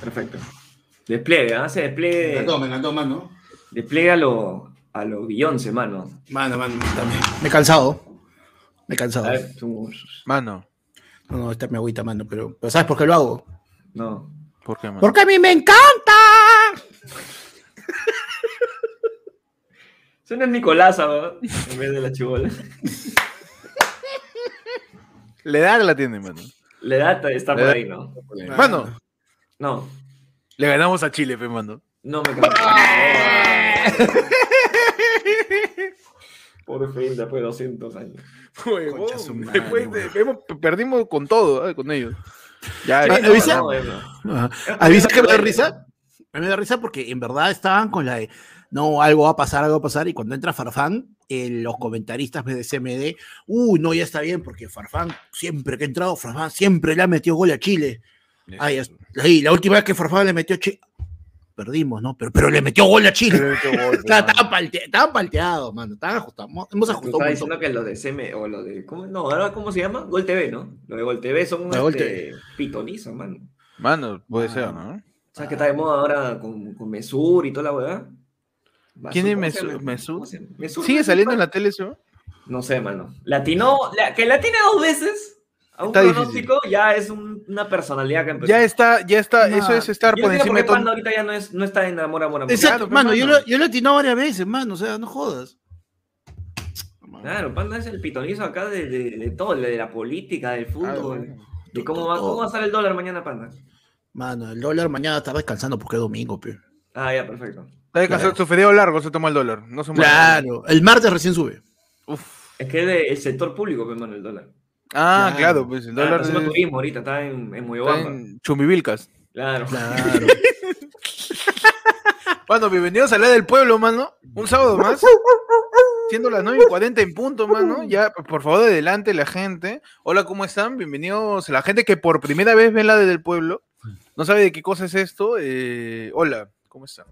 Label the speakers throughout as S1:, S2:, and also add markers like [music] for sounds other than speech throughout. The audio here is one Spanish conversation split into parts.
S1: Perfecto.
S2: Despliegue, ¿ah? Se
S3: Eh,
S1: Me
S2: despliegue.
S1: encantó, me encantó, mano.
S2: Despliegue a lo, a lo Beyoncé, mano.
S1: Mano, mano,
S4: [laughs]
S1: también.
S4: Me he cansado. Me he cansado.
S2: A ver, tú-
S3: Mano,
S4: No, no, esta es mi agüita, mano, pero, pero ¿sabes por qué lo hago?
S2: No.
S3: ¿por qué, mano?
S4: Porque a mí me encanta.
S2: Eso no es ¿ah? Nicolasa, ¿verdad? En vez de la chibola.
S3: Le da la tiene, mano.
S2: La edad está por
S3: La edad-
S2: ahí, ¿no?
S3: Mano,
S2: No.
S3: le ganamos a Chile, pe, mano.
S2: No [laughs] me cambió. Por fin, después de 200 años.
S3: Huevón,
S1: Concha su madre,
S3: después de-
S1: weón.
S3: hemos- perdimos con todo, ¿eh? con ellos. Ya,
S4: Ah,
S3: ya.
S4: ¿avisa?
S2: No, no, no.
S4: [laughs] Ajá. ¿A mí sabes qué me da risa? A mí me da risa porque en verdad estaban con la de, no, algo va a pasar, algo va a pasar, y cuando entra Farfán, eh, los comentaristas de CMD, uy, no, ya está bien, porque Farfán, siempre que ha entrado, Farfán siempre le ha metido gol a Chile. Ay, es- ahí, la última vez que Farfán le metió a Chile, perdimos, ¿no? Pero, pero le metió gol a Chile. [laughs] Estaban estaban palte- estaban palteados, mano, estaban ajustados, hemos
S2: Tú
S4: ajustado un
S2: estabas
S4: montón.
S2: diciendo que los de CM o los de. ¿cómo? No, ahora ¿cómo se llama? Gol TV, ¿no? Los de Gol TV son
S4: De Gol
S2: este, pitonizos, man.
S3: Mano, puede ser, ¿no?
S2: ¿Sabes que está de moda ahora con, con Mesur y toda la weá?
S3: ¿Quién es
S2: ¿cómo se
S3: Mesur-
S2: llama?
S3: Mesur?
S2: ¿Cómo se llama? Mesur,
S3: ¿Sigue
S2: ¿no?
S3: saliendo en la tele eso?
S2: No sé, mano. Latinó, la- que latine dos veces a un
S3: Está difícil.
S2: pronóstico ya es un- una personalidad que empezó.
S3: Ya está, ya está,
S4: No.
S3: eso es estar
S2: Yo
S3: por
S2: no
S3: encima
S2: porque
S3: de todo.
S2: Panda ahorita ya no, es, no está en Amor, Amor, Amor.
S4: Exacto,
S3: Claro, pues,
S4: mano, yo
S3: mano.
S4: lo, yo lo he atinado varias veces, mano, o sea, no jodas.
S2: Claro, Panda es el pitonizo acá de, de- de todo, de la política,
S3: Ah,
S2: del fútbol. ¿Y cómo va, cómo va a estar el dólar mañana, Panda?
S4: Mano, el dólar mañana está descansando porque es domingo, pe.
S2: Ah, ya, perfecto.
S3: Está descansado, su feriado largo se toma el dólar. No se mueve.
S4: Claro, el martes recién sube.
S3: Uf.
S2: Es que es del sector público, pe, mano, el dólar.
S3: Ah,
S4: Claro.
S3: claro, pues el
S2: El dólar
S3: dólar
S2: está haciendo turismo ahorita, está en, en
S3: está
S2: Moyobamba.
S3: en Chumbivilcas.
S2: Claro.
S3: [laughs]
S4: Claro.
S3: Bueno, bienvenidos a la del pueblo, mano. Un sábado más. Siendo las 9 y 40 en punto, mano. Ya, por favor, adelante la gente. Hola, ¿cómo están? Bienvenidos a la gente que por primera vez ve la del pueblo. No sabe de qué cosa es esto. eh, hola, ¿cómo están?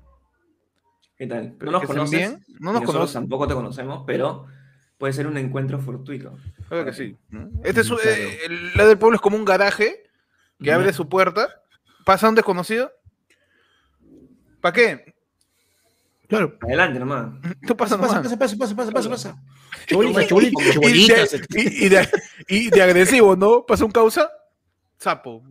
S2: ¿Qué tal? No
S3: Espero
S2: nos
S3: que estén
S2: conoces.
S3: bien. No nos
S2: nosotros
S3: conocen.
S2: tampoco te conocemos, pero puede ser un encuentro fortuito.
S3: Claro que sí. ¿no? Este es, un-
S4: Claro.
S3: eh, el- la del pueblo es como un garaje que
S2: Ya.
S3: abre su puerta. Pasa un desconocido. ¿Para qué? [laughs]
S4: claro.
S2: Adelante nomás.
S3: Tú pasas
S4: Pasa,
S3: Mm, nomás.
S4: pasa, pasa, pasa, pasa, pasa, pasa. Chibolitas, chibolitas,
S3: Y
S4: chibolitas.
S3: de, y- y de- y de agresivo, ¿no? Pasa un causa, sapo.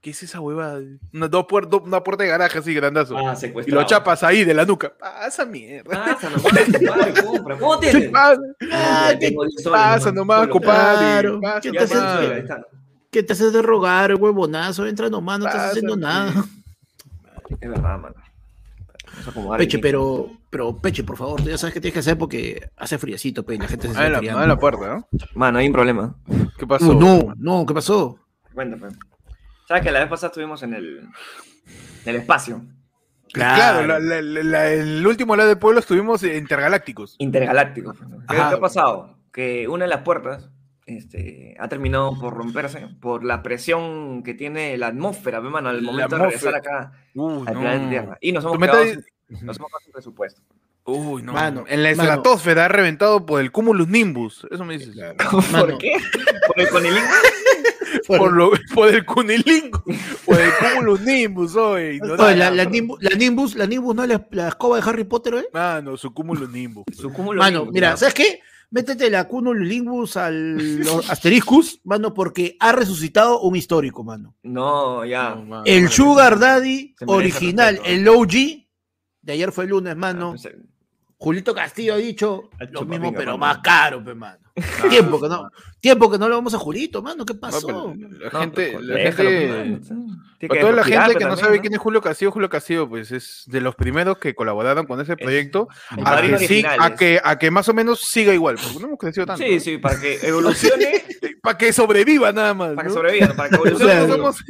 S3: ¿Qué es esa huevada? Una, dos puer- do- una puerta de garaje así, grandazo.
S2: Ah,
S3: y
S2: secuestrado.
S3: lo chapas ahí de la nuca. Pasa mierda.
S2: Pasa nomás, [laughs] compadre, compra. ¿Cómo
S3: ¿Qué
S2: tienes?
S3: pasa?
S4: Ah, ¿qué,
S2: Tengo diez soles
S3: Pasa nomás,
S2: Solo.
S3: compadre.
S4: Claro.
S3: Pasa
S4: ¿Qué
S2: Ya,
S4: estás
S2: mano,
S3: nomás.
S4: haciendo?
S2: ahí está.
S4: qué te haces de rogar, huevonazo? Entra nomás, no estás
S3: Pasa,
S4: haciendo nada.
S2: Es verdad, mano. Vamos a acomodar el
S4: Peche,
S2: micro.
S4: pero, pero, Peche, por favor, tú ya sabes qué tienes que hacer porque hace friecito, pe, y la gente se está
S3: Abre la, abre la
S4: enfriando.
S3: puerta, ¿no?
S2: Mano, hay un problema.
S3: ¿Qué pasó?
S4: Uh, no, no, ¿qué pasó?
S2: Cuéntame. ¿Sabes que la vez pasada estuvimos en el, en el espacio
S3: Claro, la- la- la- la- el último lado del pueblo estuvimos intergalácticos.
S2: intergaláctico? pues, ¿Qué, qué
S4: Ajá.
S2: ha pasado? Que una de las puertas este, ha terminado por romperse por la presión que tiene la atmósfera, ve, mano, al
S3: La
S2: momento de regresar
S3: atmósfera.
S2: acá
S3: Uy,
S2: al planeta Tierra. Y nos hemos
S3: Tú me
S2: quedado,
S3: estás
S2: sin- nos hemos quedado sin
S3: [laughs]
S2: presupuesto.
S3: Uy, no.
S4: Mano,
S3: en la
S4: mano.
S3: estratosfera ha reventado por el cumulus nimbus. Eso me dices.
S4: Mano.
S2: ¿Por qué? Por el conilingo.
S3: Por, lo, [laughs] por el cunilingo. Por el cumulus nimbus, oye. ignorante.
S4: Oye, la, la Nimbus, la Nimbus, la Nimbus, ¿no? La, la escoba de Harry Potter, ¿eh?
S3: Mano, su cumulus nimbus.
S2: Su cúmulo
S4: Mano,
S2: lindo,
S4: mira,
S2: ¿no?
S4: ¿sabes qué? Métete la cúmulo Lingus
S3: [laughs]
S4: al los asteriscus, mano, porque ha resucitado un histórico, mano.
S2: No, ya.
S3: Ah, No, mano.
S4: El Sugar Daddy
S2: Se merece
S4: original,
S2: respeto, pues
S4: el OG, de ayer fue el lunes, mano.
S2: No sé.
S4: Julito Castillo ha dicho
S2: Al
S4: lo
S2: chupapinga,
S4: mismo, pero
S2: mano.
S4: más caro, pe, mano. [laughs] Tiempo que no, tiempo que no lo vamos a Julito, mano,
S2: Ah,
S4: ¿qué
S3: No,
S4: pasó?
S3: pero la
S2: No,
S3: gente.
S2: pues,
S3: Eh, la
S2: déjalo,
S3: gente-
S2: pues, mano. Tiene
S3: Para toda la
S2: respirar,
S3: gente
S2: pero
S3: que no
S2: también,
S3: sabe quién es Julio Castillo, Julio Castillo, pues es de los primeros que colaboraron con ese proyecto.
S2: el
S3: A
S2: padrino
S3: que, sí-
S2: original
S3: a,
S2: es.
S3: que, a que más o menos siga igual, porque no hemos crecido tanto.
S2: Sí, sí, para
S3: [laughs]
S2: que evolucione,
S3: Para que sobreviva nada más.
S2: para que
S3: ¿no?
S2: sobreviva, para que
S3: Nosotros
S2: evolucione.
S4: Claro.
S3: somos-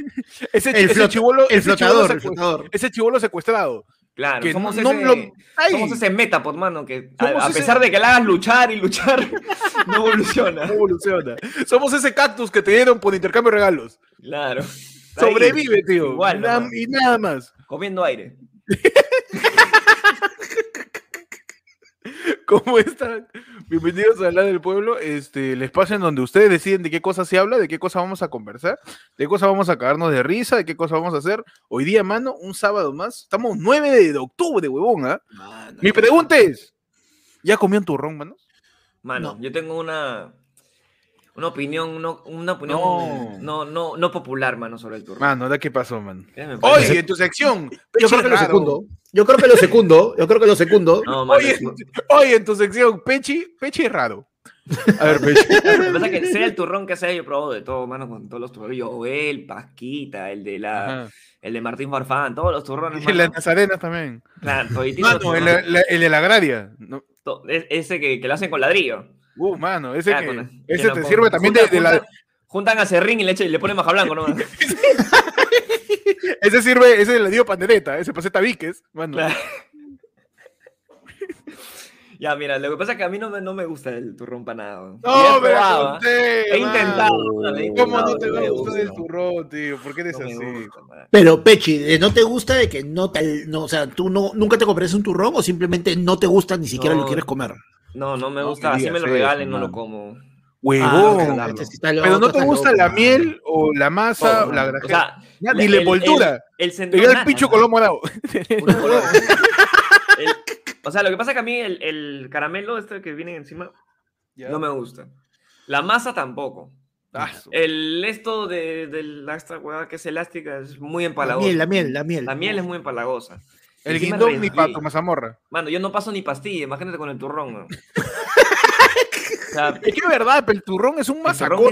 S3: ese,
S4: El
S3: ese
S4: flota-
S3: chibolo-
S4: El
S3: ese chibolo
S4: flotador, el
S3: secu-
S4: flotador.
S3: ese chivolo secuestrado.
S2: claro,
S3: Que
S2: somos,
S3: no
S2: ese,
S3: lo- ¡Ay!
S2: somos ese Metapod, mano, que a,
S3: Somos
S2: a
S3: ese-
S2: pesar de que la hagas luchar y luchar, [laughs] no evoluciona.
S3: No [laughs] evoluciona. Somos ese cactus que te dieron por intercambio de regalos.
S2: Claro. Está ahí,
S3: Sobrevive, tío.
S2: Igual,
S3: y, nada,
S2: nomás,
S3: y nada más.
S2: comiendo aire.
S3: ¿Cómo están? Bienvenidos a La del Pueblo, este, el espacio en donde ustedes deciden de qué cosa se habla, de qué cosa vamos a conversar, de qué cosa vamos a cagarnos de risa, de qué cosa vamos a hacer. Hoy día, mano, un sábado más. Estamos 9 de octubre, huevón, ¿ah?
S4: Mano,
S3: Mi pregunta es, ¿ya comió un turrón, mano?
S2: Mano,
S4: No.
S2: yo tengo una, una opinión, no, una opinión
S3: No.
S2: no. No, no, popular, mano, sobre el pues. turno.
S3: Mano, ¿da qué pasó, mano?
S2: ¿Qué me parece?
S3: Oye, en tu sección.
S4: Yo
S3: Pechi
S4: creo que lo
S3: Raro.
S4: secundo. Yo creo que lo secundo. Yo creo que lo secundo.
S2: No, mano,
S3: Oye,
S2: es- lo
S3: oye, en tu sección, Pechi, Pechi raro. [laughs] A ver, Pechi.
S2: que pasa es que sea el turrón que sea, yo he probado de todo, mano, con todos los turrones. Yo, el Pasquita, el de la,
S3: Ajá.
S2: el de Martín Farfán, todos los turrones,
S3: Y [laughs] la
S2: mano.
S3: Nazarena también.
S2: Claro, todititos los
S3: Mano, el,
S2: turrones.
S3: la- el de la Gradia. No.
S2: To- es- Ese que, que lo hacen con ladrillo.
S3: Uh, mano, ese,
S2: Ah,
S3: que-
S2: con- que
S3: ese
S2: lo
S3: te
S2: pon-
S3: sirve también de,
S2: juntan-
S3: de la.
S2: juntan- Juntan a Serrín y le, echa- y le ponen maja
S3: [laughs]
S2: blanco, ¿no? [laughs] mano?
S3: Ese sirve, ese de la dio pandereta, ese paseta Víquez. Mano.
S2: Claro. Ya, mira, lo que pasa es que a mí no me, no me gusta el turrón panado.
S3: No, me
S2: probado, ¿ah?
S3: asusté,
S2: He
S3: mano.
S2: intentado.
S3: ¿Cómo no
S4: No,
S3: te va
S4: no
S3: a
S4: me
S3: gustar
S4: gusta.
S3: el turrón, tío? ¿Por qué eres así?
S4: Pero, Pechi, ¿de ¿no te gusta de que no te. No, o sea, tú no, nunca te comprarías un turrón o simplemente no te gusta ni siquiera
S2: No.
S4: lo quieres comer?
S2: No, no me
S3: No
S2: gusta.
S3: me
S2: Así me
S3: digas
S2: lo
S3: eso,
S2: regalen, no lo
S3: mano.
S2: como.
S3: Huevón.
S2: Ah,
S4: este sí está loco,
S3: Pero no te
S4: está
S3: gusta
S4: loco,
S3: la
S4: mano.
S3: miel o la masa,
S2: Todo,
S3: o la
S2: mano.
S3: grajera.
S2: O sea,
S3: Ya, ni la
S2: el-
S3: envoltura.
S2: El, el
S3: Te dio el
S2: centonana,
S3: picho
S2: ¿no?
S3: color morado.
S2: Una color. El- o sea, lo que pasa es que a mí el, el caramelo, este que viene encima, no me gusta. La masa tampoco.
S3: Ah, su-
S2: El esto de, de la extra huevada que es elástica es muy
S4: La
S2: empalagosa.
S4: miel, la miel, la miel.
S2: La miel es muy empalagosa.
S3: El
S2: Encima
S3: guindón ni
S2: relleno.
S3: para tu mazamorra.
S2: Mano, yo no paso ni pastilla, imagínate con el turrón.
S3: [laughs]
S2: ¿no? O sea,
S3: Es que es verdad, pero el turrón es un
S2: el turrón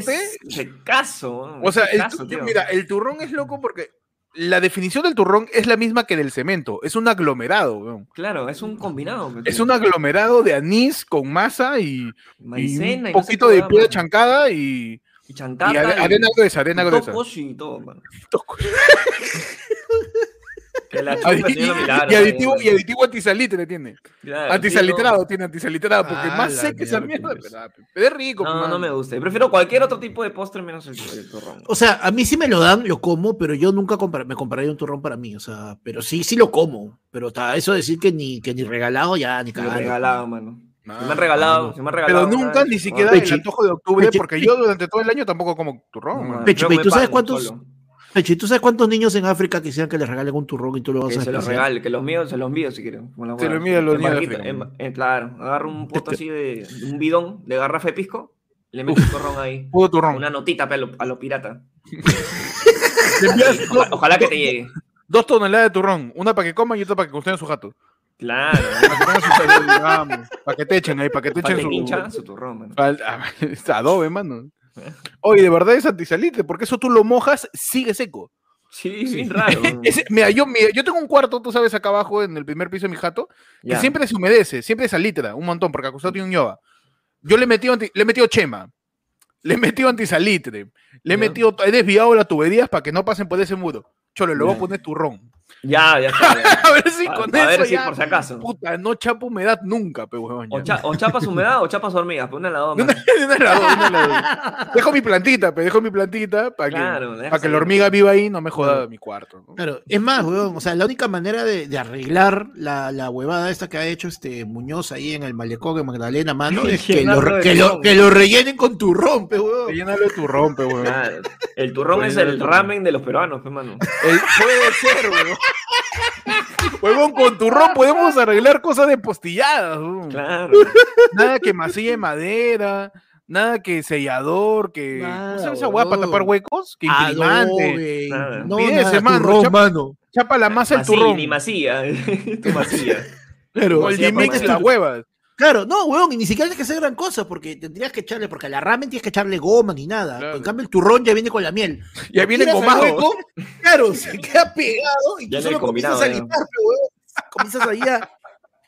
S3: masacote.
S2: es checazo, ¿no?
S3: O sea, el,
S2: Checazo,
S3: tu-
S2: tío.
S3: mira, el turrón es loco porque la definición del turrón es la misma que del cemento. Es un aglomerado, weón.
S2: Claro, es un combinado. pues,
S3: Es
S2: tío.
S3: un aglomerado de anís con masa y, y
S2: maicena
S3: un
S2: y no sé
S3: poquito
S2: qué
S3: de
S2: huevada,
S3: piedra
S2: mano.
S3: chancada y,
S2: Y
S3: y
S2: chancata.
S3: are-
S2: y-
S3: arena gruesa, arena
S2: y
S3: gruesa.
S2: tocos y todo,
S3: [laughs]
S2: mano.
S3: Toco.
S2: [laughs] Que la chupa,
S3: Adi-
S2: señora Ah, Milagro,
S3: Y, y aditivo,
S2: mano.
S3: y aditivo antisalitre tiene.
S2: Claro,
S3: Antisalitrado tiene antisalitrado porque
S4: Ah,
S3: más
S4: la
S3: sé que esa
S4: mierda,
S3: mierda.
S4: pues.
S3: pero- Pero es rico,
S2: sí, No, no,
S3: mano.
S2: no me gusta. Yo Prefiero cualquier otro tipo de postre menos el, el turrón.
S4: O sea, a mí sí me lo dan, lo como, pero yo nunca compra- me compraría un turrón para mí. O sea, pero sí, sí lo como. Pero ta, eso decir que ni, que ni regalado ya, ni
S2: Me lo
S4: cagado.
S2: regalado, mano.
S3: Ah, Mano,
S2: Se me han regalado,
S4: mano.
S2: se me han
S3: Pero
S2: regalado.
S3: nunca ni siquiera
S4: Pechi.
S3: el antojo de octubre,
S4: Pechi,
S3: porque
S4: Pechi.
S3: yo durante todo el año tampoco como turrón. mano.
S2: No,
S4: Pechi,
S2: yo
S4: Pechi,
S2: me
S4: ¿tú sabes
S2: paro
S4: cuántos-
S2: solo.
S4: Pechi, ¿tú sabes cuántos niños en África quisieran que les regalen un turrón y tú lo vas
S2: Que
S4: a
S2: se los
S4: despreciar?
S2: regale, que los míos se los envío si quieren. como la
S3: Se
S2: hueá.
S3: los envío a los
S2: En
S3: niños de
S2: barquito,
S3: África,
S2: en
S3: ¿no?
S2: ba- en- em, eh, claro, agarro un puesto así de de un bidón de garrafa de pisco, le meto un corrón ahí.
S3: Puro turrón.
S2: Una notita pe, a los pirata.
S3: [laughs] Le envías
S2: Oja-
S3: dos,
S2: Ojalá que te llegue.
S3: dos toneladas de turrón, una para que coman y otra para que gusten su gato. [laughs]
S2: Claro.
S3: Para que, coman
S2: [laughs]
S3: sus- vamos, para que te echen ahí, para que te
S2: Para
S3: echen
S2: que
S3: su.
S2: hincha su turrón, mano.
S3: Al- a- [laughs] es adobe, mano. Oye, de verdad es antisalitre, porque eso tú lo mojas, sigue seco.
S2: Sí, bien
S3: [laughs]
S2: raro. mano.
S3: Ese- mira, yo, mira, yo tengo un cuarto, tú sabes, acá abajo en el primer piso de mi jato, que
S2: Ya.
S3: siempre se humedece, siempre se alitra un montón, porque acusado tiene un ñoba. Yo le he metido, anti- le he metido chema, le he metido antisalitre, le he
S2: Ya.
S3: metido, he desviado las tuberías para que no pasen por ese muro. Cholo, luego
S2: Ya.
S3: pones turrón.
S2: Ya, ya está.
S3: [laughs]
S2: ya.
S3: A ver si
S2: A-
S3: con
S2: a
S3: eso
S2: ver si
S3: ya,
S2: por si acaso.
S3: puta, no chapo humedad nunca, pe huevón.
S2: O,
S3: ya.
S2: cha- o chapas humedad o chapas hormigas, pues una de las dos,
S3: De
S2: mano.
S3: una- de una a la dos, de [laughs] una a la dos. Dejo mi plantita, pe, dejo mi plantita para que,
S2: Claro, deja
S3: pa' que la
S2: salir.
S3: hormiga viva ahí, no me joda mi cuarto. ¿no?
S4: Claro, es más, weón, o sea, la única manera de, de arreglar la, la huevada esta que ha hecho este Muñoz ahí en el malecón de Magdalena, mano,
S2: [laughs]
S4: es que lo,
S2: Llenarlo de
S4: que, lo,
S2: turrón.
S4: que lo rellenen con turrón, pe,
S3: [laughs] Te
S4: weón.
S3: llena de turrón, pe
S2: [laughs]
S3: huevón.
S2: Claro. El turrón es el ramen de los peruanos, pues,
S3: [laughs]
S2: mano.
S3: El- puede ser, huevón. [laughs] Huevón, con turrón podemos arreglar cosas de postilladas. huevón.
S2: Claro.
S3: Nada que masilla de madera, nada que sellador, que.
S4: Nada,
S3: ¿Cómo se llama esa hueá para
S4: huevón.
S3: tapar huecos? Que inclinante.
S4: Adobe,
S2: Nada.
S4: No,
S3: Pide
S4: nada,
S3: ese, mano,
S4: turrón,
S3: chapa-
S4: mano.
S3: Chapa la masa el
S2: Masí,
S3: turrón.
S2: ni masía. [laughs] Tu masía.
S3: [laughs]
S4: Claro,
S3: O el
S2: Masía
S4: Jimmy
S3: Jimex
S2: para
S4: es
S3: las
S4: tu-
S3: huevas.
S4: Claro, no, weón, y ni siquiera hay que hacer gran cosa, porque tendrías que echarle, porque a la ramen tienes que echarle goma ni nada.
S3: Claro.
S4: En cambio, el turrón ya viene con la miel.
S3: Y ahí viene
S4: Tiras al
S3: gomado.
S4: hueco, Claro, [laughs] se queda pegado y
S2: Ya
S4: tú
S2: no
S4: solo
S2: hay combinado,
S4: comienzas a
S2: ya.
S4: lijar, pe, weón. Comienzas ahí a.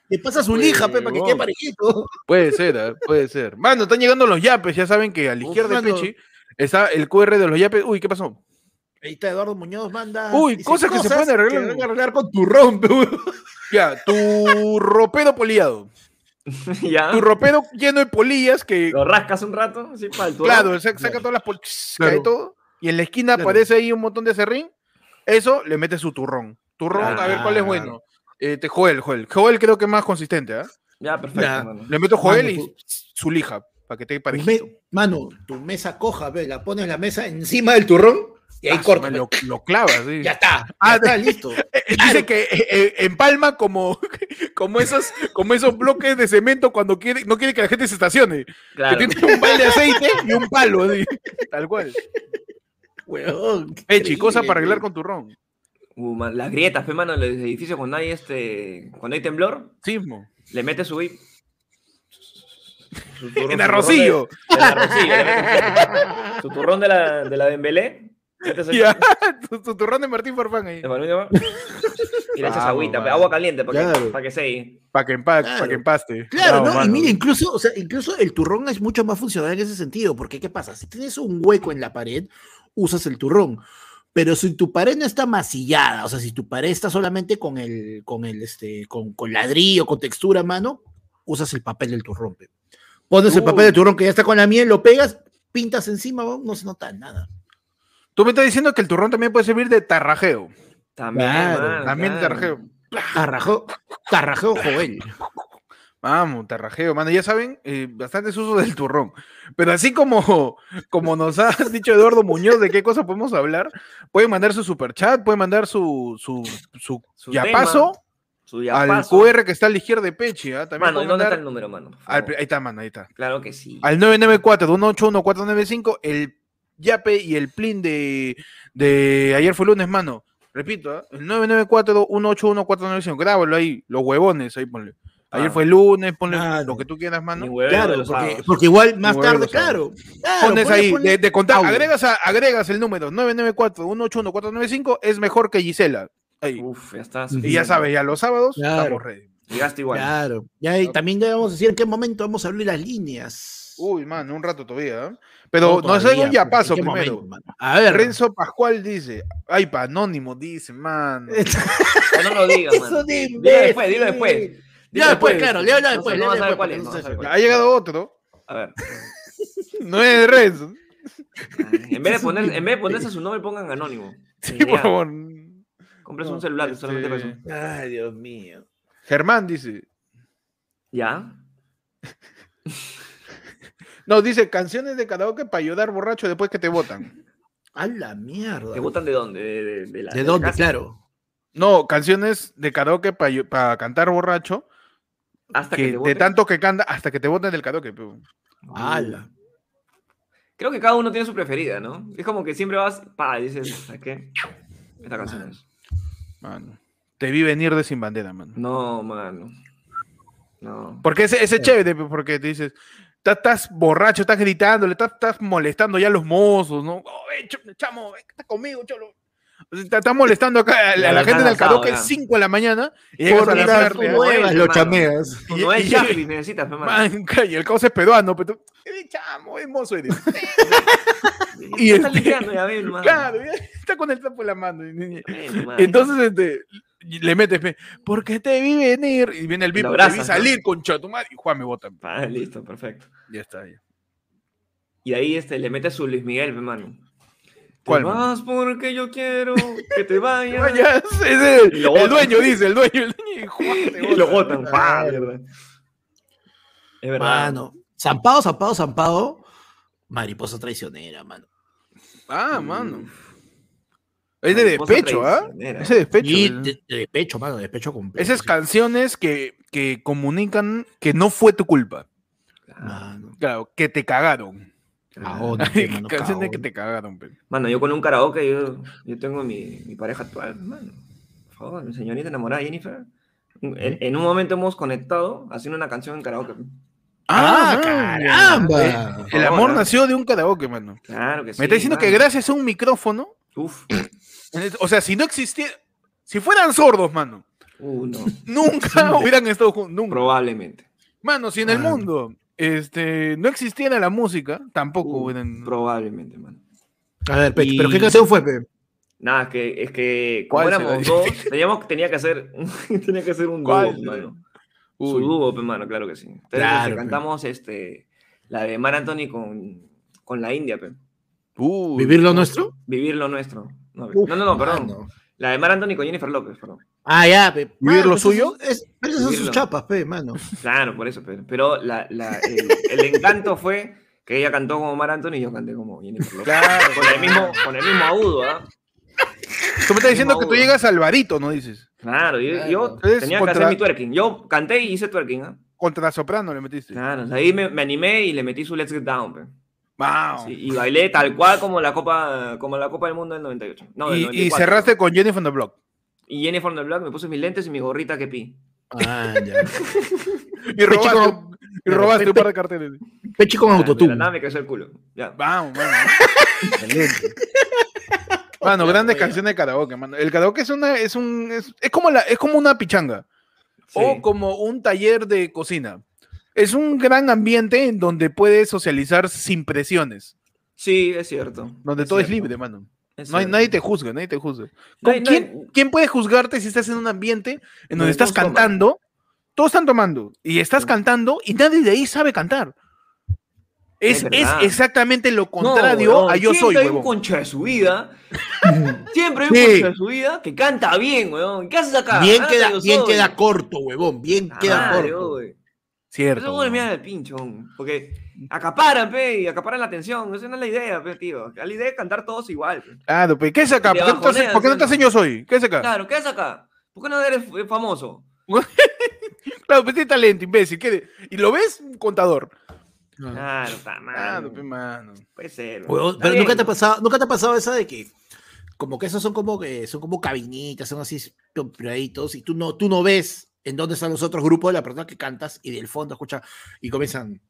S4: Le pasas un lija, pe, para que quede
S3: Huevón.
S4: parejito.
S3: Puede ser, ah, puede ser. Mano, están llegando los yapes, ya saben que a la
S4: Uf,
S3: izquierda de
S4: mano.
S3: Pechi está el QR de los yapes. Uy, ¿qué pasó?
S4: Ahí está Eduardo Muñoz, manda.
S3: Uy, cosas que se pueden arreglar.
S4: que van a arreglar con turrón, pe, weón.
S3: Ya, tu ropero poliado.
S4: Ah.
S2: Ya.
S3: Tu ropero lleno de polillas que,
S2: Lo rascas un rato, así para el turrón.
S3: claro, sa- saca
S4: Claro.
S3: todas las polillas,
S4: Claro.
S3: cae todo. Y en la esquina
S4: Claro.
S3: aparece ahí un montón de serrín. Eso le mete su turrón. Turrón, a ver cuál es
S4: Claro.
S3: bueno. Este, Joel, Joel. Joel creo que es más consistente, ¿ah?
S2: Ya, perfecto,
S3: Ya,
S2: mano.
S3: Le meto Joel
S4: Mano,
S3: y
S4: tú-
S3: su lija, para que te
S4: Tu
S3: [laughs] parejito.
S4: me- mano, tu mesa coja, ve, la pones la mesa encima del turrón y ahí
S3: Ah,
S4: corta.
S3: Lo, lo clavas. sí.
S4: Ya está, ya
S3: Ah,
S4: está listo.
S3: Eh, eh, Dice que eh, eh, empalma como, [laughs] como, esos, como esos bloques de cemento cuando quiere, no quiere que la gente se estacione.
S2: Claro.
S3: Que tiene un balde de aceite
S4: [laughs]
S3: y un palo. así, Tal cual.
S4: Weón, qué
S3: Pechi, cosa
S4: increíble,
S3: para arreglar
S4: tío.
S3: con turrón.
S2: Uh, man, las grietas, fe, mano, en los edificios cuando hay este. Cuando hay temblor,
S3: Sismo.
S2: le mete su whip. Su turrón- su turrón
S3: En
S2: de-
S3: arrocillo.
S2: En arrocillo. le mete su- Su turrón de la, de la Dembélé. metes el-
S3: Ya. [laughs] Tu, tu turrón de Martín Farfán ahí.
S2: de Manuel Neuer, Y le echas
S3: Vamos,
S2: agüita,
S3: mano.
S2: agua caliente para que,
S4: Claro.
S2: para que selle.
S3: Para que, empa-
S4: Claro.
S3: pa' que empaste.
S4: Claro,
S3: Bravo,
S4: ¿no? Y
S3: mano.
S4: mira, incluso, o sea, incluso el turrón es mucho más funcional en ese sentido, porque ¿qué pasa? Si tienes un hueco en la pared, usas el turrón. Pero si tu pared no está masillada, o sea, si tu pared está solamente con el, con el, este, con, con ladrillo, con textura, mano, usas el papel del turrón. pe. Pones el papel
S3: Uy.
S4: del turrón que ya está con la miel, lo pegas, pintas encima, weón, no se nota nada.
S3: Tú me estás diciendo que el turrón también puede servir de tarrajeo.
S2: También,
S4: Claro,
S2: mano,
S3: También de
S2: claro.
S3: tarrajeo.
S4: Carrajeo, carrajeo, Joel.
S3: Vamos, tarrajeo, Ah, mano. Ya saben, eh, bastantes usos del turrón. Pero así como, como nos ha [laughs] dicho Eduardo Muñoz de qué cosa podemos hablar, pueden mandar su superchat, pueden mandar su, su, su,
S2: Su
S3: yapazo
S2: Su
S3: al
S2: yapazo.
S3: QR que está a la izquierda de Pechi. ¿ah? También
S2: Mano, ¿y
S3: pueden
S2: ¿dónde
S3: mandar
S2: está el número, mano? Por
S3: al-
S2: favor.
S3: ahí está, mano, ahí está.
S2: Claro que sí.
S3: Al 994-181-495, el yape y el plin de, de ayer fue lunes, mano. Repito, ¿ah? el 994-181-495. Grábalo ahí, los huevones, ahí ponle. Ayer
S2: Ah.
S3: fue lunes, ponle
S4: Mano.
S3: lo que tú quieras, mano.
S2: Ni hueveo de
S4: Claro,
S2: los
S4: porque,
S2: sábados.
S4: porque igual más
S3: Bueno,
S4: tarde,
S3: los sábados.
S4: claro. claro,
S3: pones
S4: ponle-
S3: ahí,
S4: ponle-
S3: de, de contar,
S4: audio.
S3: agregas, a- agregas el número 994-181-495, es mejor que Gisela. Ahí.
S2: Uf, ya está.
S3: y ya sabes, ya los sábados
S4: Claro.
S3: estamos ready.
S2: Llegaste igual.
S4: Claro. Ya, y también ya vamos a decir en qué momento vamos a abrir las líneas.
S3: Uy, man, un rato todavía. ¿eh? Uh, Pero no, es
S4: todavía,
S3: algo ya
S4: pero
S3: paso
S4: ¿en qué
S3: primero.
S4: momento, mano? a ver. [laughs]
S3: Renzo Pascual dice, ay, pa' anónimo dice, man.
S4: [laughs]
S2: Pero no lo digas, mano.
S4: Eso de
S2: Dilo después, dilo después.
S4: imbécil.
S2: Dilo
S4: Ya después, claro, léalo después,
S2: No,
S4: pues,
S2: sé, no vas a
S4: léalo
S2: saber cuál es.
S4: después,
S2: no vas a saber
S4: porque
S2: cuál
S3: Ha llegado otro,
S2: es. A ver.
S3: no es de Renzo.
S2: Ay,
S4: [laughs]
S2: En vez, de poner, en vez de ponerse su nombre, pongan anónimo.
S3: [laughs] Sí,
S2: Genial.
S3: por favor.
S2: Compres
S3: No,
S2: un celular solamente para
S3: este-
S2: eso.
S4: Ay, Dios mío.
S3: Germán dice,
S2: ¿Ya?
S3: no, dice canciones de karaoke para ayudar borracho después que te votan.
S4: A la mierda.
S2: ¿Te gustan de dónde? ¿De, de, de la,
S4: ¿De
S2: la
S4: dónde?
S2: casa?
S4: Claro.
S3: No, canciones de karaoke para cantar borracho
S2: Hasta que,
S3: que
S2: te
S3: de
S2: voten.
S3: tanto que canta hasta que te boten del karaoke. pe.
S4: A la-
S2: Creo que cada uno tiene su preferida, ¿no? Es como que siempre vas, pa, y dices, ¿a qué? Esta canción es.
S3: Mano, te vi venir de sin bandera, mano.
S2: No, mano. No.
S3: Porque ese, ese es chévere, pe, porque te dices, "Ta- estás borracho, estás gritando, le estás, estás molestando ya a los mozos, ¿no? Oh, ven, ch- chamo, ven, está conmigo, cholo. O sea, te- Estás molestando acá a la,
S2: Ya
S3: a la
S2: lo
S3: gente
S2: has
S3: del
S2: lanzado,
S3: karaoke
S2: ya.
S3: 5 de la mañana y llegas a
S4: Por
S3: la
S2: lanzar
S4: las
S3: tarde.
S2: tu
S3: ¿no? [laughs]
S2: huevo.
S4: huevas
S2: mano.
S4: lo chameas.
S2: Tú
S3: y-
S2: no
S3: y
S2: es
S3: ya- [laughs]
S2: Jeffrey, necesitas, fe, mano.
S3: Manca, y el causa es peruano, pero tú, "Eh, chamo, es mozo [laughs] eres. y
S2: Y [laughs] estás
S3: este-
S2: limpiando, ya ven, mano.
S3: Claro, ya eh, está con el tapo en la mano. y- y-
S2: Ven, mano.
S3: Entonces este, y le metes, pe, ¿por qué te vi venir? Y viene el
S2: Lo
S3: VIP, te vi
S2: abrazas, ¿no?
S3: salir con Chatumar y Juan me bota.
S2: Pa, listo, perfecto.
S3: Ya está. Ya.
S2: Y ahí este, le mete su Luis Miguel, hermano.
S3: ¿Cuál,
S2: Te
S3: mano? Ah,
S2: vas porque yo quiero que te
S3: [laughs]
S2: vayas.
S3: Ya, ese es el,
S2: Y lo
S3: el
S2: botan.
S3: dueño, dice, el dueño, el dueño y Juan
S2: [laughs]
S3: te
S2: Y lo
S3: bota.
S2: botan. pa, de verdad. Es verdad.
S4: Mano. Zampado, zampado, zampado. Mariposa traicionera, mano.
S2: Mm.
S3: Ah, mano.
S2: Uf,
S3: Es de
S2: mariposa
S3: despecho, ¿ah?
S2: traicionera.
S3: Ese despecho.
S4: Y
S3: ¿no?
S4: de, de despecho, mano, de despecho completo.
S3: Esas
S4: sí.
S3: canciones que, que comunican que no fue tu culpa.
S2: Claro,
S4: Mano,
S3: Claro, que te cagaron.
S2: ah, claro.
S4: caón,
S3: [laughs]
S4: mano,
S3: Canciones Ah, que
S4: caón.
S3: te cagaron, pe.
S2: Mano, yo con un karaoke, yo, yo tengo mi, mi pareja actual, mano. Por favor, mi señorita enamorada, Jennifer. En, en un momento hemos conectado haciendo una canción en karaoke.
S4: ¡Ah,
S3: mano.
S2: eh,
S4: caramba!
S3: El amor nació de un karaoke, mano.
S2: Claro que sí.
S3: Me está diciendo que
S2: mano.
S3: gracias a un micrófono
S2: Uf,
S3: O sea, si no existiera. Si fueran sordos, mano,
S2: uh, no.
S3: [laughs] nunca hubieran estado juntos. Nunca.
S2: Probablemente.
S3: Mano, si en el
S4: Mano.
S3: mundo este, no existiera la música, tampoco
S2: Uh,
S3: hubieran.
S2: Probablemente, mano.
S4: A ver, Pecho,
S2: Y-
S4: ¿pero qué canción fue, Pepe?
S2: Nada, es que, es que como
S3: ¿Cuál será?
S2: éramos dos, teníamos, tenía, que hacer, tenía que hacer un [laughs] dúo,
S3: ¿Cuál será?
S2: mano. Su
S3: Uy.
S2: dúo, pe, mano, claro que sí. Entonces
S4: Claro,
S2: este,
S4: pe.
S2: cantamos este, la de Mar Anthony con, con la India, pe.
S3: Uy.
S4: ¿Vivir lo nuestro?
S2: Vivir lo nuestro. No, pe.
S4: Uf,
S3: ah,
S2: Ah, no, no, no, perdón.
S4: mano.
S2: La de Mar Anthony con Jennifer López, perdón.
S4: Ah, ya, pe.
S3: ¿Vivir lo
S4: pues
S3: suyo?
S4: eso es- pero esas son
S2: Vivirlo.
S4: sus chapas, pe, mano.
S2: Claro, por eso, pero, pero la- la- el, el
S3: [laughs]
S2: encanto fue que ella cantó como Mar Anthony y yo canté como Jennifer López.
S3: Claro,
S2: con, el mismo, con el mismo agudo, ¿ah?
S3: Tú me estás diciendo que tú
S2: Mauro.
S3: llegas al varito, ¿no dices?
S2: Claro, yo, yo
S3: Claro. Es
S2: tenía que
S3: contra-
S2: hacer mi twerking. Yo canté y hice twerking, ¿ah?
S3: Contra soprano le metiste.
S2: Claro, o sea, ahí me, me animé y le metí su Let's Get Down, pe.
S3: Wow.
S2: Ah, Sí, y bailé tal cual como la Copa, como la Copa del Mundo del 98. No, del
S3: y, y
S2: 94.
S3: cerraste con Jennifer on the Block.
S2: Y Jennifer the Black me puso mis lentes y mi gorrita que pi.
S4: Ah, ya.
S3: Y robaste,
S4: chico,
S3: y
S4: de
S3: robaste
S4: repente-
S3: un par de carteles.
S4: Pechi con
S2: De Ah, la
S4: autotune.
S2: nada me creció el culo. Ya.
S3: Vamos, vamos.
S4: [laughs] Excelente.
S3: Mano,
S4: Ya,
S3: grandes
S4: ya.
S3: canciones de karaoke, mano. El karaoke es una, es un, es, es como la, es como una pichanga.
S2: Sí.
S3: O como un taller de cocina. Es un gran ambiente en donde puedes socializar sin presiones.
S2: Sí, es cierto.
S3: Donde todo es libre, mano.
S2: Es
S3: No hay,
S2: cierto.
S3: nadie te juzga, nadie te juzga.
S2: No
S3: ¿Con
S2: hay- no
S3: quién,
S2: hay-
S3: quién puede juzgarte si estás en un ambiente en donde
S2: No,
S3: estás
S2: todos toman.
S3: cantando? Todos están tomando y estás
S2: Sí.
S3: cantando y nadie de ahí sabe cantar. Es,
S2: Es
S3: es
S2: verdad.
S3: exactamente lo
S2: No,
S3: contrario
S2: huevón,
S3: a yo
S2: siempre
S3: soy,
S2: hay un
S3: huevón.
S2: concha de su
S3: [laughs]
S2: vida. Siempre hay un
S4: Sí.
S2: concha de su vida que canta bien, weón. ¿Qué haces acá?
S4: Bien
S2: Ah,
S4: queda,
S2: yo
S4: bien
S2: soy.
S4: queda corto, huevón. Bien
S2: Ah,
S4: queda
S2: madre,
S4: corto.
S2: weón.
S3: Cierto.
S2: Eso
S3: huevón.
S2: me da el pincho, weón, porque acaparan, pe, y acaparan la atención. Esa no es la idea, pe, tío. La idea es cantar todos igual. pe.
S3: Claro, pues, ¿qué es acá?
S2: Te
S3: ¿Por qué, no te hacen-
S2: bajoneas,
S3: por qué no te
S2: ¿sí o
S3: hacen
S2: no?
S3: yo soy? ¿Qué es acá? Claro,
S2: Claro, ¿qué haces acá? ¿Por qué no eres eh, famoso?
S3: pues tiene talento, imbécil. ¿qué? ¿Y lo ves? Un contador.
S2: Claro, está
S3: Claro,
S2: mal.
S3: pues, mano.
S2: Puede ser. weón.
S4: Huevón,
S2: Está
S4: pero
S2: bien.
S4: nunca te ha pasado, nunca te ha pasado esa de que como que esos son como que son como cabinitas, son así compraditos y tú no tú no ves en dónde están los otros grupos de la persona que cantas y del fondo escucha y comienzan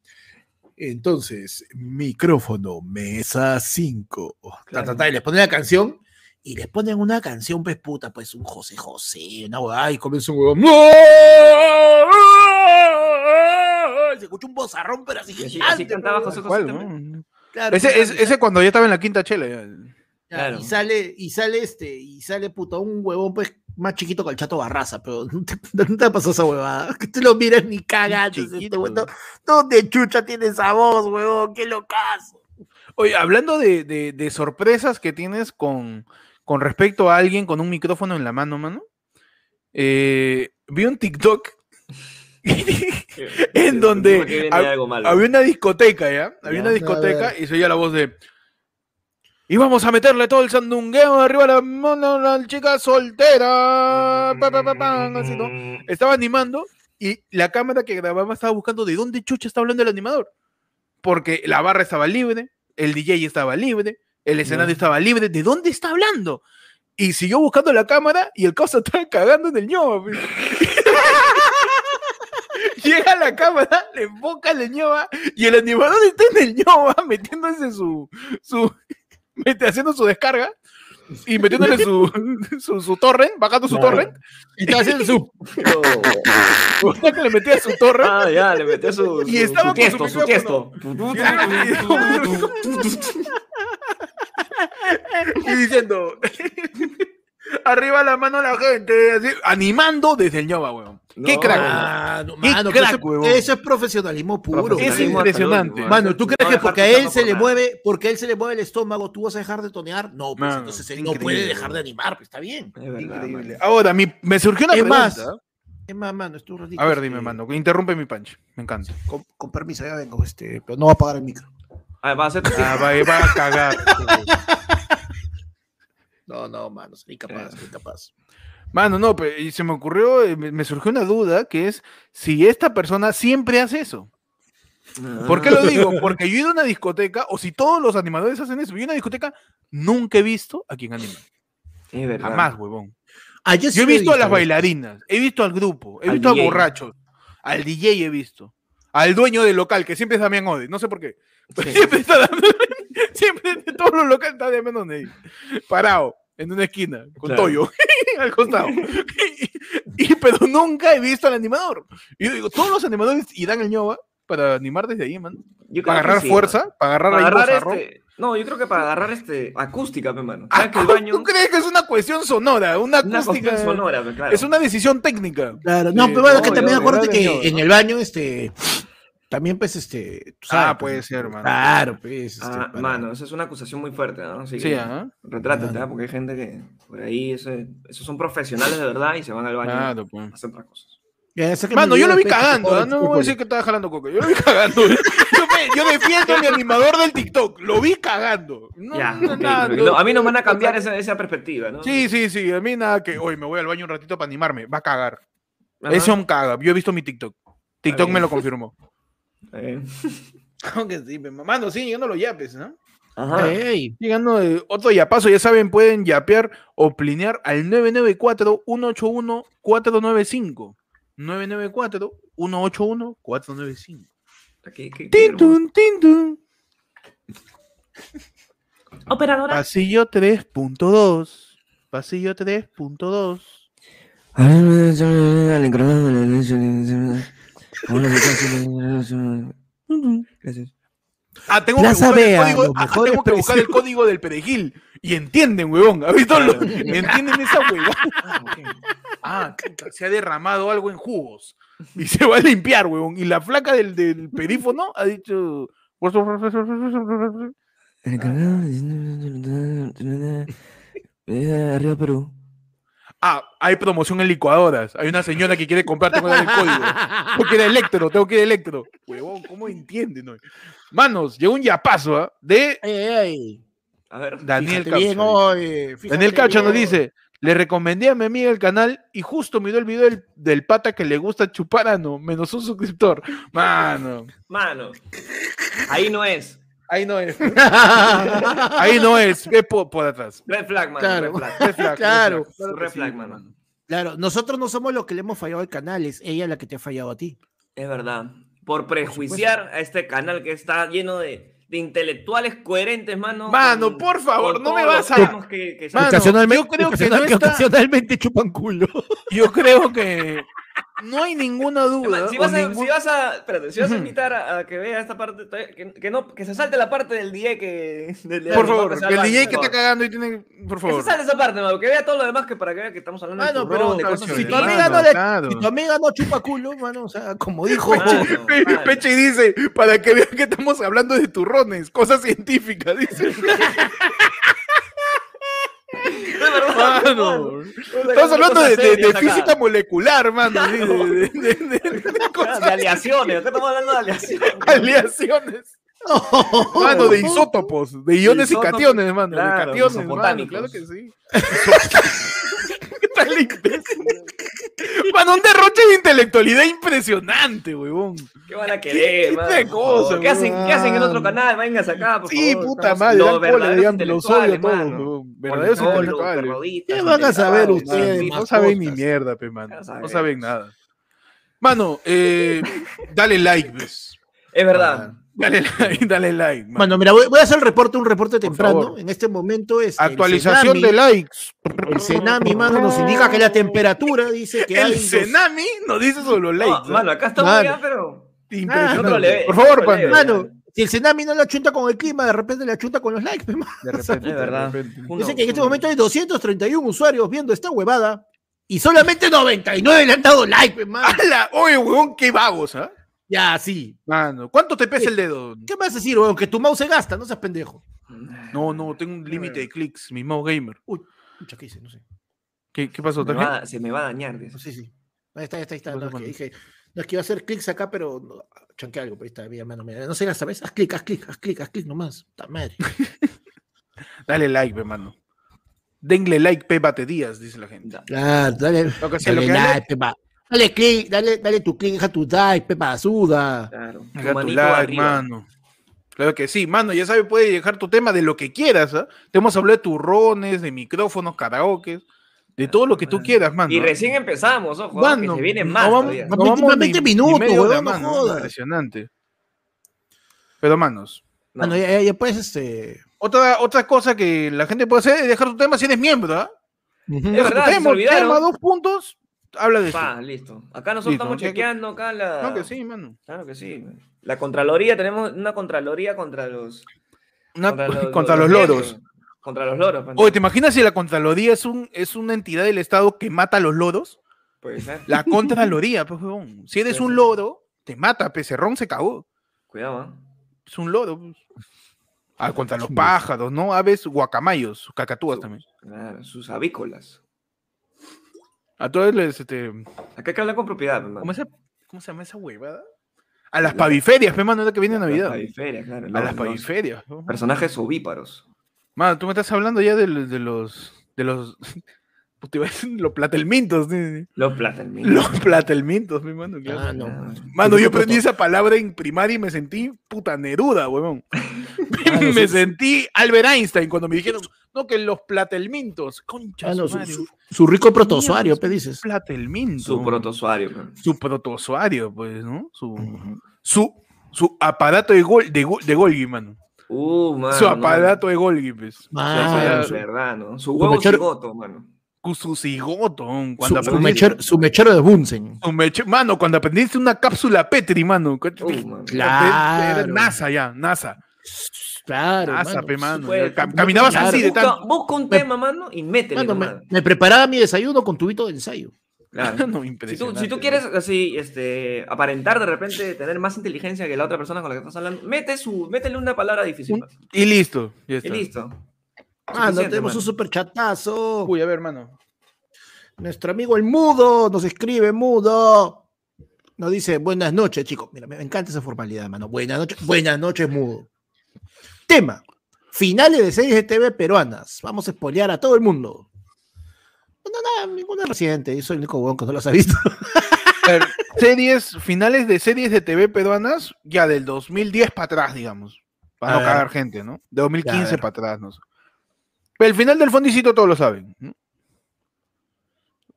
S4: entonces, micrófono, mesa Oh, 5.
S2: Claro.
S4: Y les ponen la canción y les ponen una canción, pues puta, pues un José José, una huevada, y comienza un huevón. ¡No! Se escucha un bozarrón, pero así
S2: Y así-
S4: gigante,
S2: así cantaba
S4: huevón.
S2: José José
S3: ¿Cuál,
S2: también.
S3: huevón?
S4: Claro, pues,
S3: Ese,
S4: claro,
S3: es- ese cuando ya estaba en la quinta chela. ya.
S4: Ya,
S2: Claro.
S4: Y sale, y sale este, y sale puta, un huevón pues más chiquito que el chato Barraza, pero no te, [laughs] no te pasó esa huevada. [laughs] Que tú lo miras ni cagas.
S3: Chiquito.
S4: ¿Dónde chucha tiene esa voz, huevón? Qué locazo.
S3: Oye, hablando de, de- de sorpresas que tienes con, con respecto a alguien con un micrófono en la mano, mano. eh, vi un TikTok [laughs] [laughs] en donde
S2: Siempre que viene
S3: hab-
S2: algo malo.
S3: había una discoteca, ¿ya? Había
S2: Ya.
S3: una
S4: A
S3: discoteca y se oía la voz de. Y vamos a meterle todo el sandungueo arriba a la, mano, a la chica soltera. Pa, pa, pa, pa, así, ¿no? Estaba animando y la cámara que grababa estaba buscando de dónde chucha está hablando el animador. Porque la barra estaba libre, el DJ estaba libre, el escenario estaba libre. ¿De dónde está hablando? Y siguió buscando la cámara y el cosa [laughs] estaba cagando en el ñoba. pues. [laughs] Llega la cámara, le enfoca el ñoba y el animador está en el ñoba [laughs] metiéndose su. su [laughs] mete- haciendo su descarga y metiéndole su, [laughs] su, su torrent, bajando su
S2: Claro.
S3: torrent.
S4: Y estaba haciendo
S3: [laughs]
S4: su.
S3: Una que le metía su torre.
S2: Ah, ya, le metió su,
S3: Y
S2: su-
S3: estaba
S2: su
S3: con su
S2: tiesto, su,
S3: micrófono.
S2: tiesto.
S3: [laughs] y diciendo. [laughs] Arriba la mano a la gente. así, animando desde el ñoba, weón. Qué
S2: No,
S4: Ah,
S3: crack.
S4: Mano,
S3: Qué
S4: mano,
S3: crack,
S4: pero
S3: huevón.
S4: eso, eso es profesionalismo puro.
S3: Es
S2: Profesionalismo
S4: huevón.
S2: hasta el
S3: impresionante.
S2: último,
S4: Mano, ¿tú
S2: No
S4: crees que
S2: dejar
S4: porque
S2: tu
S4: a él
S2: chamba
S4: se
S2: por
S4: le
S2: nada.
S4: mueve, porque a él se le mueve el estómago, tú vas a dejar de tonear? No, pues
S3: Mano,
S4: entonces él no puede
S3: increíble,
S4: dejar de
S3: huevón.
S4: animar, pues está bien.
S2: Es verdad,
S3: Increíble.
S2: mano.
S3: Ahora, mi- me surgió una
S4: Es
S3: pregunta.
S4: más, Es más, mano, es tu ratito,
S3: A ver, dime,
S4: este,
S3: mano. que Interrumpe mi punch. Me encanta.
S4: Con, con permiso, ya vengo, este, pero no va a apagar el micro.
S2: A ver, va a hacer tu
S3: Ah, va, va a
S4: [laughs]
S3: cagar.
S4: No, no, mano, soy
S3: Eh.
S4: incapaz, soy incapaz.
S3: Mano, no, pe- y se me ocurrió, eh, me me surgió una duda que es si esta persona siempre hace eso.
S2: tiempo.
S3: ¿Por qué
S4: Ah.
S3: lo digo? Porque yo he ido a una discoteca, o si todos los animadores hacen eso, yo en una discoteca nunca he visto a quien anima.
S2: Es verdad.
S3: Jamás, huevón.
S4: Ah, yo sí
S3: Yo he
S4: lo
S3: visto a las
S4: güey.
S3: bailarinas, he visto al grupo, he
S2: ¿eh? Al
S3: visto a
S2: DJ.
S3: borrachos, al DJ he visto, al dueño del local, que siempre es Damián Ode, no sé por qué. [laughs] pero
S2: Sí.
S3: Siempre está Damián siempre en todos los locales está Damián Ode, ahí, parado, en una esquina, con
S2: Claro.
S3: Toyo, [laughs] al costado. y, y- pero nunca he visto al animador. Y yo digo, todos los animadores irán al ñoba para animar desde ahí, man.
S2: Yo creo
S3: Para
S2: que
S3: agarrar
S2: sí,
S3: fuerza, para agarrar
S2: Para
S3: ahí
S2: agarrar
S3: bozarrón.
S2: este... No, yo creo que para agarrar este acústica, pe, mano.
S3: Ah,
S2: ¿Sabes que el baño
S3: ¿Tú crees que es una cuestión sonora? Una
S2: una
S3: acústica.
S2: acústica sonora, pe, claro.
S3: Es una decisión técnica.
S4: Claro, no,
S3: Sí,
S4: pero bueno, es que
S2: no,
S4: también
S2: yo-
S4: acuérdate
S3: yo-
S4: que
S3: yo-
S4: en el baño, este, También, pues, este. tú
S3: Ah,
S4: sabes,
S3: puede ser, mano.
S4: Claro, pues. este,
S2: Ah,
S4: para-
S2: Mano, esa es una acusación muy fuerte, ¿no? Así
S3: Sí,
S2: que
S3: ¿ah?
S2: retrátate,
S4: Claro.
S2: ¿ah? porque hay gente que por ahí, eso es- esos son profesionales de verdad y se van al baño
S3: Claro,
S2: a
S3: pues.
S2: hacer otras cosas.
S4: Ya, sáquenme
S3: Mano, yo
S4: video
S3: lo vi
S4: de pecho,
S3: cagando,
S4: joder,
S3: ¿ah? no
S4: disculpe.
S3: voy a decir que estaba jalando coca, yo lo vi cagando. [laughs] Yo, me- yo defiendo a mi animador del TikTok, lo vi cagando. No,
S2: ya,
S3: no,
S2: ok,
S3: nada,
S2: perfecto. No, a mí nos van a cambiar esa, esa perspectiva, ¿no?
S3: Sí, sí, sí, a mí nada que, hoy me voy al baño un ratito para animarme, va a cagar.
S2: Ajá,
S3: Ese un caga, yo he visto mi TikTok. TikTok
S2: bien. [laughs]
S3: me lo confirmó.
S2: está bien.
S3: Aunque sí, pe, mano, sí, llegando los yapes, ¿no?
S2: Ajá.
S4: Ey,
S3: Llegando de otro yapazo, ya saben, pueden yapear o plinear al 994-181-495. 994-181-495.
S2: Aquí, aquí,
S3: Tin, tun, tin, tun.
S2: Operadora.
S3: Pasillo 3.2. Pasillo 3.2.
S2: Gracias.
S3: Ah, tengo
S4: Plaza
S3: que buscar,
S4: Vea,
S3: el código,
S4: los
S3: ah,
S4: mejores
S3: tengo que buscar el
S4: precios.
S3: código del perejil. Y entienden, huevón. ¿Has visto?
S2: Claro.
S3: Lo- entienden esa huevada.
S2: Ah, ok.
S3: Ah, chuta, se ha derramado algo en jugos. Y se va a limpiar, huevón. Y la flaca del, del perífono ha dicho.
S2: El canal- Eh, Arriba Perú.
S3: Ah, hay promoción en licuadoras. Hay una señora que quiere comprar, tengo que dar el código. [laughs] Tengo que ir a electro, tengo que ir a electro. Huevón, ¿cómo entienden? hoy? Manos, llegó un yapazo ¿ah? de
S4: [laughs] ey, ey.
S2: A ver.
S3: Daniel
S4: Fíjate
S3: Caucho.
S4: bien, oye, fíjate
S3: Daniel Caucho nos
S4: bien.
S3: dice, "Ah, le recomendé a mi amiga el canal y justo miró el video del, del pata que le gusta chupar ano, menos un suscriptor. Mano,
S2: Mano. Ahí no es.
S3: ahí no es. [laughs] Ahí no es. Ve po- por, atrás.
S2: Red flag, mano.
S4: Claro.
S2: Red flag. [laughs]
S4: Claro.
S3: Red flag, red flag, claro que
S2: Red
S3: sí,
S2: flag,
S3: mano.
S2: mano.
S4: Claro, nosotros no somos los que le hemos fallado al canal, es ella la que te ha fallado a ti.
S2: Es verdad. Por prejuiciar a este canal que está lleno de, de intelectuales coherentes, mano.
S3: Mano, por favor, no me
S2: todos
S3: vas
S2: los
S3: a-
S2: temas que- que-
S3: Mano,
S4: Ocasionalmente-
S3: yo creo que
S4: ocasional-
S3: no está-
S4: ocasionalmente chupan culo.
S3: Yo creo que no hay ninguna duda.
S2: si
S3: o
S2: vas, a,
S3: ningún-
S2: si vas a- espérate, si vas a
S3: Ujú.
S2: invitar a, a que vea esta parte, todavía- que, que no, que se salte la parte del DJ que... del- del-
S3: Por
S2: que
S3: favor,
S2: se
S3: que el
S2: salva,
S3: DJ
S2: por
S3: que está
S2: favor.
S3: cagando y tiene... Por
S2: Que
S3: favor.
S2: se
S3: [laughs]
S2: salte esa parte, mano, que vea todo lo demás que para que vea que estamos hablando
S4: Mano,
S2: de turrón,
S4: pero
S2: de cosas
S4: si tu,
S2: de-
S4: amiga
S3: mano,
S4: no le-
S3: claro.
S4: si tu amiga no chupa culo, mano, o sea, como dijo.
S2: Mano,
S3: Pe-
S2: mano.
S3: Peche dice, para que vean que estamos hablando de turrones, cosas científicas,
S2: [laughs]
S3: dice.
S2: De verdad, mano.
S3: Mano.
S2: O sea,
S3: Estamos hablando
S2: cosas
S3: de, de- de
S2: serias acá.
S3: física molecular,
S2: [laughs]
S3: mano. sí, de- de- de- de- de
S2: Claro,
S3: cosas-
S2: de aleaciones, acá estamos hablando de
S3: [laughs]
S2: aleaciones. [laughs]
S3: aleaciones. Mano, de isótopos, de iones y
S2: Isótopos,
S3: cationes, mano. de
S2: claro,
S3: cationes, mano,
S2: mesopotámicos.
S3: claro que sí. [laughs] ¿Qué tal imbécil? Mano, un derroche de intelectualidad impresionante, huevón.
S2: ¿Qué van a
S3: ¿Qué-
S2: querer,
S3: qué
S2: mano?
S3: te
S2: Por favor.
S3: cosa,
S2: ¿Qué hacen,
S3: weón?
S2: ¿Qué hacen en el otro canal? Vengas acá, por
S3: Sí,
S2: favor.
S3: puta
S2: estamos-
S3: madre,
S2: Los
S3: dan cola,
S2: verdaderos
S3: le dan- los odio a
S2: intelectuales,
S3: todos,
S2: mano.
S3: huevón. Verdaderos
S2: Politólogos,
S3: intelectuales.
S2: periodistas,
S4: ¿Qué van a saber
S2: intelectuales,
S4: ustedes?
S2: mano?
S3: No saben ni
S4: mascotas.
S3: mierda, pe, mano.
S2: No
S3: No
S2: saben.
S3: saben nada. Mano, eh, dale like, pues.
S2: Es verdad.
S3: Dale like, dale like. mano.
S4: Mano, mira, voy, voy a hacer el reporte, un reporte temprano.
S3: favor.
S4: En este momento es.
S3: Actualización de likes.
S4: El Senami, mano, nos indica que la temperatura dice que hay.
S3: El
S4: dos-
S3: Senami nos dice sobre los likes.
S2: No,
S3: ¿eh?
S2: Ah, mano, acá estamos
S4: Mano.
S2: ya, pero.
S3: Impresionante.
S2: otro nivel,
S3: Por favor,
S2: otro
S3: panda.
S2: nivel.
S4: Mano, si el Senami no la chunta con el clima, de repente la chunta con los likes, [laughs] pe, mano.
S3: De repente,
S2: Es verdad.
S3: de repente.
S2: Uno-
S4: Dice que en este
S2: uno-
S4: momento hay 231 usuarios viendo esta huevada y solamente 99 le han dado like, pe, mano.
S3: ¡Hala! Oye, huevón, qué vagos, ¿ah?
S4: Ya, sí.
S3: Mano, ¿cuánto te pesa el dedo?
S4: ¿Qué me vas a decir, weón? Que tu mouse se gasta, no seas pendejo.
S3: No, no, tengo un límite de clics, mi mouse gamer.
S4: Pucha, ¿qué hice? No sé.
S3: ¿Qué, qué pasó?
S2: Se me
S3: ¿Estás bien?
S2: va a- se me va a dañar. dice.
S4: No sé, sí. Ahí está, ahí está, ahí está.
S3: No sé
S4: No, es que
S3: cuándo.
S4: dije, no, es que iba a hacer clics acá, pero no, chanqué algo, pero ahí está, mira, mano, mira. No se gasta, ¿ves? Haz clic, haz clic, haz clic, haz clic nomás. Puta madre.
S3: Dale like, pe, mano. Denle like, pe, baterías, dice la gente.
S2: Da-
S4: [laughs] Claro, dale.
S3: Lo que sea, lo
S4: Dale
S3: que dale,
S4: like, pepa. Dale clic, dale, dale tu clic, deja tu like, pepa, suda.
S2: Claro. Tu
S3: Deja tu
S2: manito
S3: like,
S2: arriba.
S3: mano. Claro que sí, mano, ya sabes, puedes dejar tu tema de lo que quieras, ¿ah? Te hemos hablado de turrones, de micrófonos, karaokes, de todo lo que tú
S2: mano.
S3: quieras, mano.
S2: Ah, Y
S3: ¿ah?
S2: recién empezamos, ojo, ah, que
S3: Mano,
S2: se vienen más.
S3: no vamos,
S2: todavía.
S3: no
S4: Más
S3: vamos ni-
S4: 20
S3: ni
S4: minutos,
S3: media hora,
S4: huevón, no
S3: mano,
S4: jodas.
S3: Impresionante. Pero, manos,
S2: No.
S4: Mano, ya, ya, ya puedes, este.
S3: otra, otra cosa que la gente puede hacer es dejar tu tema si eres miembro, ¿ah?
S2: Es
S3: Deja tu
S2: verdad, se
S3: tema,
S2: olvidaron.
S3: tema, dos puntos, habla de eso.
S2: Pa, listo. Acá nosotros
S3: Listo,
S2: estamos
S3: ya que-
S2: chequeando acá la.
S3: No, que sí, mano.
S2: Claro que sí. La Contraloría, tenemos una Contraloría contra los.
S3: Una- [laughs]
S2: contra los,
S3: pues, contra los loros.
S2: miembros. Contra los loros. pues, mano.
S3: Oye, ¿te imaginas si la Contraloría es, un, es una entidad del Estado que mata a los loros?
S2: Pues, ¿eh?
S3: [laughs] La Contraloría, pues, huevón. Si eres
S2: Sí,
S3: un
S2: sí.
S3: loro, te mata, Pecerrón se cagó.
S2: Cuidado, ¿ah?
S3: Es un loro. pues. Ah, contra los pájaros, ¿no? Aves, guacamayos, cacatúas también.
S2: Claro, sus avícolas.
S3: A todos les, este...
S2: Acá hay que hablar con propiedad, hermano.
S3: ¿Cómo, se- cómo se llama esa huevada? A las paviferias, pe, mano, es la que viene
S2: Las
S3: Navidad.
S2: periferias, claro.
S3: A
S2: los-
S3: las
S2: los
S3: periferias. ¿no?
S2: Personajes ovíparos.
S3: Mano, tú me estás hablando ya de, los- de los. de los. [laughs] Pues te iba a decir los platelmintos. ¿sí?
S2: Los platelmintos.
S3: Los platelmintos, mi mano, claro.
S4: Ah, no.
S2: Ah,
S3: Mano, yo aprendí esa palabra en primaria y me sentí puta
S4: [laughs]
S3: neruda, huevón.
S4: Mano,
S3: [laughs] me
S4: Ah, sí.
S3: sentí Albert Einstein cuando me dijeron, no, que los platelmintos. Concha,
S4: Ah, no,
S3: su,
S4: su,
S3: madre,
S4: su- su rico protozoario, ¿qué dices?
S3: platelminto.
S2: Su protozoario. man.
S3: su protozoario, pues, ¿no? Su, su, su aparato de, gol, de, Gol- de Golgi, mano.
S2: Uh,
S4: Ah,
S2: mano.
S3: su aparato de Golgi, pues.
S4: Mano,
S3: ya-
S2: Ah, es verdad, ¿no? Su
S4: Su
S2: huevo
S4: mechero-
S2: cigoto, mano.
S3: Con Su cigoto, ¿no?
S4: su,
S3: cuando
S4: su
S3: aprendiste-
S4: mechero, su mechero de Bunsen.
S3: su meche- Mano, cuando aprendiste una cápsula Petri, mano. cuando te-
S2: Uh, mano.
S3: te- era
S4: Claro.
S3: NASA ya, NASA.
S4: Claro.
S3: NASA,
S4: mano.
S3: pe, mano.
S2: Fue-
S3: ya, cam- caminabas
S4: Claro.
S3: así de
S2: busca,
S3: tanto.
S2: busca un tema, mano, y métele.
S4: Mano,
S2: nomás.
S4: me, me preparaba mi desayuno con tubito de ensayo.
S3: [laughs]
S4: [laughs]
S2: Claro.
S3: No,
S2: Si tú,
S3: impresionante.
S2: si tú quieres así, este, aparentar de repente tener más inteligencia que la otra persona con la que estás hablando, mete su, métele una palabra difícil.
S3: Un-
S2: mano.
S3: Y listo. Ah, Ya
S2: Y
S3: está.
S2: listo.
S4: Mano,
S2: Suficiente,
S4: Ah, tenemos
S2: mano.
S4: un superchatazo.
S3: Uy, a ver, mano.
S4: Nuestro amigo el mudo nos escribe, mudo. Nos dice, buenas noches, chicos. Mira, me me encanta esa formalidad, mano. Buenas noches, buenas noches, mudo. Tema: finales de series de TV peruanas. Vamos a espolear a todo el mundo. No, nada, ninguna reciente. Yo soy el único huevón que no las ha visto.
S3: A ver, [laughs] series, finales de series de TV peruanas, ya del 2010 para atrás, digamos. Para
S4: A
S3: no
S4: ver.
S3: cagar gente, ¿no? De
S4: Ya, a
S3: 2015
S4: ver.
S3: para atrás, no sé. Pero el final del fondicito todos lo saben. ¿no?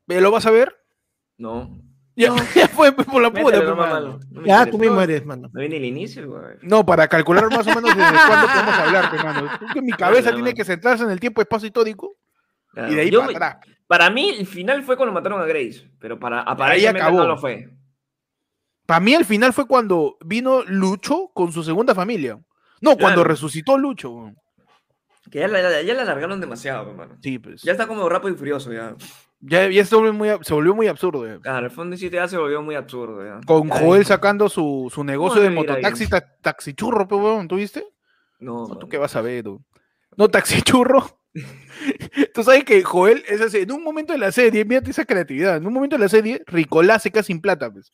S3: ¿Eh, ¿Lo vas a ver?
S2: No.
S3: Ya, [laughs] ya fue pues, por la puta.
S2: Métele
S3: pues,
S2: nomás,
S3: mano.
S2: mano. No me
S4: [laughs] Ya,
S2: interesa. Mm.
S4: tú mismo eres, mano.
S2: No viene el inicio, güey.
S3: No, para calcular más o menos desde cuándo podemos hablar,
S2: [laughs]
S3: pues, mano. Es que mi cabeza
S2: Mano.
S3: tiene que centrarse en el tiempo, espacio histórico
S2: Claro.
S3: y de ahí
S2: Yo
S3: para
S2: me-
S3: atrás.
S2: Para mí, el final fue cuando mataron a Grace, pero para aparentemente
S3: acabó.
S2: no lo fue.
S3: Para mí el final fue cuando vino Lucho con su segunda familia. No, cuando
S2: Claro.
S3: resucitó Lucho. weón.
S2: Que ya la, ya la alargaron demasiado, hermano.
S3: Sí, pues.
S2: Ya está como rápido y furioso, ya.
S3: Ya, ya se volvió muy, ab- se volvió muy absurdo. ya.
S2: Claro, el fondo 7 ya se volvió muy absurdo, ya.
S3: Con
S2: Ya
S3: Joel
S2: dijo,
S3: sacando su, su negocio de
S2: le irá
S3: mototaxi,
S2: bien?
S3: ta- taxichurro, pe, weón, ¿tú viste?
S2: No,
S3: No, ¿Tú
S2: mano.
S3: qué vas a ver? weón? No, taxichurro. [laughs] Tú sabes que Joel es así. En un momento de la serie, mírate esa creatividad. En un momento de la serie, Ricolás se queda sin plata. Pues.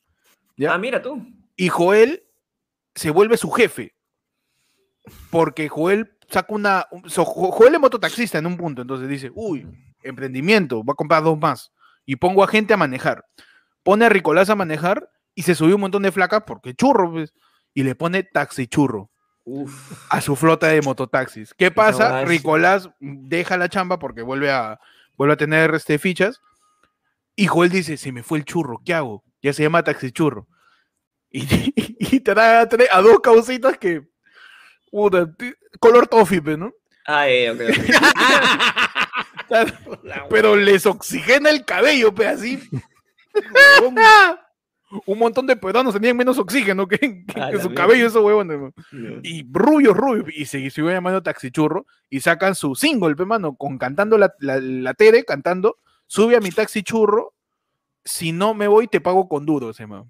S3: ¿Ya?
S2: Ah, mira tú.
S3: Y Joel se vuelve su jefe. Porque Joel saca una. un- so- Jo- Joel es mototaxista en un punto. Entonces dice, uy, emprendimiento, va a comprar dos más. Y pongo a gente a manejar. Pone a Ricolás a manejar y se subió un montón de flacas porque churro, pues. Y le pone taxi churro
S2: Uf.
S3: a su flota de mototaxis. ¿Qué pasa?
S2: huevada es-
S3: Ricolás deja la chamba porque vuelve a, vuelve a tener este, fichas. Y Joel dice, se me fue el churro, ¿qué hago? Ya se llama taxichurro. Y, [laughs] y trae a, tres- a dos causitas que... puta, ti- color toffee,
S2: [laughs]
S3: pe, ¿no?
S2: Ah, eh, ok, ok.
S3: Pero les oxigena el cabello, pe,
S2: [laughs]
S3: así. Huevón. Un montón de peruanos tenían menos oxígeno que, que-
S2: A la
S3: que su
S2: mierda.
S3: cabello, esos huevones. ¿no? [laughs]
S2: No.
S3: y rubio, rubio, y se se iba llamando Taxichurro, y sacan su single, pe, mano, con cantando la, la, la Tere, cantando, sube a mi Taxichurro, si no me voy te pago con duro, se llama.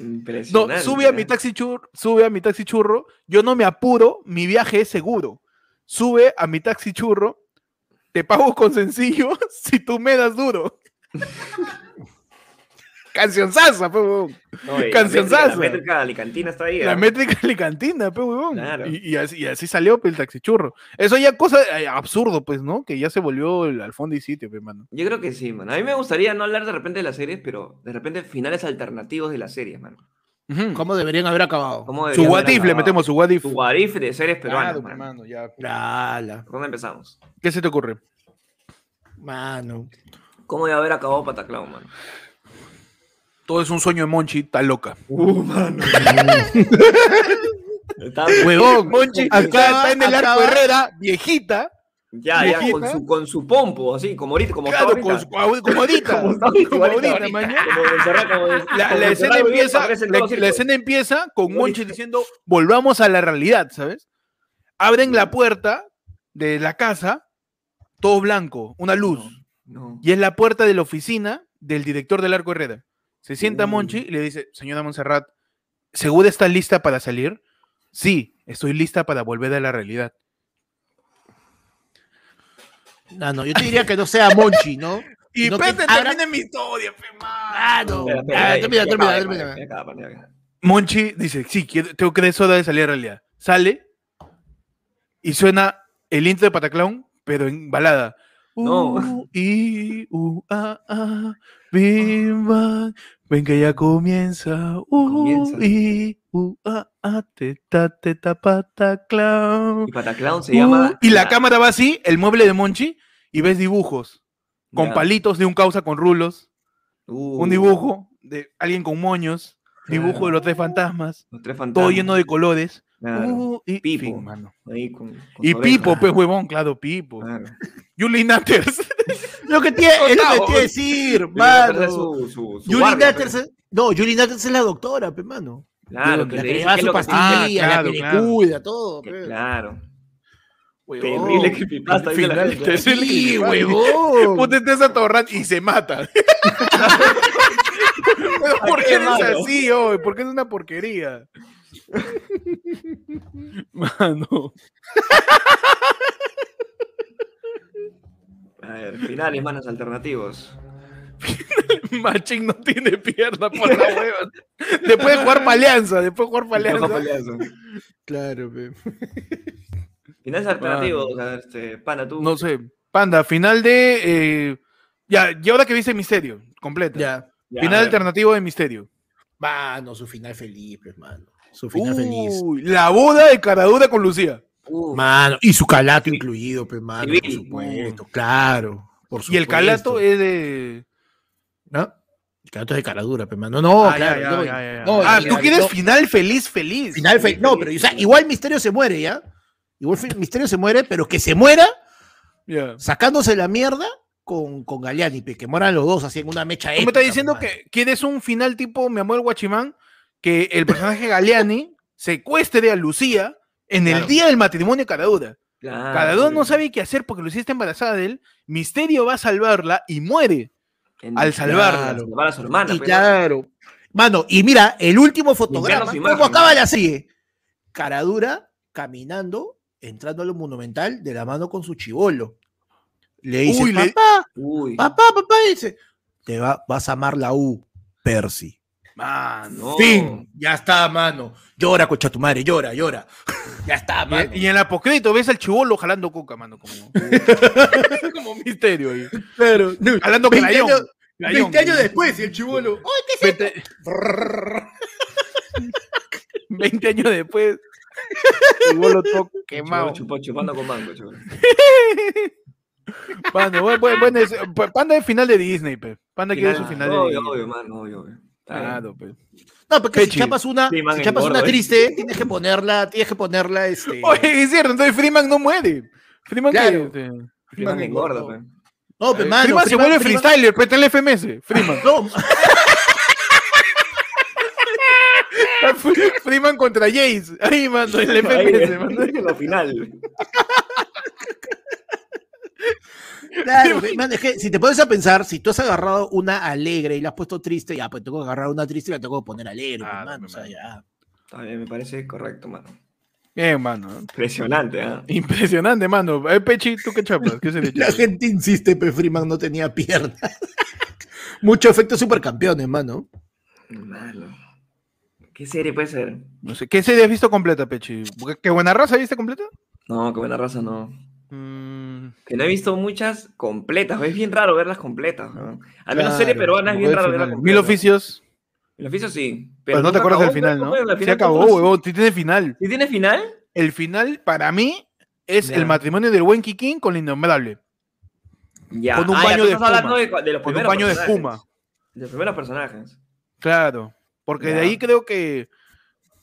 S3: No,
S2: Impresionante.
S3: sube a mi
S2: ¿eh?
S3: Taxichurro, sube a mi Taxichurro, yo no me apuro, mi viaje es seguro. Sube a mi Taxichurro, te pago con sencillo, [laughs] si tú me das duro. [laughs] Cancionzaza, pe, weón.
S2: No, y la
S3: Cancionzazo.
S2: métrica- La métrica alicantina está ahí.
S3: La
S2: ¿eh?
S3: métrica alicantina, pe, huevón.
S2: Claro.
S3: Y, y así, y así salió pe, el taxichurro. Eso ya cosa eh, absurdo, pues, ¿no? Que ya se volvió el al fondo y sitio, pe, mano.
S2: Yo creo que sí, mano. A mí me gustaría no hablar de repente de las series, pero de repente finales alternativos de las series, mano.
S4: ¿Cómo deberían haber acabado?
S2: ¿Cómo
S3: Su
S2: deberían
S3: what
S2: haber
S3: if, le
S2: acabado?
S3: metemos su what if.
S2: Su what if de series
S3: Claro,
S2: peruanas,
S3: pe,
S2: mano.
S3: mano, ya.
S4: Lala,
S2: ¿Dónde empezamos?
S3: ¿Qué se te ocurre?
S4: mano.
S2: ¿Cómo debe haber acabado Pataclao, mano?
S3: Todo es un sueño de Monchi, está loca.
S2: Uh, mano. [laughs] Está-
S4: Huevón,
S3: Monchi
S4: acaba-
S3: está, está en el arco
S4: acaba-
S3: Herrera, viejita,
S2: ya, ya, con
S3: Viejita.
S2: su, con su pompo, así, como ahorita, como
S3: claro,
S2: está
S3: con
S2: ahorita.
S3: su- como ahorita.
S2: Como está ahorita,
S3: como
S2: ahorita,
S3: ahorita,
S2: ahorita.
S3: mañana.
S2: Como Montserrat, como-
S3: La,
S2: como
S3: la escena
S2: Montserrat,
S3: empieza,
S2: aparecen
S3: la,
S2: todos los
S3: la
S2: hijos.
S3: escena empieza con
S2: Bonito.
S3: Monchi diciendo, volvamos a la realidad, ¿sabes? Abren la puerta de la casa, todo blanco, una luz,
S2: No.
S3: y es la puerta de la oficina del director del Arco Herrera. Se sienta Monchi y le dice, señora Montserrat, ¿segura está lista para salir? Sí, estoy lista para volver a la realidad.
S4: No, no, yo te diría que no sea Monchi, ¿no?
S3: Y
S4: No,
S3: Pepe,
S4: que abra-
S3: termine mi historia, pe, man.
S4: Ah, no.
S2: Espera, espera,
S4: Ah,
S2: ahí,
S4: termina,
S2: ya
S4: termina,
S2: acaba,
S4: termina.
S2: ya acaba, ya acaba.
S3: Monchi dice, sí, quiero- tengo que dar soda de salir a la realidad. Sale y suena el intro de Pataclown, pero en balada.
S2: No.
S3: Uh, y, uh, ah, ah, bim, bam, ven que ya comienza. Uh,
S2: Comienza.
S3: y, uh, ah, ah, teta, teta, Pataclown.
S2: Y Pataclown se
S3: Uh,
S2: llama.
S3: y la cámara va así, el mueble de Monchi, y ves dibujos. Con
S2: Ya.
S3: palitos de un causa con rulos.
S2: Uh,
S3: Un dibujo de alguien con moños. Dibujo de los tres fantasmas.
S2: Los tres fantasmas.
S3: Todo lleno de colores.
S2: Claro,
S3: Uh, y
S2: Pipo.
S3: fin, mano.
S2: ahí con- con
S3: Y
S2: su
S3: Pipo,
S2: oreja.
S3: pues huevón, claro, Pipo.
S2: Claro.
S3: Julie Natters.
S4: Lo que tiene, es lo que
S3: Octavo.
S4: tiene que decir,
S2: Pero
S4: mano.
S2: es su- su- su
S4: Julie
S2: guardia,
S4: Natters es- No, Julie Natters es la doctora, pe, mano.
S2: pues. Claro,
S4: la
S2: que
S4: que
S2: le
S4: le
S2: dice
S4: da
S2: que
S4: su
S2: lo que
S4: pastilla,
S3: Ah,
S4: la
S3: claro,
S4: que le
S3: claro.
S4: cuida, todo.
S2: tiene-
S4: pe.
S2: Claro.
S4: Huevón.
S2: Terrible creepypasta. dice la
S3: Final,
S2: gente.
S3: terrible
S4: Sí,
S3: creepypasta.
S4: huevón.
S3: Ponte esa torrat y se mata. [laughs] Pero, ¿Por
S2: Ay,
S3: qué
S2: qué
S3: eres
S2: malo.
S3: así hoy? ¿Por qué es una porquería? Mano.
S2: A ver, finales, manos
S3: [laughs]
S2: alternativos.
S3: Machín no tiene pierna por la hueva. Después de jugar palianza, después de jugar palianza.
S4: Claro, pe.
S2: Finales alternativos. A ver, este, pana, tú.
S3: No sé. Panda, final de. eh, ya, y ahora que viste Misterio, completa.
S4: Ya.
S2: Ya,
S3: Final
S2: a ver.
S3: alternativo de Misterio.
S4: Mano, su final feliz, pe, mano. Su final
S3: Uh.
S4: feliz.
S3: Uy, La boda de Caradura con Lucía.
S2: Uh,
S4: Mano, y su calato incluido, pe, mano, por
S2: Civil.
S4: supuesto, claro. Por
S3: Y el
S4: supuesto.
S3: calato es de.
S4: ¿No? El calato es de caradura, pe, mano. No,
S3: Ah,
S4: claro.
S3: ya,
S4: yo-
S3: ya, ya, ya.
S4: no,
S3: ah,
S4: ya,
S3: tú
S4: ya,
S3: quieres
S4: no.
S3: final feliz, feliz.
S4: Final fe- No, pero o sea, igual Misterio se muere, ¿ya? Igual fe- Misterio se muere, pero que se muera
S3: Ya.
S4: sacándose la mierda con, con Galeani, pe, que moran los dos así en una mecha
S3: Tú me
S4: épica,
S3: estás diciendo
S4: mano.
S3: que quieres un final tipo Mi amor el Guachimán, que el
S4: [laughs]
S3: personaje Galeani secuestre a Lucía en el
S4: Claro. Ah,
S3: día del matrimonio de Caradura.
S2: claro,
S3: Caradura
S2: sí.
S3: no sabe qué hacer porque Lucía está embarazada de él. Misterio va a salvarla y muere.
S2: En-
S3: al salvarla.
S2: Claro, salvar a su hermana.
S4: Y
S2: pero-
S4: claro. Mano, y mira, el último
S2: Limpiando
S4: fotograma,
S2: su
S4: como
S2: imagen,
S4: acaba
S2: ¿no?
S4: la sigue. Caradura caminando, entrando al monumental de la mano con su chivolo. Le dice,
S3: Uy, le-
S4: papá,
S2: Uy.
S3: Ah,
S4: papá, papá, dice, te va, vas a amar la U, Percy.
S3: Mano.
S2: no.
S4: Fin, ya está, mano. Llora, concha tu madre, llora, llora. ya [laughs] está, mano.
S3: Y, y en el apocrédito ves al chivolo jalando coca,
S4: [laughs]
S3: mano, como, como misterio ahí.
S4: Claro.
S3: Jalando
S4: 20
S3: crayón.
S4: años-
S3: crayón.
S4: 20 años después, y el chivolo. ¡Ay, qué se
S3: 20, [laughs] 20 años después. Y vos lo toco
S2: Chupó,
S3: quemado.
S2: chupó, chupando con mango. chupó.
S3: Mano, buen- buen- buen es- pa- panda es final de Disney, pe. Panda quiere su
S2: Claro,
S3: final de
S2: obvio,
S3: Disney.
S2: obvio, mano, obvio, obio. Está bien.
S3: Claro, pe.
S4: No, porque
S3: Pechi.
S4: si chapas una,
S2: Sí, man,
S4: si chapas
S2: engorda,
S4: una
S2: ¿eh?
S4: triste, tienes que ponerla, tienes que ponerla, este.
S3: [laughs] Oye, es cierto, entonces Freeman no muere. Freeman, que-
S4: Claro.
S3: este,
S2: Freeman engorda, pe.
S4: no, pero,
S3: eh,
S4: mano,
S3: Freeman se
S4: Freeman-
S3: vuelve
S4: Freeman-
S3: freestyler, pe, está en el FMS. [laughs] Freeman.
S4: No, [laughs]
S3: Freeman contra Jace. Ahí, mano, en el FMS, mano.
S2: Lo final.
S4: claro, pe, man, es que si te pones a pensar, si tú has agarrado una alegre y la has puesto triste, ya, pues tengo que agarrar una triste y la tengo que poner alegre, pe,
S3: Claro,
S4: mano,
S3: pe,
S4: o sea,
S3: mano.
S4: ya.
S2: Está bien, me parece correcto, mano.
S3: Bien, mano.
S2: Impresionante, ¿ah?
S3: Impresionante, mano. Eh, Pechi, ¿tú qué chapas? ¿Qué se le
S4: La
S3: chapas?
S4: gente insiste, pero Freeman no tenía piernas. [laughs] Mucho efecto supercampeones, mano.
S2: Mano. ¿Qué serie puede ser?
S3: No sé, ¿qué serie has visto completa, Pechi? ¿Qué- ¿Qué buena raza viste completa?
S2: No, qué buena raza, no.
S3: Mm,
S2: Que no he visto muchas completas. Es bien raro verlas completas. ¿no? Al menos
S4: Claro,
S2: serie peruana es
S3: como
S2: bien
S3: de
S2: raro verlas
S3: finales.
S2: completas.
S3: Mil oficios.
S2: El oficio sí.
S3: Pero, no
S2: nunca
S3: te acuerdas del
S2: acabó,
S3: final,
S2: pues,
S3: ¿no?
S2: pero al
S3: Se
S2: final
S3: acabó,
S2: todo-
S3: huevón. Sí tiene final.
S2: ¿Sí tiene final?
S3: El final, para mí, es
S2: Ya.
S3: el matrimonio del buen Kikín con la innombrable.
S2: Ya.
S3: Con un
S2: Ah, ya,
S3: baño
S2: tú
S3: de
S2: estás hablando
S3: espuma.
S2: de, de los
S3: Con un
S2: primeros
S3: baño de
S2: personajes.
S3: espuma.
S2: De los primeros personajes.
S3: Claro. Porque de
S2: Ya.
S3: ahí creo que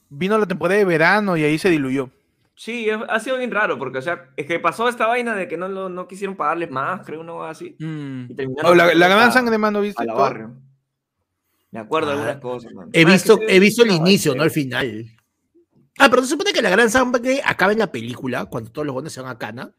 S3: vino la temporada de verano y ahí se diluyó.
S2: Sí, es- ha sido bien raro, porque, o sea, es que pasó esta vaina de que no, lo- no quisieron pagarles más, creo, una cosa así.
S4: Mm.
S2: Y terminaron
S3: Oh, la, la gran
S2: Mm. a-
S3: sangre, mano, ¿viste?
S2: A la
S3: Todo.
S2: barrio. Me acuerdo de
S4: Ah,
S2: algunas cosas, man.
S4: He
S2: Man,
S4: visto,
S2: ¿qué te-
S4: he visto el
S2: no,
S4: inicio, no el
S2: este,
S4: final. Ah, pero se supone que la gran sangre acaba en la película, cuando todos los gones se van a Cana.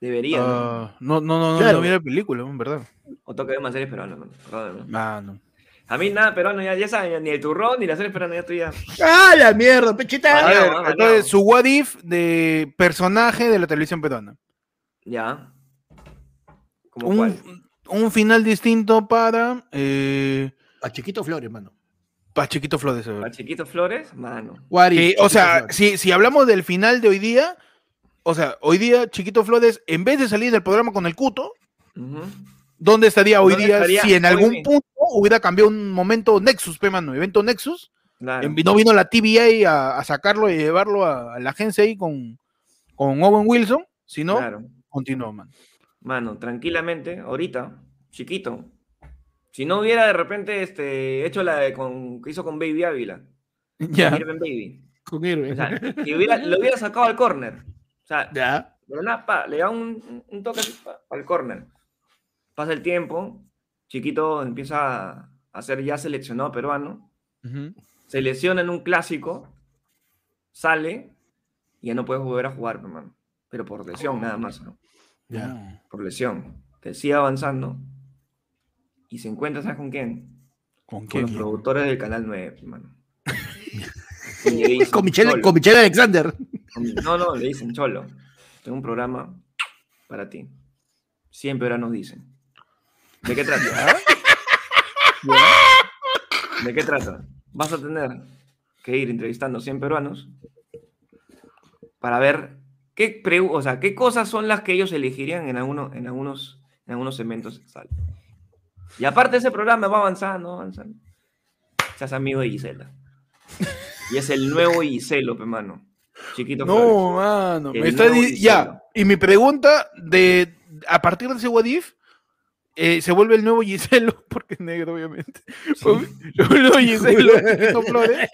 S2: Debería. ¿no?
S3: Ah, no, no, no, no,
S4: Claro.
S3: no vi la película, en verdad. Ah,
S2: O toca ver más series peruanas, mano. Perdóname.
S3: Mano.
S2: A mí nada peruano, ya, ya saben, ni el turrón, ni las series peruanas, ya estoy ya.
S4: ¡Ah, la mierda,
S3: A
S4: pechita!
S2: Vale.
S3: ver,
S2: no, no.
S3: entonces, su what if de personaje de la televisión peruana.
S2: Ya. ¿Cómo cuál?
S3: Un, un final distinto para. Eh,
S4: A Chiquito Flores, mano.
S3: para Chiquito Flores. a ver.
S2: ¿A Chiquito Flores? Mano.
S4: What if,
S3: Que,
S4: Chiquito
S3: o sea,
S4: Flores.
S3: si, si hablamos del final de hoy día, o sea, hoy día Chiquito Flores, en vez de salir del programa con el cuto,
S2: Ujú.
S3: ¿dónde estaría hoy
S2: ¿Dónde
S3: día
S2: estaría
S3: si en
S2: hoy
S3: algún
S2: día?
S3: punto hubiera cambiado un momento Nexus, pe mano? Evento Nexus,
S2: Claro.
S3: en- no vino la TBI a, a sacarlo y llevarlo a, a la agencia ahí con, con Owen Wilson, sino
S2: Claro.
S3: continuó, man.
S2: Mano, tranquilamente, ahorita, chiquito. Si no hubiera de repente este, hecho la de con, que hizo con Baby Ávila,
S3: Ya.
S2: Irving Baby.
S4: Con Irving.
S2: O sea, si hubiera, lo hubiera sacado al corner. O sea,
S4: Ya.
S2: de la nada, pa, le da un, un toque así, pa, al corner. Pasa el tiempo, chiquito empieza a- a ser ya seleccionado peruano,
S3: Ujú.
S2: se lesiona en un clásico, sale y ya no puede volver a jugar, hermano. Pero por lesión, nada más. ¿no?
S4: ya.
S2: por lesión, que sigue avanzando y se encuentra, ¿sabes con quién?
S3: ¿Con
S2: Con los
S3: quién?
S2: productores del Canal 9,
S3: [laughs]
S2: hermano.
S4: [laughs] Con, Michelle,
S2: Cholo.
S4: con Michelle Alexander.
S2: No, no, le dicen, Cholo, tengo un programa para ti. Siempre ahora nos dicen. ¿De qué trata? ¿Ya? ¿De qué trata? Vas a tener que ir entrevistando 100 peruanos para ver qué, pregu- o sea, qué cosas son las que ellos elegirían en, alguno- en, algunos, en algunos segmentos. Sale. Y aparte ese programa va avanzando, avanzando. Seas amigo de Gisela. Y es el nuevo Giselo, hermano. Chiquito. Flores.
S3: No, mano.
S2: El
S3: me está
S2: nuevo
S3: di- ya.
S2: Giselo.
S3: Y mi pregunta de a partir de ese Wadif se vuelve el nuevo Giselo, [laughs] porque es negro, obviamente. Se vuelve El [laughs] nuevo Giselo, Chiquito Flores.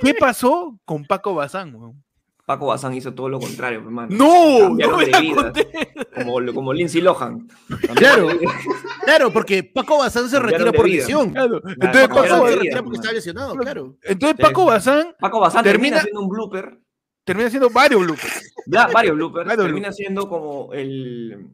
S3: ¿Qué pasó con Paco Bazán, weón?
S2: Paco Bazán hizo todo lo contrario, hermano.
S3: ¡No! ¡No
S2: Cambiaron
S3: me
S2: de
S3: la
S2: vida.
S3: conté!
S2: Como, como Lindsay Lohan.
S4: Claro. Claro, porque Paco Bazán se
S2: Cambiaron
S4: retira
S2: de
S4: por
S2: vida.
S4: lesión.
S3: Claro. Entonces,
S2: Paco
S4: Paco
S3: Paco,
S2: Cambiaron de vida,
S4: Bazán se
S3: Bazán-
S4: retira porque
S2: hermano.
S4: está lesionado, claro.
S3: entonces
S2: Sí.
S3: Paco Bazán
S2: Paco Bazán
S3: Termina-
S2: termina siendo un blooper.
S3: termina siendo varios bloopers.
S2: Ya, varios bloopers.
S3: Varios
S2: termina siendo como el,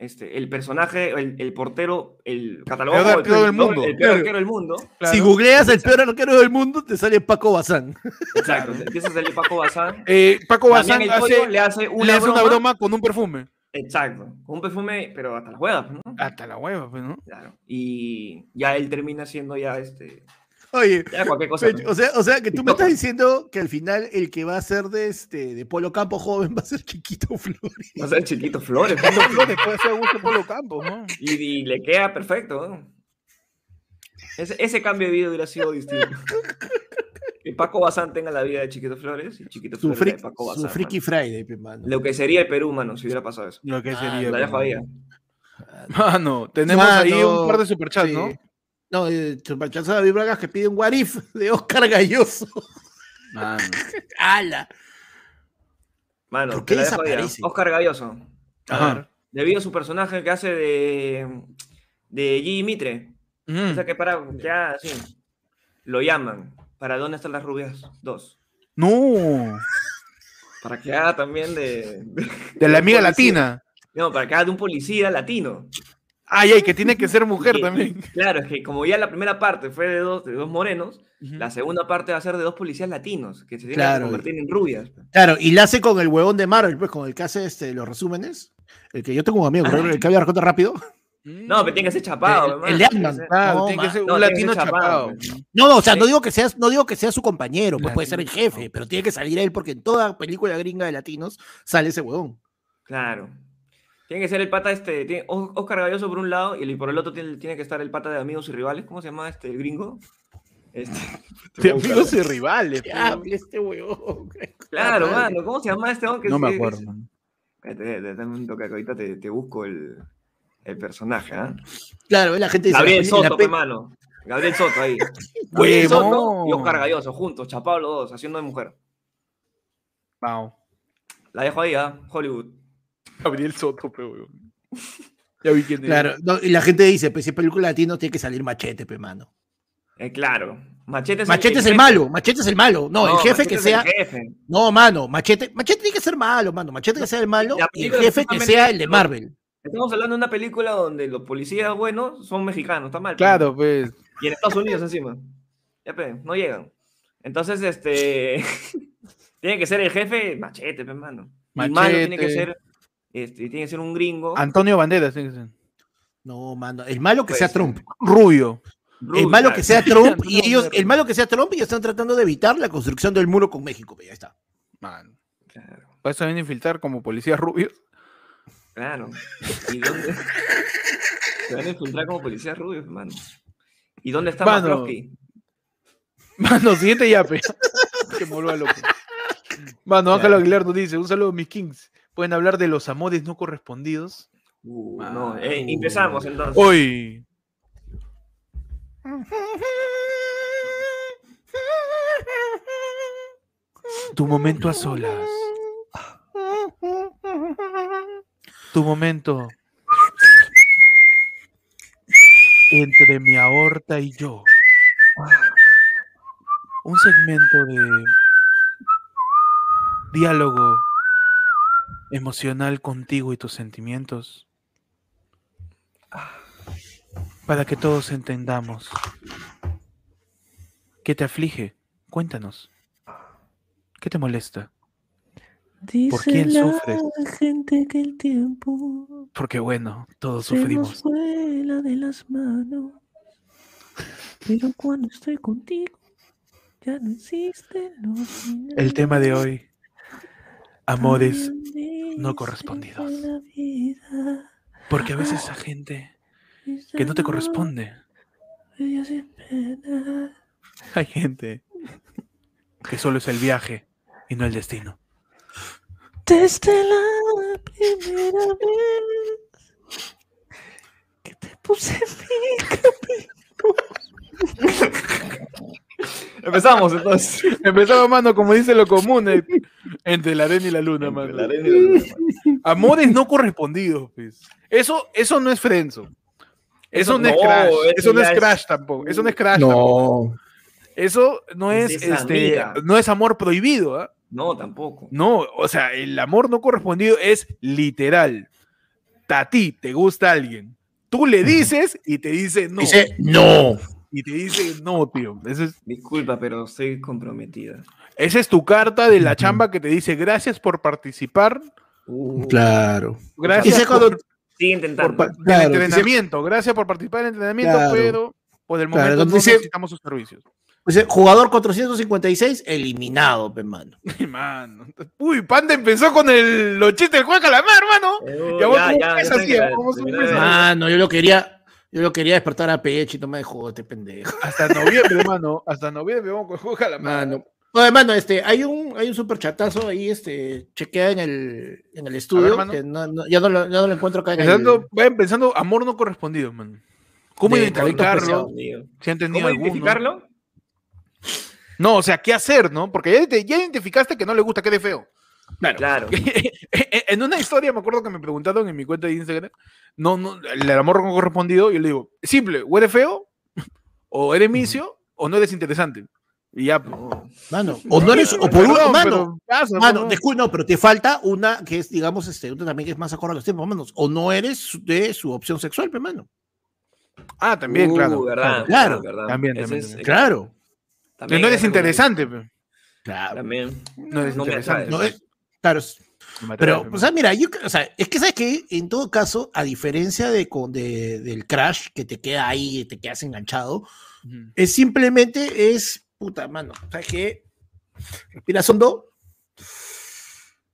S2: este, el personaje, el, el portero, el catalogado
S3: Peor
S2: como
S3: arquero del mundo.
S2: El peor
S3: Claro.
S2: arquero del mundo.
S3: Claro.
S4: Si googleas el peor arquero del mundo, te sale Paco Bazán. [laughs]
S3: [laughs]
S2: Exacto. Empieza a salir Paco Bazán.
S3: Eh, Paco Bazán
S2: Damián el
S3: hace,
S2: Pollo le hace una,
S3: le hace
S2: broma.
S3: una broma con un perfume.
S2: Exacto. Con un perfume, pero hasta las juegas, ¿no?
S3: Hasta la hueva, pues, ¿no?
S2: Claro. Y ya él termina siendo ya este.
S4: Oye,
S2: Ya cualquier
S3: [laughs]
S2: cosa.
S4: Pecho,
S2: ¿no?
S4: o sea, o sea que tú me
S2: TikTok.
S4: estás diciendo que al final el que va a ser de este de Polo Campo joven [laughs] va a ser Chiquito Flores.
S2: O sea, el chiquito Flores.
S3: Chiquito Flores puede hacer gusto por los campos, ¿no?
S2: Y, y le queda perfecto. ¿no? Ese, ese cambio de vida hubiera sido distinto. Que Paco Bazán tenga la vida de Chiquito Flores y Chiquito
S4: Su,
S2: Flores la
S4: fric-
S2: de Paco
S4: su
S2: Bazán.
S4: Friki
S2: mano.
S4: Friday, pe, mano.
S2: Lo que sería el Perú, mano, si hubiera pasado eso.
S3: Lo que
S4: Ah,
S3: sería.
S2: La
S3: pues,
S2: dejo ahí. ah.
S3: Mano, tenemos
S4: Mano,
S3: ahí un par de superchats,
S4: Ah, Sí.
S3: ¿no?
S4: No, eh, Superchats de David Bragas que pide un Warif [laughs] de Oscar
S3: [laughs]
S4: Galloso.
S2: Ah,
S3: Mano.
S4: ¡Hala!
S2: Mano,
S4: ¿Por
S2: te la
S4: qué
S2: dejo ahí, ah.
S4: desaparece?
S2: Oscar Galloso.
S3: Ajá.
S2: Ajá. Debido a su personaje que hace de, de Gigi Mitre.
S3: Mm.
S2: O sea que para, ya, sí. Lo llaman. ¿Para dónde están las rubias? Dos.
S3: No,
S2: Para que haga también de. de-
S3: de la amiga
S2: Policía.
S3: latina.
S2: no, para que haga de un policía latino.
S3: Ay, ay, que tiene que ser mujer
S2: Sí.
S3: también.
S2: [laughs] Claro, es que como ya la primera parte fue de dos, de dos morenos, la
S3: Ujú.
S2: segunda parte va a ser de dos policías latinos que se tienen
S4: Claro,
S2: que convertir en rubias.
S4: Claro, y la hace con el huevón de Marvel, pues con el que hace este, los resúmenes. El que yo tengo un amigo, creo que el que había recortado rápido. Eh,
S2: No, pero tiene que ser chapado.
S4: el, el de
S2: hermano, tiene que
S4: Ant-Man.
S2: ser-
S3: Claro,
S4: No,
S3: Ah, tiene
S4: ma-
S3: que
S2: no,
S3: ser un
S2: tiene que
S3: latino
S2: ser chapado,
S3: chapado.
S4: No, no, o sea,
S2: Sí.
S4: no digo que sea, no digo que sea su compañero, pues puede ser el
S3: Latino,
S4: jefe, pero tiene que salir él, porque en toda película gringa de latinos sale ese huevón.
S2: Claro. Tiene que ser el pata este. Tiene, O- Oscar Galloso por un lado y el- por el otro tiene, tiene que estar el pata de amigos y rivales. ¿Cómo se llama este el gringo?
S3: [laughs]
S2: Este,
S3: [laughs] De amigos y rivales.
S4: Ya,
S3: pues.
S4: este huevón.
S2: [laughs] Claro,
S4: madre.
S2: mano. ¿Cómo se llama este hombre? que
S3: No me
S2: se- que
S3: acuerdo.
S2: se- Espérate, dame un toque, que ahorita te, te busco el, el personaje. ¿ah?
S4: Claro, la gente dice.
S2: Gabriel
S4: la peli- la
S2: Soto,
S4: pe-
S2: hermano. Gabriel Soto
S4: [laughs]
S2: ahí. Gabriel Soto
S3: Huevón.
S2: y Oscar Galloso juntos, chapados los dos, haciendo de mujer.
S3: Wow.
S2: La dejo ahí, ¿ah? Hollywood.
S3: Gabriel Soto,
S2: [laughs]
S3: pero weón. Ya vi quién
S4: Claro, no, y la gente dice, pues si es película latino tiene que salir machete, pe mano.
S2: Eh, claro. Machete es
S4: Machete es el
S2: jefe.
S4: malo, machete es el malo. No, el jefe
S2: Machete
S4: que
S2: es el
S4: sea.
S2: jefe.
S4: No, mano, machete, machete tiene que ser malo, mano. Machete que sea el malo
S2: La
S4: y el
S2: película
S4: jefe que
S2: justamente-
S4: sea el de Marvel.
S2: Estamos hablando de una película donde los policías buenos son mexicanos, está mal. pe.
S3: Claro, pues.
S2: Y en Estados Unidos encima. Ya, pe, no llegan. Entonces, este. [laughs] tiene que ser el jefe machete, pe, mano. Y mano tiene que
S3: Machete.
S2: ser. Este, tiene que ser un gringo.
S3: Antonio Banderas, fíjense.
S4: No, mano. El malo que
S2: Pues,
S4: sea Trump.
S3: Rubio.
S2: rubio,
S4: El malo que sea Trump
S3: No,
S4: y ellos,
S3: no.
S4: el malo que sea Trump, ellos están tratando de evitar la construcción del muro con México, pero ya está.
S3: Man.
S2: Claro,
S3: ¿Vas a venir a infiltrar como policía rubio?
S2: claro. ¿Y dónde? Se van a infiltrar como policías rubios, hermano. ¿Y dónde está
S3: Mano.
S2: Matrosky?
S3: Mano, siguiente yape. Te moló a loco. Mano, Ángel
S2: Claro.
S3: Aguilar nos dice, un saludo mis kings. ¿Pueden hablar de los amores no correspondidos?
S2: Uh, no, eh, empezamos entonces.
S3: Hoy. Tu momento a solas. Tu momento. Entre mi aorta y yo. Un segmento de diálogo emocional contigo y tus sentimientos para que todos entendamos. ¿Qué te aflige? Cuéntanos. ¿Qué te molesta?
S1: Dice
S3: quién
S1: la
S3: sufres?
S1: gente que el tiempo
S3: Porque bueno, todos
S1: se nos
S3: sufrimos.
S1: vuela de las manos. Pero cuando estoy contigo, ya no existen los
S3: El tema de
S1: milagros.
S3: hoy, amores,
S1: Ah. También
S3: no
S1: dicen que
S3: correspondidos.
S1: la vida
S3: porque a veces esa gente
S1: es
S3: que no te
S1: amor,
S3: corresponde,
S1: ella sin pena.
S3: hay gente que solo es el viaje y no el destino.
S1: Desde la primera vez que te puse mi
S3: [laughs]
S2: Empezamos
S3: [laughs]
S2: entonces.
S3: Empezaba, mano, como dice lo común, eh, entre la arena y la luna, mano. Amores no correspondidos, pues. Eso, eso no es Frenzo. Eso,
S2: Eso
S3: no es
S2: no,
S3: Crash.
S2: eso
S3: Eso no
S2: ya
S3: es
S2: es-
S3: Crash tampoco. Eso no es Crash tampoco. Eso no es,
S2: Es esa
S3: este,
S2: amiga.
S3: no es amor prohibido, ¿ah?
S2: No, tampoco.
S3: No, o sea, el amor no correspondido es literal. A ti te gusta alguien. Tú le dices y te dice no.
S4: Dice, no.
S3: Y te dice no, tío. Ese es,
S2: Disculpa, pero estoy comprometida.
S3: esa es tu carta de la
S4: Ujú.
S3: chamba que te dice gracias por participar.
S2: Uh,
S4: Claro.
S3: Gracias
S4: Dice
S3: por,
S4: cuando-
S2: Sigue
S3: por
S2: intentando.
S3: pa-
S4: Claro,
S3: el
S4: dice-
S3: entrenamiento. Gracias por participar en el entrenamiento,
S4: Claro.
S3: pero por el
S4: Claro,
S3: momento no
S4: donde dice-
S3: necesitamos sus servicios. [laughs]
S4: Dice, jugador 456, eliminado, pe, mano.
S3: Ay, mano. Uy, Panda empezó con el, los chistes del juego de calamar, mano.
S2: Eh,
S3: Ya
S2: uh,
S3: vos como pez
S2: sé
S3: así,
S2: que la
S3: ya vos como
S2: primera
S3: pez
S2: vez.
S3: así.
S4: [laughs]
S3: Ah,
S4: Mano, yo lo quería, yo lo quería despertar a Peche y no me dejó este pendejo. [laughs]
S3: Hasta noviembre, mano. Hasta noviembre vamos con el juego de calamar.
S4: Mano. Oye, mano, este, hay un, hay un super chatazo ahí, este, chequea en el, en el estudio,
S3: mano.
S4: que no, no- ya, no lo, ya no lo encuentro acá en el-
S3: Pensando, vayan pensando amor no correspondido, man. ¿Cómo
S4: De
S3: identificarlo?
S4: correspondido.
S2: Dios mío.
S3: Si han tenido
S2: ¿Cómo
S3: alguno.
S2: identificarlo?
S3: No, o sea, ¿qué hacer, no? Porque ya, te- ya identificaste que no le gusta, que
S2: [laughs]
S3: de feo. [laughs]
S2: Claro.
S3: en una historia, me acuerdo que me preguntaron en mi cuenta de Instagram, no, no, el amor no correspondido, yo le digo, simple, o eres feo, [laughs] o eres misio, o no eres interesante. Y ya, pues.
S4: Mano, o no eres, o por
S3: Perdón,
S4: uno, mano.
S3: pero pasa,
S4: Mano,
S3: mano.
S4: discul- no, pero te falta una que es, digamos, este, una también que es más acorde a los tiempos, manos. O no eres de su opción sexual, hermano.
S3: Ah, también,
S2: Uh,
S3: claro.
S2: verdad,
S4: claro,
S2: verdad.
S3: también,
S2: Ese
S3: también,
S2: es-
S3: también.
S4: Claro.
S3: Que
S2: también
S3: no eres
S2: hay algunos-
S3: interesante, pe.
S4: Claro.
S2: También.
S3: No eres
S2: No me
S3: interesante.
S2: atraes.
S4: No es- claro. es-
S3: Me atraes,
S4: Pero, pues,
S3: pe,
S4: o sea, mira, yo, o sea, es que sabes que en todo caso, a diferencia de con de- del crash que te queda ahí, te quedas enganchado,
S3: mano. Ujú.
S4: es simplemente es puta mano. ¿Sabes qué? Respiras hondo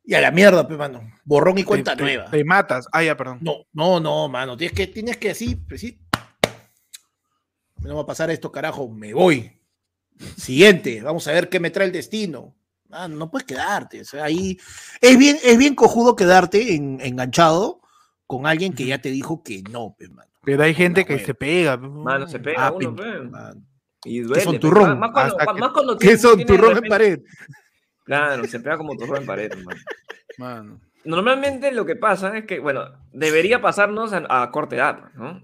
S4: y a la mierda, pe, mano. Borrón y cuenta
S3: te, te-
S4: nueva.
S3: te matas. Ah, ya, perdón.
S4: No, no, no, mano. Tienes que, tienes que así, decir, No va a pasar esto, carajo. Me voy. Siguiente. Vamos a ver qué me trae el destino. Mano, no puedes quedarte. o sea, ahí es bien, es bien cojudo quedarte en- enganchado con alguien que ya te dijo que no, pe, mano.
S3: Pero hay gente
S4: No,
S3: que
S4: güey.
S3: se pega. pues,
S2: Mano, se pega
S4: Ah,
S2: uno, pues.
S4: pinta,
S2: pe.
S4: mano.
S2: Y duele.
S4: son
S2: pe.
S4: turrón,
S2: Más cuando,
S3: hasta
S2: cua-
S3: que-
S2: más cuando
S4: ¿Qué
S2: tienes-
S4: son
S2: tienes de
S4: turrón en
S2: repente-
S4: pared?
S2: Claro, se pega como turrón en pared, hermano.
S3: Mano.
S2: Normalmente lo que pasa es que, bueno, debería pasarnos a, a corta edad, pues, ¿no?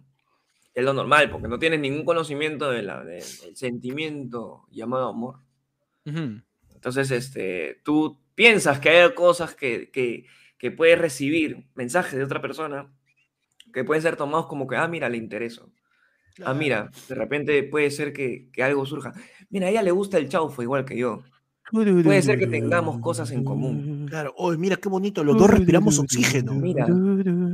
S2: Es lo normal, porque no tienes ningún conocimiento de la- de- del sentimiento llamado amor.
S3: Ujú.
S2: Entonces, este, tú piensas que hay cosas que, que, que puedes recibir, mensajes de otra persona, que pueden ser tomados como que, ah, mira, le intereso. Ah,
S3: Claro.
S2: mira, de repente puede ser que, que algo surja. Mira, a ella le gusta el chaufo igual que yo.
S1: Puede
S2: ser que tengamos cosas en común.
S4: Claro, hoy mira qué bonito, los dos respiramos oxígeno.
S2: Mira,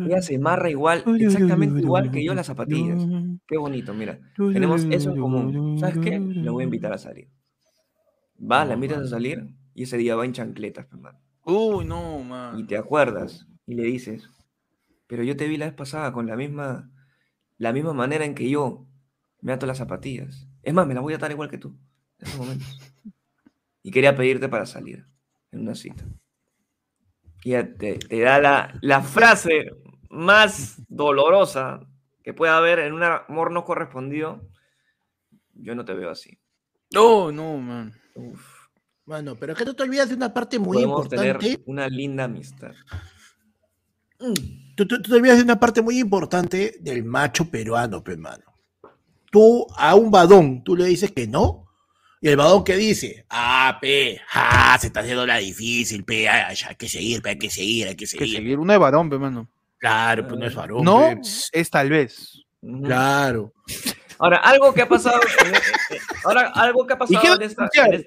S2: Ella se amarra igual, exactamente igual que yo las zapatillas. Qué bonito, mira. Tenemos eso en común. ¿Sabes qué? La voy a invitar a salir. Va, la invitas a salir y ese día va en chancletas, hermano.
S3: Uy, no,
S2: Y
S3: man.
S2: te acuerdas y le dices, pero yo te vi la vez pasada con la misma, la misma manera en que yo me ato las zapatillas. Es más, me las voy a atar igual que tú en esos momentos. Y quería pedirte para salir en una cita. Y ya te, te da la, la frase más dolorosa que puede haber en un amor no correspondido. Yo no te veo así.
S3: No, no, man.
S2: Uf,
S4: Bueno, pero que no te olvidas de una parte muy
S2: podemos tener
S4: importante.
S2: una linda amistad.
S4: Tú, tú- tú te olvidas de una parte muy importante del macho peruano, pe, mano. Tú a un badón, tú le dices que no, y el badón que dice, ah, pe, ah, se está haciendo la difícil, pe, ah, ya, hay que seguir, pe, hay que seguir, hay que
S3: Que
S4: seguir.
S3: seguir una de varón, pe, mano.
S4: Claro, pues no es varón.
S3: No,
S4: pe.
S3: Mm. es tal vez.
S2: Ujú.
S4: Claro.
S2: Ahora, algo que ha pasado. en- eh, eh, Ahora, algo que ha pasado.
S3: quiero
S2: en esta-
S3: denunciar.
S2: en es-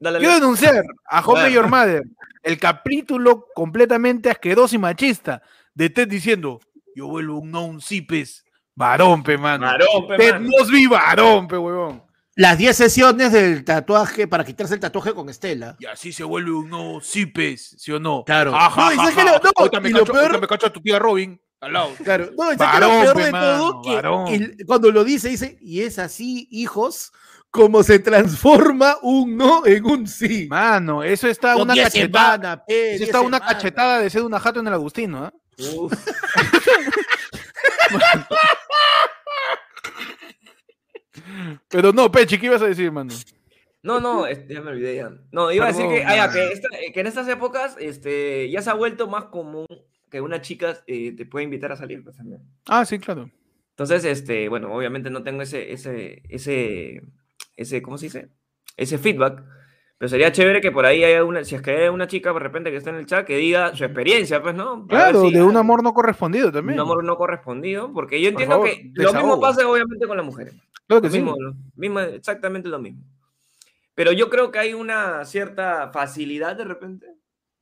S2: dale, dale.
S3: Quiero denunciar a Home
S2: Bueno.
S3: Your Mother, el capítulo completamente asqueroso y machista de Ted diciendo: Yo vuelvo un no un cipes. Varón, pe, mano.
S2: Varón, pe,
S3: Ted
S2: mano.
S3: Mosby, varón, pe, huevón.
S4: Las 10 sesiones del tatuaje para quitarse el tatuaje con Estela.
S3: Y así se vuelve un no cipes, ¿sí o no?
S4: Claro.
S3: Ajá,
S4: No, y sabes que lo- no,
S3: Ahorita me
S4: y lo
S3: cacho-
S4: peor-
S3: ahorita me cacho a tu tía Robin al lado.
S4: Claro, no, y sabes que
S3: Varón,
S4: lo
S3: pe,
S4: peor de
S3: mano,
S4: todo que
S3: varón.
S4: el- cuando lo dice, dice, y es así, hijos, como se transforma un no en un sí.
S3: Mano, eso está
S4: Son
S3: una
S4: diez
S3: cachetada.
S4: semanas, pe,
S3: Eso
S4: diez
S3: está una
S4: semanas.
S3: cachetada de ser una jato en el Agustino, ¿ah?
S2: Uf,
S3: Pero no, Pechi, ¿qué ibas a decir, mano?
S2: No, no, este, ya me olvidé ya. No, iba a decir que,
S3: Perdón,
S2: ah, ya,
S3: man.
S2: que, esta- eh, que en estas épocas este, ya se ha vuelto más común que una chica eh, te pueda invitar a salir. pues, también.
S3: Ah, sí, claro.
S2: Entonces, este, bueno, obviamente no tengo ese, ese, ese, ese, ¿cómo se dice? Ese feedback. Pero sería chévere que por ahí haya una, si es que hay una chica de repente que está en el chat, que diga su experiencia, pues, ¿no? Para ver
S3: Claro,
S2: si-
S3: de un
S2: ah,
S3: amor no correspondido también.
S2: un amor no correspondido, porque yo
S3: Por
S2: entiendo
S3: favor,
S2: que lo mismo
S3: desahogo.
S2: pasa obviamente con las mujeres.
S3: Claro
S2: Lo
S3: que sí.
S2: mismo, lo mismo, exactamente lo mismo. Pero yo creo que hay una cierta facilidad de repente,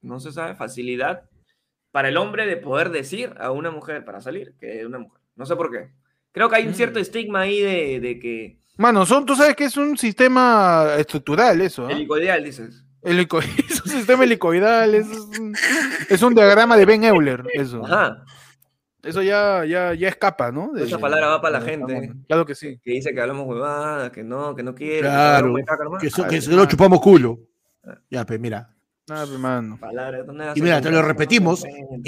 S2: no se sabe, facilidad para el hombre de poder decir a una mujer para salir que es una mujer. No sé por qué. Creo que hay un cierto
S3: Mm.
S2: estigma ahí de, de que
S3: Mano, son, tú sabes que es un sistema estructural eso, ¿ah?
S2: helicoidal, dices.
S3: Helico- [laughs] es un sistema helicoidal, es un, es un diagrama de Ben Euler, eso.
S2: Ajá,
S3: Eso ya, ya, ya escapa, ¿no? De-
S2: esa palabra va para la
S3: de-
S2: gente
S3: Claro que sí.
S2: que dice que hablamos huevadas, que no, que no quiere.
S4: Claro, que, eso- que eso lo chupamos culo. Ya, pues mira,
S3: Nada, pe, mano.
S4: Y mira, te lo repetimos. helicoidal.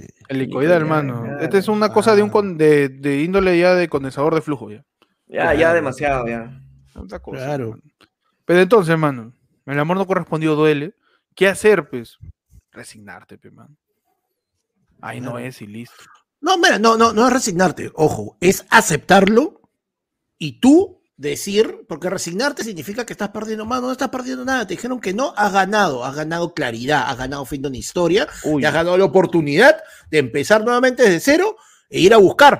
S3: Helicoidal,
S2: Helicoidal,
S3: mano.
S2: claro.
S3: Esta es una cosa de un con- de, de índole ya de condensador de flujo, ya.
S2: Ya, ya demasiado, ya.
S3: Otra cosa,
S4: Claro.
S3: mano. Pero entonces, mano, el amor no correspondido duele. ¿Qué hacer, pues? Resignarte, pe, mano. Ahí no
S4: Claro.
S3: es y listo.
S4: No, mira, no, no, no es resignarte, ojo, es aceptarlo y tú decir, porque resignarte significa que estás perdiendo más, no estás perdiendo nada, te dijeron que no, has ganado, has ganado claridad, has ganado fin de una historia,
S3: Uy,
S4: te has ganado la oportunidad de empezar nuevamente desde cero e ir a buscar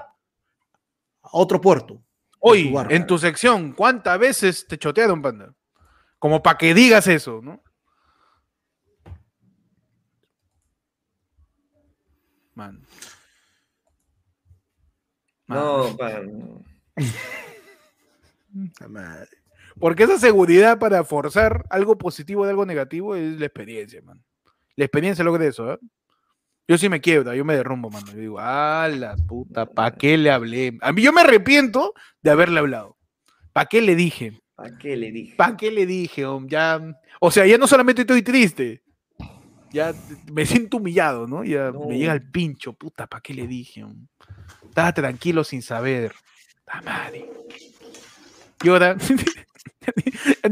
S4: a otro puerto.
S3: hoy,
S4: en tu barra.
S3: en tu sección, ¿cuántas veces te chotearon, panda? Como para que digas eso, ¿no? Mano. Mano.
S2: No, para, no.
S3: Porque esa seguridad para forzar algo positivo de algo negativo es la experiencia, man. La experiencia logra eso, ¿eh? Yo sí me quiebra, yo me derrumbo, mano. Yo digo, ah, la puta, ¿para qué le hablé? A mí yo me arrepiento de haberle hablado. ¿Para qué le dije?
S2: ¿Para qué le dije?
S3: ¿Para qué le dije? hom? Ya, o sea, ya no solamente estoy triste, ya me siento humillado, ¿no? Ya me llega
S2: No.
S3: el pincho, puta, ¿para qué le dije? hom? Estaba tranquilo sin saber. La madre. Y ahora, [laughs] ya ni, ya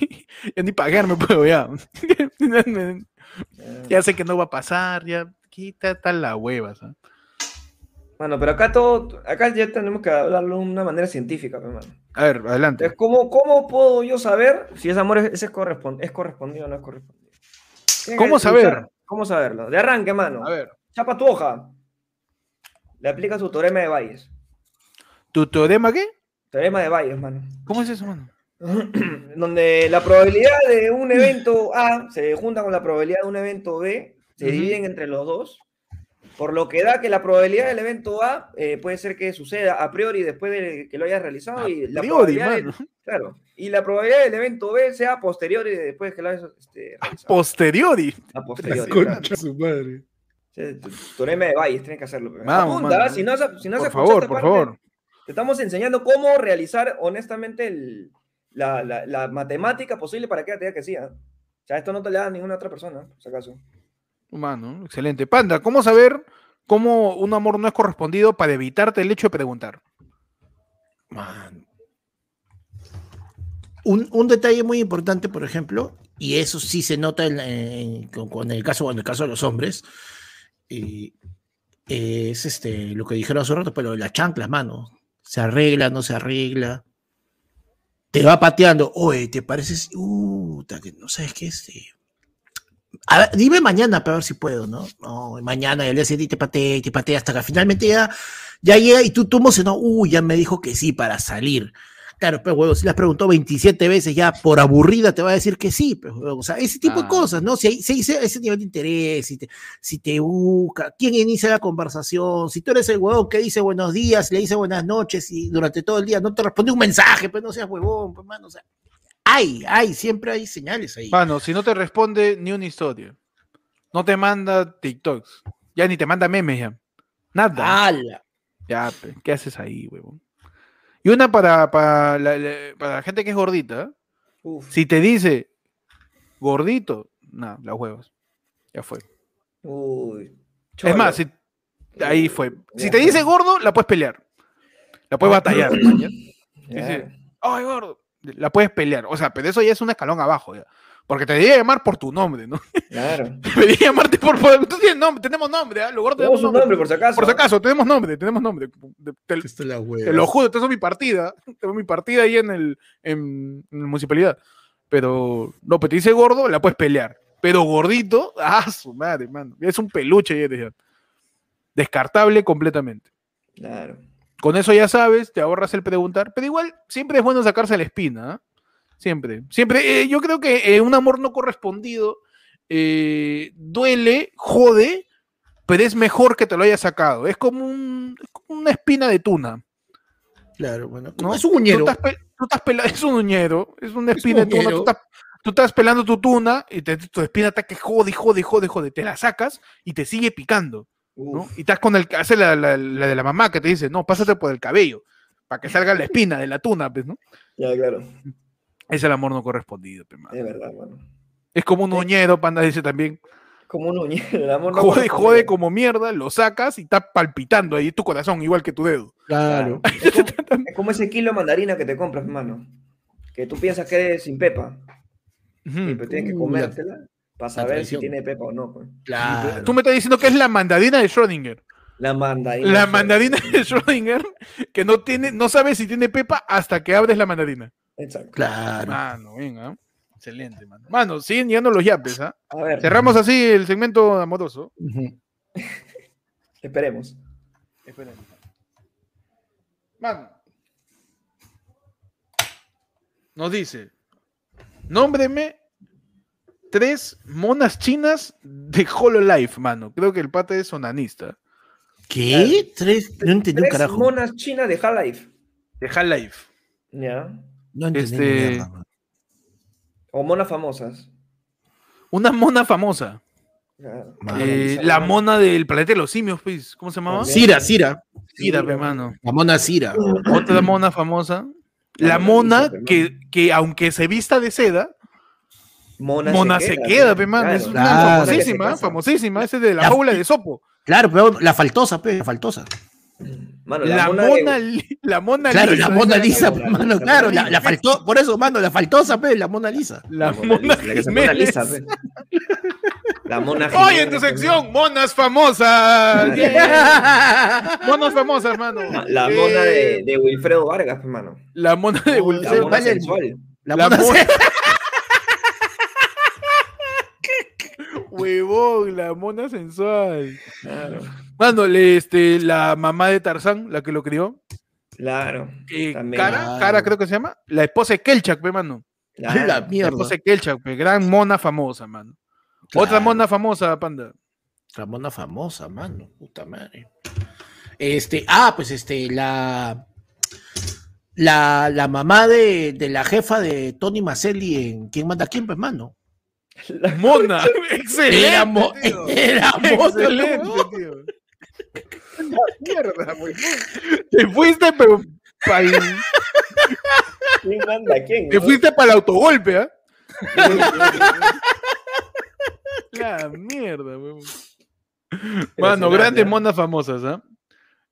S3: ni- ya ni pagarme puedo ya. [laughs]
S2: Ya.
S3: ya sé que no va a pasar, ya quita tal la hueva. ¿sabes?
S2: Bueno, pero acá todo, acá ya tenemos que hablarlo de una manera científica, pe, mano.
S3: A ver, adelante.
S2: Entonces, ¿cómo, cómo puedo yo saber si ese amor es, ese es, correspon- es correspondido o no es correspondido? Tiene que
S3: ¿Cómo
S2: escuchar,
S3: saber?
S2: ¿Cómo saberlo? De arranque, mano.
S3: A ver.
S2: Chapa tu hoja. Le aplica su teorema de Bayes.
S3: ¿Tu teorema qué?
S2: Teorema de Bayes, mano.
S3: ¿Cómo es eso, mano?
S2: [clears throat] Donde la probabilidad de un evento A se junta con la probabilidad de un evento B, se
S3: Ujú.
S2: dividen entre los dos, por lo que da que la probabilidad del evento A eh, puede ser que suceda a priori después de que lo hayas realizado
S3: Ah,
S2: y la
S3: Dios,
S2: probabilidad del-
S3: mano.
S2: Claro. Y la probabilidad del evento B sea posterior y después que lo hayas este, realizado.
S3: Posteriori.
S2: A
S5: La
S2: posteriori. claro.
S5: concha de su madre.
S2: Sí, tu- Teorema de Bayes, tienes que hacerlo. pero-
S3: Vamos,
S2: Apunta,
S3: mano.
S2: ¿ah? si no has- si no has
S3: Por
S2: escuchado
S3: favor,
S2: esta
S3: por
S2: parte,
S3: favor.
S2: Te estamos enseñando cómo realizar honestamente el- la, la- la matemática posible para que te diga que sí. ¿ah? O sea, esto no te lo da ninguna otra persona, por si acaso.
S3: Humano, excelente. Panda, ¿cómo saber cómo un amor no es correspondido para evitarte el hecho de preguntar?
S4: Man. Un, un detalle muy importante, por ejemplo, y eso sí se nota en, la- en- con, con el caso, bueno, el caso de los hombres, eh, es este lo que dijeron hace un rato, pero las chanclas, mano. Se arregla, no se arregla. Te va pateando. Oye, ¿te pareces? Uh, ta que no sabes qué es. eh. A ver, dime mañana para ver si puedo, ¿no? No, mañana y el día siguiente te patea y te patea hasta que finalmente ya ya llega y tú, tú emocionado, uy, ya me dijo que sí para salir. Claro, pero huevo, si las preguntó 27 veces ya por aburrida te va a decir que sí, pero o sea, ese tipo de
S3: Ah.
S4: cosas, ¿no? Si hay, si hay ese- ese nivel de interés, si te, si te busca, quién inicia la conversación, si tú eres el huevón que dice buenos días, le dice buenas noches y durante todo el día no te responde un mensaje, pues no seas huevón, pues mano, o sea, hay, hay, siempre hay señales ahí.
S3: Mano, si no te responde ni una historia, no te manda TikToks, ya ni te manda memes, ya.
S2: Ah.
S3: Nada.
S4: ¡Hala!
S3: Ya, pe, ¿qué haces ahí, huevón? Y una para, para, la, la- para la gente que es gordita. ¿eh?
S2: Uf,
S3: Si te dice gordito, nada, las huevas. Ya fue.
S2: uy.
S3: Es
S2: Cholo.
S3: más, si- ahí fue. Si te
S2: Ya. Ah.
S3: dice gordo, la puedes pelear. La puedes batallar. man, ¿ya?
S2: Ya.
S3: sí. ¡Ay, gordo! La puedes pelear. O sea, pero eso ya es un escalón abajo. ya. Porque te debería llamar por tu nombre, ¿no? [laughs]
S2: Claro.
S3: Debería llamarte por. por- tú tienes nombre, tenemos nombre, ¿ah? Los gordos
S2: Tenemos
S3: tenemos
S2: un nombre,
S3: nombre.
S2: pues. por si acaso.
S3: Por si acaso, tenemos nombre, tenemos nombre. Te, te-
S5: Esta es la
S3: te lo
S5: hueva.
S3: juro, tengo mi partida. [laughs] Tengo mi partida ahí en el en, en la municipalidad. Pero, no, pero te dice gordo, la puedes pelear. Pero gordito, [laughs] ah, su madre, mano. Es un peluche, ya te digo. Descartable completamente.
S2: Claro.
S3: Con eso ya sabes, te ahorras el preguntar, pero igual siempre es bueno sacarse la espina, ¿ah? Siempre. Siempre, eh, yo creo que eh, un amor no correspondido eh, duele, jode, pero es mejor que te lo hayas sacado. Es como, un- es como una espina de tuna.
S4: Claro, bueno.
S3: ¿no?
S4: Es un uñero.
S3: Tú estás pe- tú estás pela- [laughs] es un uñero, es una espina de tuna. Tú
S4: uñero.
S3: estás, tú estás pelando tu tuna y te- tu espina está que jode, jode, jode, jode. Te la sacas y te sigue picando. ¿no?
S2: Uf,
S3: Y estás con el hace la, la- la de la mamá que te dice, no, pásate por el cabello, para que salga la espina de la tuna, pues, ¿no?
S2: Ya, claro.
S3: Es el amor no correspondido, pe, mano.
S2: Es verdad, mano.
S3: Es como un
S2: Sí.
S3: oñero, panda dice también.
S2: Como un uñero, el amor no
S3: Jode,
S2: correspondido.
S3: jode como mierda, lo sacas y está palpitando ahí tu corazón, igual que tu dedo.
S2: Claro. Es como, es como ese kilo de mandarina que te compras, mano. Que tú piensas que es sin pepa.
S3: Ujú.
S2: Y pues tienes que
S4: Uh, la-
S2: comértela para saber si
S4: traición.
S2: tiene pepa o no. pues.
S4: Claro.
S3: Tú me estás diciendo que es la mandarina de Schrödinger.
S2: La mandarina. pues.
S3: La
S2: ¿sabes?
S3: mandarina de Schrödinger que no tiene, no sabes si tiene pepa hasta que abres la mandarina.
S2: Exacto.
S4: Claro.
S3: Mano, venga. Excelente, mano. Mano, siguen llegando los yapes, ¿ah?
S2: A ver,
S3: Cerramos así el segmento amoroso.
S4: Ujú.
S2: esperemos.
S3: Esperen. Mano. Nos dice: Nómbreme tres monas chinas de HoloLife, mano. Creo que el pata es onanista.
S4: ¿Qué? Tres, no entendí un
S2: Tres
S4: carajo.
S2: monas chinas de Half-Life.
S3: De HoloLife.
S2: ¿Ya?
S4: No entendí
S3: Este-
S4: ni mierda, man.
S2: O monas famosas.
S3: Una mona famosa.
S2: Claro.
S4: Mano.
S3: Eh, la mona del planeta de los simios, pues. ¿Cómo se llamaba?
S2: Sí.
S4: Cira, Cira.
S3: Cira, pe, mano.
S4: La mona Cira.
S3: Otra mona famosa.
S2: La
S3: La
S2: Mona
S3: mona
S2: Lisa, pe,
S3: que, que aunque se vista de seda,
S2: Mona,
S3: mona se queda, pe,
S2: claro,
S3: mano. Es una
S4: Claro.
S3: famosísima, ¿eh? famosísima. Ese de la
S4: La-
S3: jaula de Sopo.
S4: Claro, pero la faltosa, pe, la faltosa.
S2: Mano,
S3: La,
S2: mona de-
S3: Mona, Li- la Mona
S4: Claro,
S3: Lisa.
S4: la Mona
S3: esa-
S2: la
S4: Lisa, pe,
S2: Mona
S4: mano,
S2: Lisa,
S4: claro,
S2: Mona
S4: la, la
S3: Lisa.
S4: faltó, por eso, mano, la faltosa, pe, la Mona Lisa.
S3: La Mona
S2: Lisa, la que se pone
S3: Jiménez.
S2: lisa, pe. La mona
S3: Hoy en
S2: Jiménez,
S3: tu
S2: pe,
S3: sección, monas famosas. Yeah. Monas famosas, hermano.
S2: mano. La
S3: Eh,
S2: mona de, de Wilfredo Vargas, pe, mano.
S3: La Mona de
S4: La
S2: La
S3: Wilfredo.
S2: mona
S4: vale el-
S2: sensual.
S4: La
S3: La
S4: Mona
S3: Mona-
S4: Cira.
S3: Huevón, huevón, la mona sensual. Mano, le- este, la mamá de Tarzán, la que lo crió,
S2: Claro.
S3: eh,
S2: También.
S4: Ah.
S3: Cara, Cara creo que se llama, la esposa de Kelchak, pe, mano.
S2: claro.
S4: la
S3: La
S4: [laughs] mierda.
S3: esposa de Kelchak, pe, gran mona famosa, mano. Otra
S4: Claro.
S3: mona famosa, panda.
S4: La mona famosa, mano. Puta madre. Este, ah, pues este, la. La, la mamá de, de la jefa de Tony Maselli en ¿Quién manda a quién, pues, mano? [laughs]
S3: Mona. Excelente.
S4: Era, mo- [laughs]
S3: tío.
S4: era
S3: [laughs]
S4: mona,
S3: Excelente,
S4: weón.
S3: tío. Mierda, weón. Te fuiste, pero. pa'l-
S2: ¿Quién manda a quién?
S3: Te
S2: no?
S3: fuiste para el autogolpe, ¿ah? La mierda, weón. Mano,
S2: Impresionante,
S3: grandes
S2: ¿ah?
S3: monas famosas, ¿ah?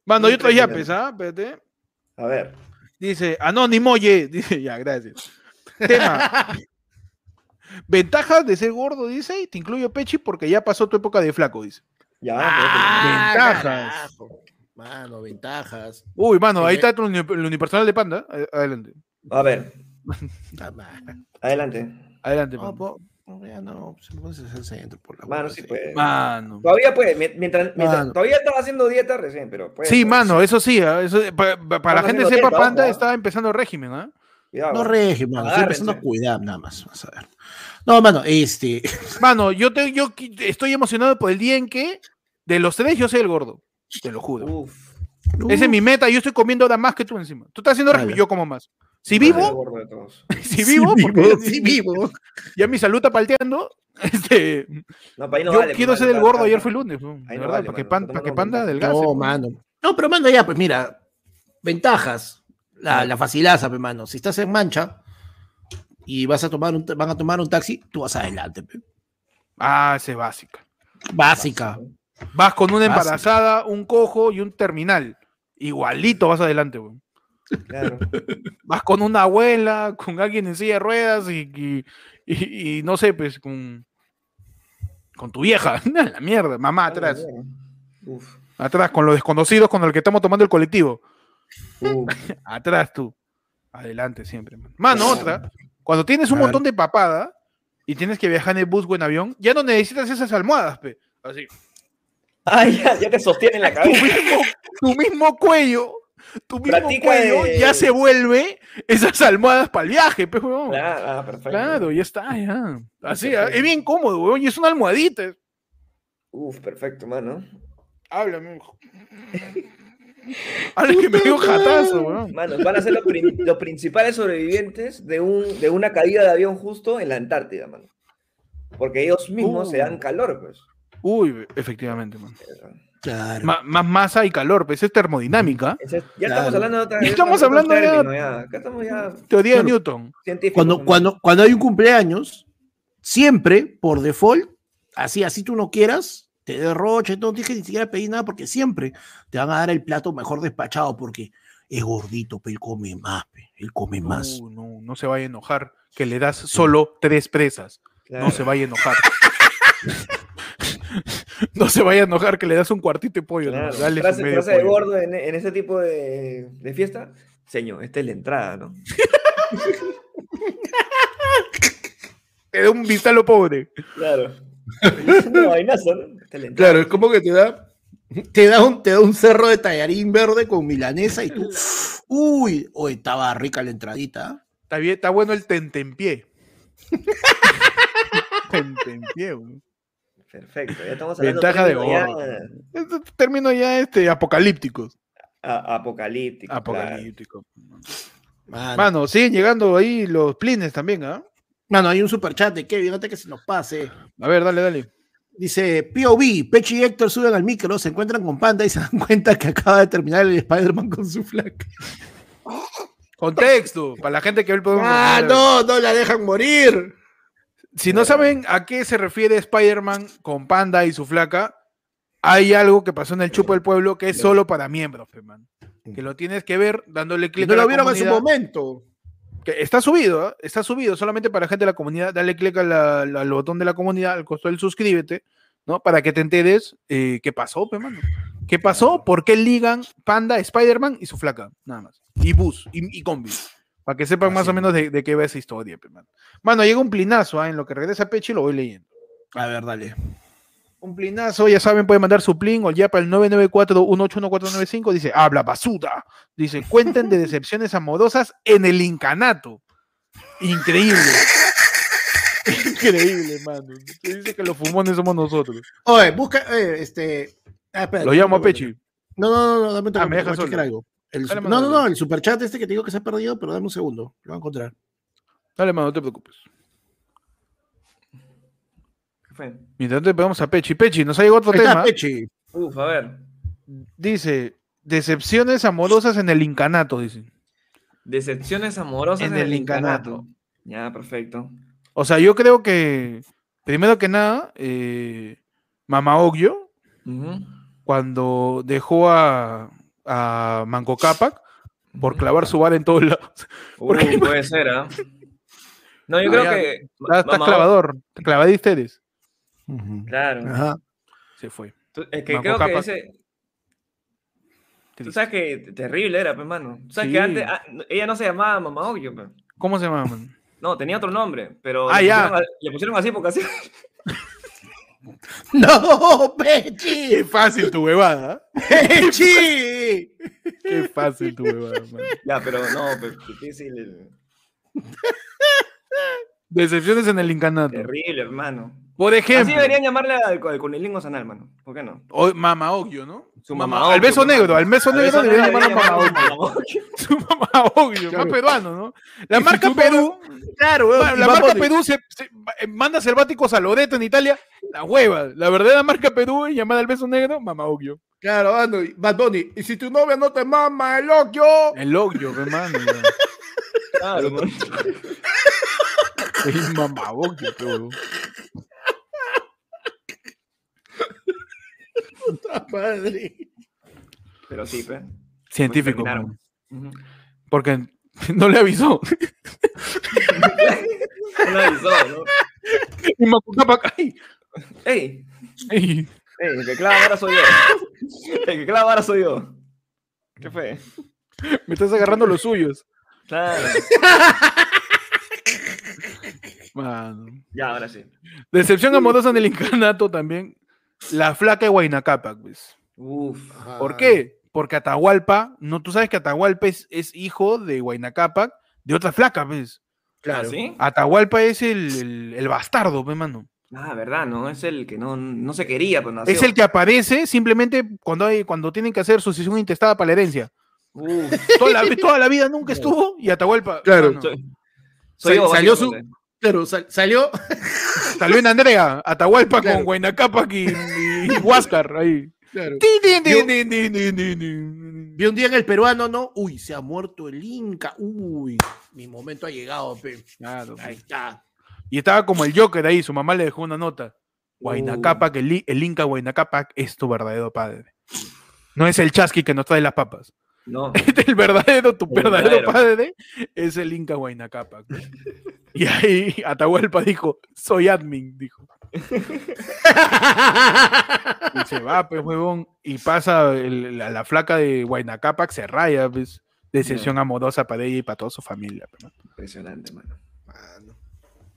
S3: Mano, yo otro
S2: Impresionante.
S3: yapes, ¿ah? Espérate.
S2: A ver.
S3: Dice, anónimo, oye. [laughs] Dice, ya, gracias. Tema. Ventajas de ser gordo, dice, y te incluyo Pechi porque ya pasó tu época de flaco, dice.
S2: Ya.
S4: Ah,
S3: Ventajas.
S4: carajo. Mano, ventajas.
S3: Uy, mano,
S4: Oye.
S3: ahí está tu uni- el unipersonal de panda. A- Adelante.
S2: creo que- A ver.
S4: Puta madre.
S2: Adelante.
S3: Adelante,
S2: Ah, pues.
S4: No,
S3: mano.
S4: po- no, ya no, se puede hacer centro por la
S2: Mano,
S4: hueva,
S2: sí pues.
S4: sí.
S2: puede.
S3: Mano.
S2: Todavía puede. mie- Mientras, mientras-
S4: Mano.
S2: Todavía estaba haciendo dieta recién, pero puede. puede.
S3: Sí, mano, eso sí. ah, eso- pa- pa- para la
S2: pues, Estamos
S3: gente
S2: haciendo
S3: sepa,
S2: dieta,
S3: Panda
S2: ojo, ah.
S3: estaba empezando el régimen, ¿ah?
S2: Cuidado.
S4: No regi, mano. Estoy
S2: Agárrense.
S4: empezando a cuidar nada más. Vas a ver. No, mano, este. [laughs]
S3: Mano, yo, te, yo qui- estoy emocionado por el día en que de los tres yo soy el gordo. Te lo juro.
S2: Uf.
S3: Esa es mi meta. Yo estoy comiendo ahora más que tú encima. Tú estás haciendo régimen,
S4: Ala.
S3: yo como más. Si
S2: Más del
S3: vivo,
S2: gordo de todos.
S3: si vivo,
S4: Sí
S3: porque
S4: vivo, [laughs]
S3: ya-
S4: sí vivo.
S3: ya mi salud está palteando. [laughs] Este,
S2: No, pa' ahí no
S3: yo
S2: vale,
S3: quiero
S2: compadre,
S3: ser
S2: pa-
S3: el gordo.
S2: pa-
S3: Ayer
S2: pa-
S3: fue lunes, ¿no?
S2: Ahí
S3: de
S2: no
S3: verdad,
S2: vale,
S3: para que
S2: mano,
S3: pan-
S2: está
S3: para que
S2: tomando
S3: Panda
S2: ventaja.
S3: adelgace.
S4: No,
S3: pues.
S4: mano. No, pero mano, ya, pues mira. Ventajas. La, la facilaza, pe, mano. Si estás en mancha y vas a tomar un, ta- van a tomar un taxi, tú vas adelante, pe.
S3: Ah, esa es básica.
S4: Básica.
S3: Vas con una
S4: Básica.
S3: embarazada, un cojo y un terminal. Igualito vas adelante, weón.
S2: Claro.
S3: vas con una abuela, con alguien en silla de ruedas y, y- y- y no sé, pues con, con tu vieja, [laughs] a la mierda, mamá [laughs] atrás,
S2: Uf.
S3: atrás, con los desconocidos con el que estamos tomando el colectivo,
S2: Uf.
S3: atrás tú, adelante siempre. Mano, Mano, otra, cuando tienes un
S4: Claro.
S3: montón de papada y tienes que viajar en el bus o en avión, ya no necesitas esas almohadas, pe. Así.
S2: Ay, ya, ya te sostienen la
S3: Tu
S2: cabeza.
S3: mismo, tu mismo cuello. Tu mismo
S2: Practica
S3: cuello
S2: de-
S3: ya se vuelve esas almohadas para el viaje, pe, huevón.
S2: Claro, ah, perfecto.
S3: Claro, ya está, ya. Así,
S2: Perfecto.
S3: ah, es bien cómodo, weón, y es una almohadita.
S2: Uf, perfecto, mano.
S3: Háblame, hijo. [laughs] Habla que me dio jatazo, weón.
S2: Manos, van a ser los, prin- los principales sobrevivientes de, un, de una caída de avión justo en la Antártida, mano. Porque ellos mismos se
S3: Uh.
S2: dan calor, pues.
S3: Uy, we- efectivamente, man.
S4: Claro.
S3: Ma- más masa y calor, pues es termodinámica.
S2: Ese es- ya
S4: Claro.
S2: estamos hablando de otra.
S3: Ya
S2: de
S3: estamos
S2: otro
S3: hablando ya-
S2: término, ya. Acá estamos ya
S3: Teoría de
S4: Claro.
S3: Newton.
S2: científicos.
S4: cuando,
S2: mano.
S4: cuando, cuando hay un cumpleaños, siempre, por default, así, así tú no quieras, te derroche, no tienes que ni siquiera pedir nada porque siempre te van a dar el plato mejor despachado porque es gordito, pero él come más, pe, él come más.
S3: No, Uh, no, no se vaya a enojar que le das solo tres presas.
S2: Claro.
S3: No se vaya a enojar. [laughs] no se vaya a enojar que le das un cuartito de pollo.
S2: Claro.
S3: nomás, dale su
S2: Frase,
S3: medio
S2: frase de
S3: pollo.
S2: gordo en, en ese tipo de, de fiesta. Señor, esta es la entrada, ¿no?
S3: Te da un vistalo pobre.
S2: Claro. Es una vainaza, [laughs] ¿no? Esta es la entrada.
S4: es como que te da, te da, un, te da un cerro de tallarín verde con milanesa y
S3: [laughs]
S4: tú, uy, hoy estaba rica la entradita. ¿eh?
S3: Está bien, está bueno el tentempié. [laughs] tentempié, weón.
S2: Perfecto, ya estamos hablando
S3: Ventaja de
S2: términos
S3: gordo.
S2: ya,
S3: Estos términos ya este, apocalípticos.
S2: a- apocalíptico. claro.
S3: Apocalíptico.
S4: Mano, mano.
S3: Mano, siguen llegando ahí los plines también, ¿ah?
S4: hay un superchat de Kevin, antes que se nos pase.
S3: A ver, dale, dale.
S4: Dice POV, Pechi y Héctor suben al micro, se encuentran con Panda y se dan [laughs] cuenta que acaba de terminar el Spider-Man con su flaca.
S3: Contexto, para la gente que ve el programa.
S4: ¡Ah,
S3: por primera vez.
S4: no! ¡No la dejan morir!
S3: Si no saben a qué se refiere Spider-Man con Panda y su flaca, hay algo que pasó en el Chupo del Pueblo que es solo para miembros, pe, man. Que lo tienes que ver dándole
S4: Que
S3: clic
S4: no
S3: a la
S4: lo vieron en su
S3: comunidad.
S4: momento.
S3: Que está subido, ¿ah? está subido solamente para gente de la comunidad. Dale clic a la- la- al botón de la comunidad, al costo del suscríbete, ¿no? Para que te enteres eh, qué pasó, pe, mano. ¿Qué pasó? ¿Por qué ligan Panda, Spider-Man y su flaca? Nada más. Y bus, y, y combi. Para que sepan más o menos de, de qué va esa historia, pe, mano. Mano, llega un plinazo, ¿ah? en lo que regresa Pechi lo voy leyendo.
S4: A ver, dale.
S3: Un plinazo, ya saben, pueden mandar su plin o ya para el 994-181495. Dice, habla basura. Dice, cuenten de decepciones amorosas en el incanato. Increíble. [laughs] Increíble, mano. Se dice que los fumones somos nosotros.
S4: Oye, busca, eh, este. ah, espérate.
S3: Lo llamo a Pechi.
S4: No, no, no, no, dame un
S3: Ah,
S4: toque,
S3: me dejas
S4: voy a chequear
S3: solo.
S4: algo. El
S3: Dale,
S4: super-
S3: mano,
S4: no, no,
S3: dale.
S4: no, el superchat este que te digo que se ha perdido, pero dame un segundo, lo voy a encontrar.
S3: Dale, mano, no te preocupes.
S2: ¿Qué fue?
S3: Mientras tanto, pegamos a Pechi. Pechi, nos ha llegado otro
S4: Ahí está,
S3: tema.
S4: Pechi.
S2: Uf, a ver.
S3: Dice, decepciones amorosas en el incanato, dice.
S2: Decepciones amorosas
S3: En
S2: en,
S3: el
S2: el
S3: incanato.
S2: incanato. Ya, perfecto.
S3: O sea, yo creo que, primero que nada, eh, Mamá Ogyo,
S2: Ujú.
S3: cuando dejó a, a Manco Cápac por
S2: Ujú.
S3: clavar su vara en todos
S2: [laughs]
S3: lados.
S2: Uh,
S3: ¿Por qué?
S2: puede ser,
S3: [laughs]
S2: ¿ah? No, yo
S3: Ah,
S2: creo
S3: ya.
S2: que.
S3: Está, está
S2: Mamá-
S3: clavador, clavadista eres.
S2: Claro.
S4: Ajá.
S3: Se fue.
S2: Tú- Es que
S3: Manco
S2: creo que
S3: Cápac.
S2: ese. Tú
S3: Triste.
S2: sabes que terrible era, pues, mano. Tú sabes
S3: Sí.
S2: que antes. ah, no- ella no se llamaba Mamá Ogyo, pues.
S3: ¿Cómo se
S2: [laughs]
S3: llama? man?
S2: No, tenía otro nombre, pero.
S3: Ah,
S2: le
S3: ya.
S2: Pusieron, a- le pusieron así porque así. [laughs]
S4: No, Pechi,
S3: Qué fácil tu huevada. ¿eh?
S4: Pechi.
S3: Qué fácil tu huevada, man.
S2: ya, pero no, pues, difícil. eh,
S3: Decepciones en el incanato.
S2: Terrible, hermano.
S3: Por
S2: Así
S3: ejemplo,
S2: deberían llamarle al, al cunilingo sanal, mano. ¿Por qué no?
S3: o- Mamá Ogyo, ¿no?
S2: Su
S3: Mamá-
S2: Mamá
S3: al
S2: Ogyo,
S3: beso
S2: mamá.
S3: negro, al beso
S2: Al beso
S3: negro deberían
S2: negro
S3: llamarlo
S2: llamarlo
S3: Mamá Ogyo.
S2: Mamá Ogyo.
S3: [laughs] su mamá obvio,
S4: Claro.
S3: más
S2: [laughs]
S3: peruano, ¿no? La
S4: tú
S3: marca
S4: no
S3: Perú,
S4: Claro,
S3: bueno, la marca Perú se, se- eh, manda selváticos a Loreto en Italia, la hueva, la verdadera marca Perú es llamada al beso negro, mamá obvio.
S4: Claro, Bad Bunny, Bad Bunny, y si tu novia no te mama el ojo.
S3: El obvio, hermano.
S2: Claro, mano.
S3: Es mamá obvio, Perú.
S4: Puta madre.
S2: Pero sí, pues.
S3: Científico.
S2: Terminaron.
S3: mano.
S2: Ujú.
S3: Porque no le avisó.
S2: No la avisó, ¿no?
S3: [laughs] Y Macu Cápac, ay,
S2: ¡Ey!
S3: ay.
S2: ¡Ey! El que clava ahora soy yo. [laughs] El que clava ahora soy yo. ¿Qué fue?
S3: me estás agarrando los suyos.
S2: Claro.
S3: Mano.
S2: Ya, ahora sí.
S3: Decepción amorosa en el incanato también. La flaca de Huaynacapac, pues.
S2: Uf.
S4: Ah.
S3: ¿Por qué? Porque Atahualpa, no, tú sabes que Atahualpa es, es hijo de Huaynacapac, de otra flaca, ¿ves?
S4: Claro.
S2: ¿Así?
S3: Atahualpa es el, el- el bastardo, pe, mano.
S2: Ah, verdad, ¿no? Es el que no, no se quería, pero nació.
S3: Es el que aparece simplemente cuando, hay, cuando tienen que hacer sucesión intestada para la herencia.
S2: Uf.
S3: [laughs] Toda la, toda la vida nunca estuvo y Atahualpa
S4: Claro.
S3: mano,
S2: Soy, soy
S4: Sal-
S2: yo,
S4: salió
S2: básicamente.
S4: Claro, sal- salió.
S3: salió en Andrea, Atahualpa
S4: Claro.
S3: con Huaynacapac y, y, [laughs] y Huáscar ahí.
S4: Claro.
S3: Tin, tin, tin,
S4: Yo-
S3: tin, tin, tin, tin, tin.
S4: Vi un día en el peruano, ¿no? Uy, se ha muerto el Inca. Uy, mi momento ha llegado, pe.
S3: Claro, pe.
S4: Ahí está.
S3: Y estaba como el Joker ahí, su mamá le dejó una nota. Uh. Huaynacapac, el, i- el Inca Huaynacapac es tu verdadero padre. No es el chasqui que nos trae las papas. [laughs]
S2: No.
S3: El verdadero, tu
S2: El
S3: verdadero,
S2: verdadero.
S3: padre es el Inca Huaynacapac. Y ahí Atahualpa dijo, soy admin, dijo. Y se va, pues, huevón. Y pasa el- la, la flaca de Huaynacapac, se raya, pues. Decepción amorosa para ella y para toda su familia. pe, ¿no?
S2: Impresionante, mano.
S4: Mano.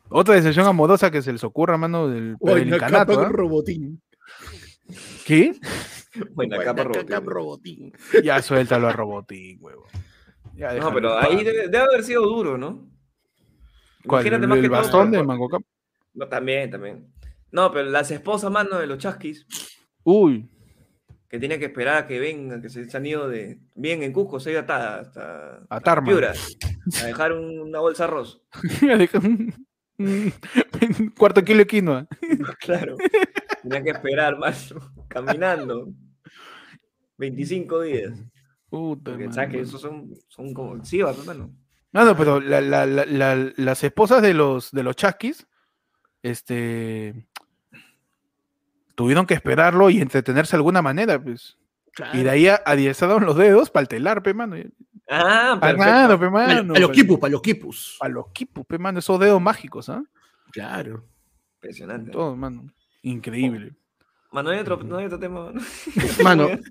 S3: Otra decepción amorosa que se les ocurra, mano, del, del
S4: Buena
S3: incanato.
S4: capa
S3: ¿ah?
S4: robotín.
S3: ¿Qué?
S2: Buena
S4: Buena
S2: capa,
S4: caca
S2: Robotín.
S4: robotín.
S3: Ya suéltalo a Robotín, huevo. Ya
S2: No,
S3: déjalo
S2: pero
S3: en paz.
S2: ahí debe, debe haber sido duro, ¿no?
S3: ¿Cuál?
S2: Imagínate
S3: ¿El,
S2: más
S3: el
S2: que todo
S3: bastón
S2: por-
S3: de Mango Cap?
S2: No, también, también. No, pero las esposas, mano, de los chasquis,
S3: Uy,
S2: que tienen que esperar a que vengan, que se, se han ido de. Bien en Cusco, se ha ido hasta. hasta
S3: a Tarma.
S2: Piura, a dejar un- una bolsa de arroz.
S3: [laughs] Deja un- un mm, [laughs] Cuarto kilo de quinoa.
S2: [laughs] Claro. Tenía que esperar, mano, [laughs] caminando. 25 días.
S3: Puta,
S2: Porque
S3: madre.
S2: sabes que esos son, son como exivas, hermano.
S3: No, no, pero la- la- la- la- las esposas de los, de los chasquis, este. Tuvieron que esperarlo y entretenerse de alguna manera, pues.
S4: Claro.
S3: Y de ahí a- adiestraron los dedos para el telar, pe, mano.
S2: Ah,
S3: Para
S2: perfecto.
S3: pe,
S4: Pa-
S3: mano.
S4: pa' los quipus, para los quipus.
S3: Para los quipus, pe, mano. Esos dedos mágicos, ¿ah?
S4: Claro.
S2: Impresionante. Oh,
S3: Todo, mano. Increíble.
S2: Mano, no hay otro, no hay otro tema. mano. [laughs]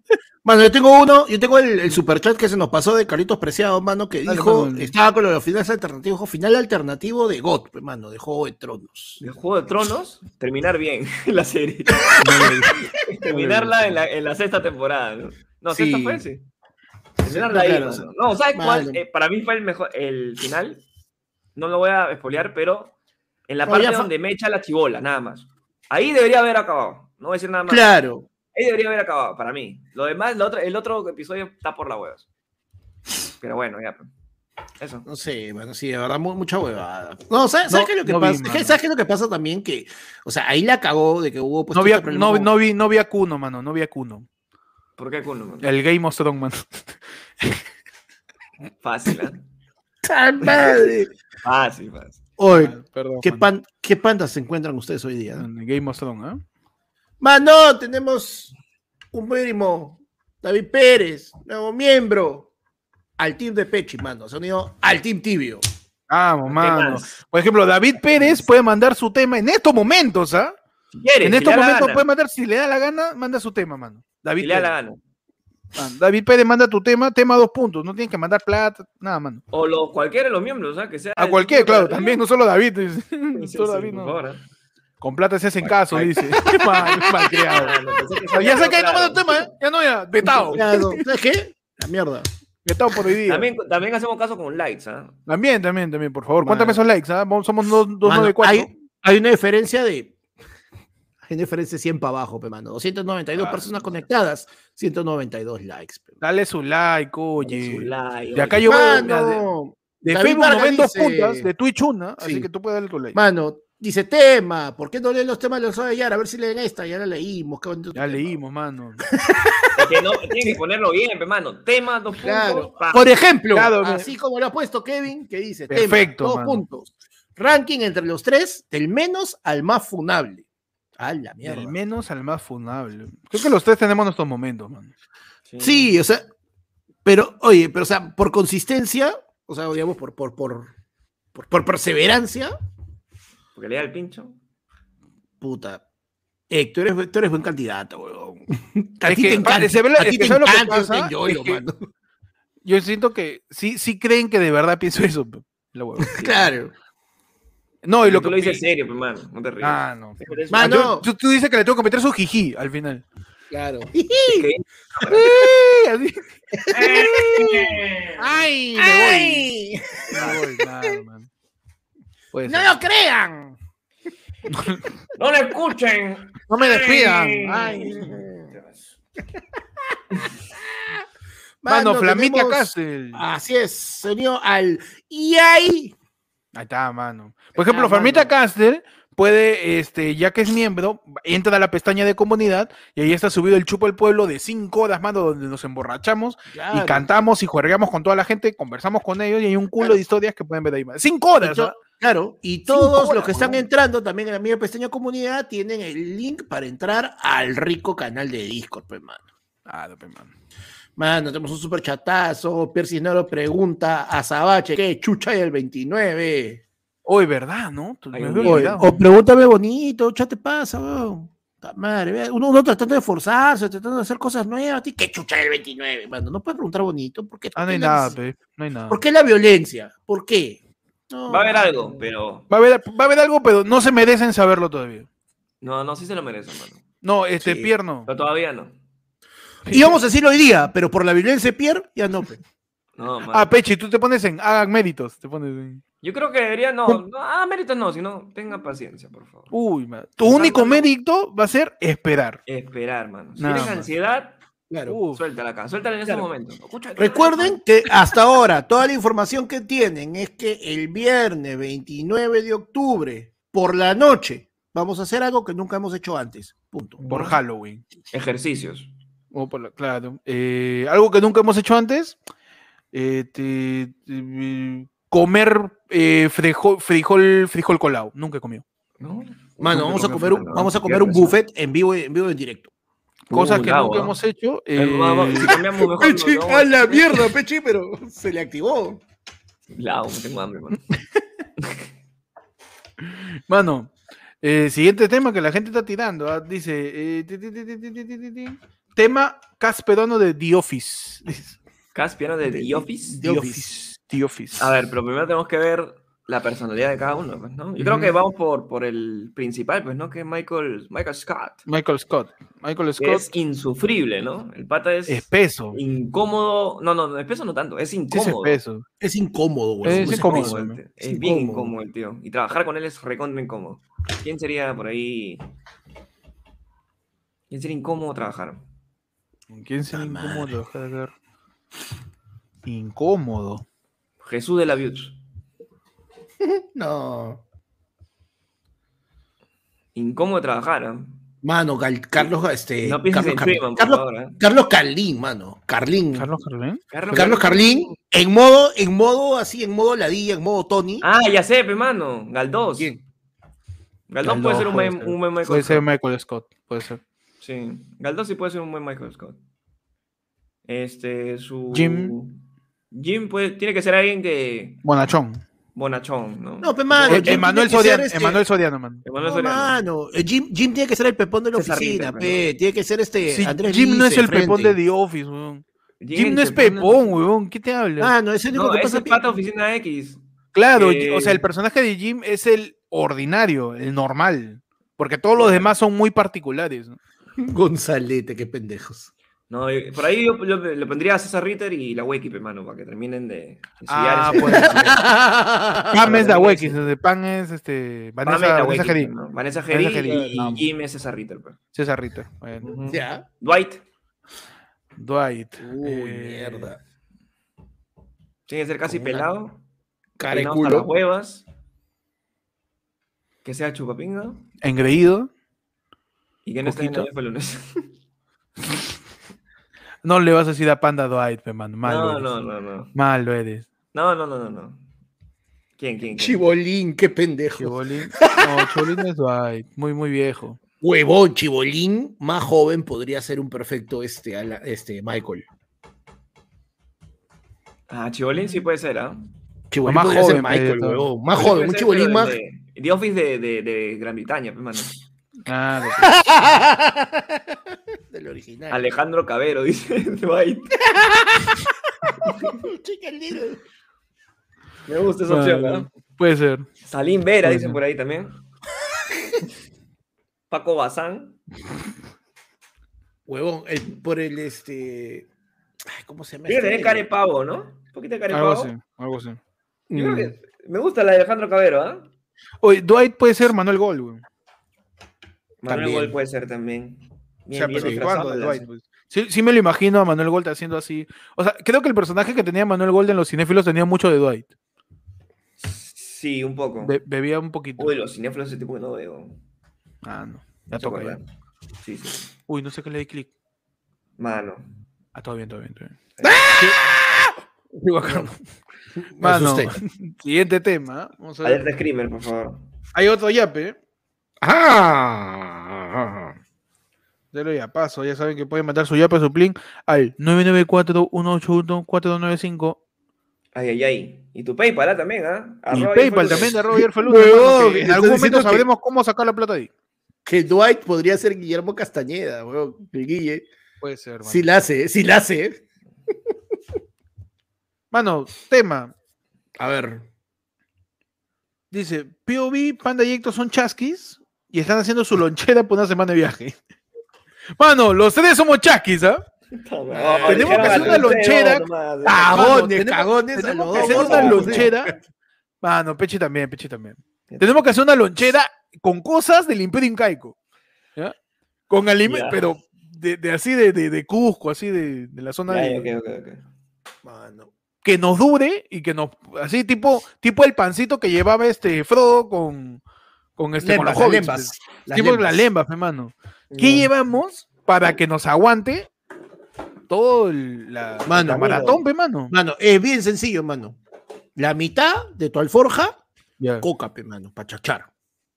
S4: Mano, mano, yo tengo uno, yo tengo el, el superchat que se nos pasó de Carlitos Preciado, mano, que
S3: Dale,
S4: dijo,
S3: mano.
S4: estaba con los finales alternativos, dijo, final alternativo de God, pues, mano, de Juego de Tronos.
S2: El Juego de Tronos, terminar bien [laughs] la
S4: [laughs]
S2: serie. Terminarla en la, en la sexta temporada, ¿no? No, sexta
S4: Sí.
S2: fue, sí. Terminarla ahí,
S4: claro,
S2: mano.
S4: sí.
S2: No, ¿sabes cuál?
S4: Vale.
S2: Eh, para mí fue el mejor, el final. No lo voy a espolear, pero en la
S4: No,
S2: parte
S4: ya fa-
S2: donde me echa la chibola, nada más. Ahí debería haber acabado. No voy a decir nada más.
S4: Claro.
S2: Ahí debería haber acabado, para mí. Lo demás, lo otro- el otro episodio está por las huevas. Pero bueno, ya. pues. Eso.
S4: No sé, bueno, sí, de verdad, mu- mucha huevada. No, ¿sabes, ¿sabes
S3: No,
S4: qué es lo que
S3: no vi,
S4: pasa? Es que,
S3: mano.
S4: ¿Sabes qué es lo que pasa también? Que, o sea, ahí la cagó de que hubo pues,
S3: No vi,
S4: este
S3: a,
S4: problema
S3: no,
S4: con-
S3: no vi, no vi a Kuno, mano, no vi a Kuno.
S2: ¿Por qué culo? mano?
S3: El Game of Thrones, mano.
S2: Fácil,
S3: [laughs]
S2: ¿eh?
S4: ¡Ah, madre!
S2: Fácil, fácil.
S4: Oye,
S2: Ah,
S3: Perdón.
S4: ¿qué,
S3: mano.
S4: pan, ¿qué pandas se encuentran ustedes hoy día?
S3: El Game of Thrones, ¿eh?
S4: Mano, tenemos un primo, David Pérez, nuevo miembro, al team de Pechi, mano. Se ha unido al team tibio.
S3: Vamos,
S2: ¿Qué
S3: mano.
S2: más?
S3: Por ejemplo, David Pérez puede mandar su tema en estos momentos, ¿ah?
S2: Si quieres,
S3: En
S2: si
S3: estos
S2: le da la
S3: momentos
S2: gana,
S3: puede mandar, si le da la gana, manda su tema, mano.
S2: si
S3: David
S2: le da la
S3: Pérez,
S2: gana.
S3: mano. David Pérez manda tu tema, tema dos puntos. No tienes que mandar plata, nada, mano.
S2: O los, cualquiera de los miembros, ¿ah? Que sea
S3: A
S2: el
S3: cualquier,
S2: tipo de-
S3: claro, también, no solo David. dice.
S2: [laughs] Sí,
S3: No
S2: sí,
S3: [laughs] solo
S2: sí,
S3: David,
S2: por
S3: no.
S2: favor, ¿ah?
S3: Con plata se hacen
S2: [laughs]
S3: caso, dice. mal, malcriado.
S2: Ah, no,
S3: [laughs]
S2: pensé que
S3: Ah,
S2: salía
S3: Ya sé
S2: algo
S3: que ahí no
S2: claro.
S3: manda tema, ¿eh? Ya no, ya.
S2: [laughs]
S3: Vetado.
S4: Claro, ¿Sabes qué? La mierda.
S3: Vetado por hoy día.
S2: También, también hacemos caso con likes, ¿ah?
S3: También, también, también, por favor. Cuéntame
S4: Mano.
S3: esos likes, ¿ah? Vamos- Somos dos-
S4: Mano,
S3: 294.
S4: hay, hay una diferencia de. Hay una diferencia de 100 para abajo, pe, mano. 292
S2: Ah.
S4: personas conectadas, 192 likes. Pe.
S3: Dale su like,
S2: Su
S3: oye.
S2: like,
S3: De acá
S2: oye.
S3: yo veo. mira, de-
S4: Mano,
S3: De
S4: David
S3: Facebook nos
S4: Vargas
S3: ven dos
S4: dice-
S3: puntas, de Twitch una, así
S4: Sí.
S3: que tú puedes darle tu like.
S4: mano, dice tema. ¿Por qué no leen los temas de los de Yara? A ver si leen esta. Ya la leímos. qué bonito
S3: Ya
S4: tema.
S3: leímos, mano.
S2: Es que no, tienen que ponerlo bien, hermano. Tema, dos puntos.
S4: Claro.
S2: pa.
S3: Pues,
S4: Por ejemplo,
S3: Claro,
S4: así como lo ha puesto Kevin, que dice, tema,
S3: Perfecto,
S4: dos
S3: mano.
S4: puntos. Ranking entre los tres, del menos al más funable. A la mierda.
S3: Del menos al más funable. Creo que los tres tenemos nuestros momentos, mano.
S4: Sí, o sea, pero, oye, pero, o sea, por consistencia, o sea, digamos, por, por, por, por, por perseverancia,
S2: Porque le da el pincho.
S4: puta. Héctor, tú eres, buen- tú eres buen candidato, weón.
S3: [laughs] Es que, pa- se ve lo-
S4: a
S3: es
S4: ti
S3: que
S4: te
S3: ¿sabes lo que
S4: encanta el
S3: pasa?
S4: Tenjoyo,
S3: Es que- [laughs]
S4: mano.
S3: Yo siento que sí, sí creen que de verdad pienso eso. pe, la huevada.
S4: Claro.
S3: No, y lo
S2: tú
S3: que
S2: lo dices serio, hermano. No te rías.
S3: Ah, no.
S2: Es por eso.
S4: Mano.
S3: Yo- tú, tú dices que le tengo que meter su jijí al [laughs] final.
S4: Claro.
S2: Es que-
S3: Sí, así.
S4: ¡Ay!
S3: ¡Ay! Me voy, mano, mano. Puede ser.
S4: ¡No lo crean!
S2: No lo escuchen.
S3: No me despidan.
S4: ¡Ay!
S3: Mano, Flamita
S4: tenemos-
S3: Castle.
S4: Así es, se unió al EA.
S3: Ahí está, mano. Por ejemplo,
S4: está,
S3: Farmita
S4: mano.
S3: Caster puede, este, ya que es miembro, entra a la pestaña de comunidad y ahí está subido el Chupo al Pueblo de cinco horas, mano, donde nos emborrachamos y cantamos y juergamos con toda la gente, conversamos con ellos y hay un culo
S4: Claro.
S3: de historias que pueden ver ahí. mano. ¡Cinco horas!
S4: to-
S3: ¿ah?
S4: Claro, y todos
S2: horas,
S4: los que están
S2: weón.
S4: entrando también en la mía pestaña comunidad tienen el link para entrar al rico canal de Discord, pues, mano.
S3: Ah, no, pe, mano.
S4: Mano, tenemos un super chatazo. Percy Noro pregunta a Sabache, ¿qué chucha hay el 29?
S3: Hoy, ¿verdad, no? Tú-
S2: Ay,
S3: me
S2: un
S3: había
S2: día.
S4: Oye,
S3: olvidado.
S4: o pregúntame bonito, ¿qué te pasa, weón? Ta Madre, vea, uno, uno tratando de esforzarse, tratando de hacer cosas nuevas. ¿Qué chucha hay el 29? Mano, no puedes preguntar bonito porque...
S3: Ah, no hay nada, pe. No hay nada.
S4: ¿Por qué la violencia? ¿Por qué? No,
S2: Va a haber
S4: mano.
S2: algo, pero.
S3: Va a, haber, va a haber algo, pero no se merecen saberlo todavía.
S2: No, no, sí se lo merecen, mano.
S3: No, este,
S4: Sí.
S3: pierno.
S2: Pero todavía no.
S4: Íbamos a decirlo hoy día, pero por la violencia de Pierre, ya no. pues. pe.
S2: No, mano.
S3: Ah, Pechi, tú te pones en hagan méritos. Te pones en...
S2: Yo creo que debería, no, no ah, méritos no, sino tenga paciencia, por favor.
S3: Uy, ma- tu
S2: Pensando,
S3: único
S2: ¿no?
S3: mérito va a ser esperar.
S2: Esperar, mano. Si
S3: Nada
S2: tienes
S3: más.
S2: ansiedad,
S4: Claro.
S3: Uf.
S2: suéltala acá, suéltala en
S4: Claro.
S2: ese momento. Escucha-
S4: Uh. Recuerden que hasta ahora toda la información que tienen es que el viernes 29 de octubre, por la noche, vamos a hacer algo que nunca hemos hecho antes. Punto.
S3: por Halloween.
S2: Ejercicios.
S3: O por la- claro. Eh, algo que nunca hemos hecho antes. eh, te- te- eh, comer eh, frejo- frijol, frijol colado. Nunca he comido.
S2: ¿no?
S4: Mano,
S2: Nunca
S4: vamos a
S2: comí
S4: comer un,
S2: frijol,
S4: vamos a
S2: ¿no?
S4: comer
S2: Qué
S4: un
S2: risa.
S4: buffet en vivo, y- en vivo y en directo.
S3: Cosas
S2: Uh,
S3: que
S2: la
S3: nunca
S2: hueva.
S3: hemos hecho.
S2: Eh,
S3: eh,
S2: vamos, si cambiamos mejor
S4: [laughs]
S2: los
S4: Pechi,
S2: dos.
S4: a la mierda, Pechi, pero se le activó.
S2: La, hueva, tengo hambre, mano.
S3: [laughs] mano, Eh, siguiente tema que la gente está tirando. ah, Dice. eh, ti, ti, ti, ti, ti, ti, ti, ti, ti. Tema Casperano de The Office.
S2: Caspiano de The Office.
S4: The Office.
S3: The Office.
S2: A ver, pero primero tenemos que ver la personalidad de cada uno, pues, ¿no? Yo creo que vamos por, por el principal, pues, ¿no? Que es Michael, Michael Scott.
S3: Michael Scott. Michael
S2: que
S3: Scott
S2: es insufrible, ¿no? El pata es
S3: espeso.
S2: incómodo. No, no, no, espeso no tanto, es
S3: Sí, es
S2: incómodo.
S3: espeso.
S4: Es incómodo, güey.
S3: Es
S2: Es
S3: incómodo,
S2: incómodo,
S3: ¿no?
S2: el t-
S4: Es
S2: es bien
S4: incómodo.
S2: incómodo el tío. Y trabajar con él es recontra incómodo. ¿Quién sería por ahí? ¿Quién sería incómodo trabajar?
S3: ¿Con quién sería
S4: La
S3: incómodo? Deja de ver. Incómodo.
S2: Jesús de la Beauty.
S4: No.
S2: Incómodo trabajar, ¿no?
S4: Mano, Gal- Carlos, este.
S2: No pienses
S4: Carlos,
S2: en
S4: Carlín.
S2: Freeman, por
S4: Carlos,
S2: favor, ¿eh?
S4: Carlos Carlín, mano. Carlín. Carlos,
S3: ¿Carlos Carlén?
S2: Carlos,
S4: Carlín, en modo, en modo así, en modo ladilla, en modo Tony.
S2: Ah, ya sé, pe, mano. Galdós.
S4: ¿Quién?
S2: Galdós, puede ser un
S3: puede
S2: buen,
S3: ser.
S2: un buen Michael
S3: Puede ser
S2: Scott.
S3: Michael Scott. Puede ser.
S2: Sí. Galdós sí puede ser un buen Michael Scott. Este, su.
S3: Jim.
S2: Jim puede, tiene que ser alguien que.
S3: Bonachón.
S2: Bonachón, ¿no?
S4: No, pe, mano.
S3: Eh,
S4: Jim tiene
S3: Emanuel
S4: que ser
S3: Sodiano.
S4: este-
S3: Emanuel Sodiano, man.
S2: Emanuel
S4: No,
S2: Soriano.
S4: mano. eh, Jim, Jim tiene que ser el pepón de la
S2: César
S4: oficina,
S2: Ritter,
S4: pe. Tiene que ser este.
S3: Sí,
S4: Andrés
S3: Jim no es
S4: Lice,
S3: el pepón de
S4: frente.
S3: The Office, weón.
S2: Jim
S3: Jim no
S2: se
S3: es
S2: pone una-
S3: pepón, weón. ¿Qué te hablas?
S4: Mano, Ah, es el único
S2: No,
S4: que
S2: ese
S4: pasa.
S2: es pata oficina X.
S3: Claro,
S2: Eh,
S3: o sea, el personaje de Jim es el ordinario, el normal. Porque todos los demás son muy particulares. ¿no?
S4: Gonzalete, qué pendejos.
S2: No, yo- por ahí yo lo- le pondría a César Ritter y la Wake hermano, para que terminen de, de
S3: Ah,
S2: ese-
S3: puede ser.
S2: [laughs]
S4: Ah,
S3: Pam es
S2: Para mí
S3: Dawekis,
S2: sí.
S3: de Pan es este,
S2: Pame
S3: Vanessa,
S2: la
S3: Vanessa
S2: Wake,
S3: Geri,
S2: pe, ¿no? Vanessa
S3: Vanessa
S2: Geri
S3: Geri,
S2: y,
S3: vamos.
S2: y Jim es César Ritter. pe.
S3: César Ritter. bueno.
S2: Ujú.
S4: ¿Ya?
S2: Dwight.
S3: Dwight.
S4: Uy,
S3: eh,
S4: mierda.
S2: Tiene que ser casi
S4: Como una
S2: pelado.
S4: Cara de
S2: peinado hasta las
S4: culo.
S2: huevas. Que sea chupapinga.
S3: Engreído.
S2: Y que no esté en
S3: Poquito.
S2: el [laughs] pelones.
S3: No le vas a decir a Panda Dwight, pe, man. Malo
S2: No,
S3: eres.
S2: no, no, no.
S3: Malo eres.
S2: [laughs] No, no, no, no, no. ¿Quién, quién? quién?
S4: Chibolín, qué pendejo.
S3: Chibolín. No, Chibolín es Dwight. Muy, muy viejo.
S4: Huevón, Chibolín, más joven, podría ser un perfecto este, ala- este Michael.
S2: Ah, Chibolín sí puede ser, ¿ah?
S4: Chibolín
S3: Más
S4: podría ser
S3: joven,
S4: Michael,
S3: pero-
S4: huevón. Más
S2: Puede
S4: joven, un
S2: ser,
S4: Ah, Chibolín
S2: pero
S4: más.
S2: de- The Office de, de, de Gran Bretaña, pues, hermano.
S3: Claro.
S4: Del original. [laughs]
S2: Alejandro Cabero, [laughs] dice Dwight.
S4: Chicken Little.
S2: Me gusta esa opción,
S3: Claro.
S2: ¿no?
S3: Puede ser.
S2: Salim Vera,
S3: Puede
S2: dicen
S3: ser.
S2: por ahí también. Paco Bazán.
S4: Huevón, el- por el este. Ay, ¿Cómo se llama?
S2: Tiene que
S4: este?
S1: eh,
S2: tener cara de pavo, ¿no? Un poquito de cara de
S3: Algo
S2: pavo.
S3: así. Mm. Algo así.
S2: Yo creo que me gusta la de Alejandro Cabero, ¿ah?
S3: Oye, Dwight puede ser Manuel Gol, güey.
S2: Manuel
S4: También.
S2: Gol puede ser también.
S3: O sea, pero
S2: disfrazado,
S3: ¿cuándo,
S2: la-
S3: Dwight, pues? Sí, sí me lo imagino a Manuel Gold haciendo así. O sea, creo que el personaje que tenía Manuel Gold en los cinéfilos tenía mucho de Dwight. pues.
S2: Sí, un poco.
S3: Be- bebía un poquito.
S2: Uy, los cinéfilos ese tipo que no veo.
S3: Ah, no.
S2: No
S3: Ya
S2: sé
S3: toca
S2: cuál
S3: ya.
S2: era.
S3: ¿eh?
S2: Sí, sí.
S3: Uy, no sé qué le di clic.
S2: Mano.
S3: Ah, todo bien, todo bien, todo bien.
S2: ¡Ah!
S4: Me
S3: Mano,
S4: asusté.
S3: [laughs] siguiente tema. Vamos a ver.
S2: Alerta Screamer, por favor.
S3: Hay otro yape.
S4: Ah.
S3: De lo ya paso. Ya saben que pueden mandar su yape, su plin al 994-181-4295.
S2: Ay, ay, ay. Y tu PayPal ah, también, ¿ah?
S3: Y
S2: Arroba
S3: PayPal
S2: Info-
S3: también [laughs] de Roger Felú.
S4: Huevón,
S3: hermano, que En
S4: estás
S3: algún momento
S4: diciendo que-
S3: sabremos cómo sacar la plata ahí.
S4: Que Dwight podría ser Guillermo Castañeda, huevón. El Guille.
S3: Puede ser, hermano.
S4: Sí la hace, sí la hace.
S3: Mano, tema.
S4: A ver.
S3: Dice, POV, Panda y Héctor son chasquis y están haciendo su lonchera por una semana de viaje. [laughs] Mano, los tres somos chasquis, ¿ah?
S2: Puta madre.
S4: Ah,
S3: tenemos
S4: que hacer una
S2: Lonchero,
S3: lonchera.
S2: nomás,
S3: Ah,
S2: eh.
S4: Cagones,
S3: Mano, tenemos-
S4: cagones. a
S3: Tenemos
S4: los
S3: que
S4: dos,
S3: hacer una
S4: huevón.
S3: lonchera. [laughs] Mano, Pechi también, Pechi también. Tenemos que hacer una lonchera con cosas del Imperio Incaico. ¿ya? Con alimentos,
S2: Ya.
S3: pero de, de así de, de, de Cusco, así de, de la zona
S2: Ya,
S3: de-
S2: ya, ok, ok, ok.
S4: Mano.
S3: que nos dure y que nos así tipo tipo el pancito que llevaba este Frodo con con este con
S4: Lembas, las
S3: los hobbits,
S4: lembas,
S3: pues.
S4: las
S3: tipo
S4: lembas.
S3: las lembas, hermano. ¿Qué
S2: Ya.
S3: llevamos para que nos aguante todo el- la,
S4: Mano,
S3: la maratón, pe, mano?
S4: Mano, es bien sencillo, mano. La mitad de tu alforja,
S3: Ya.
S4: coca, pe, mano, para chachar.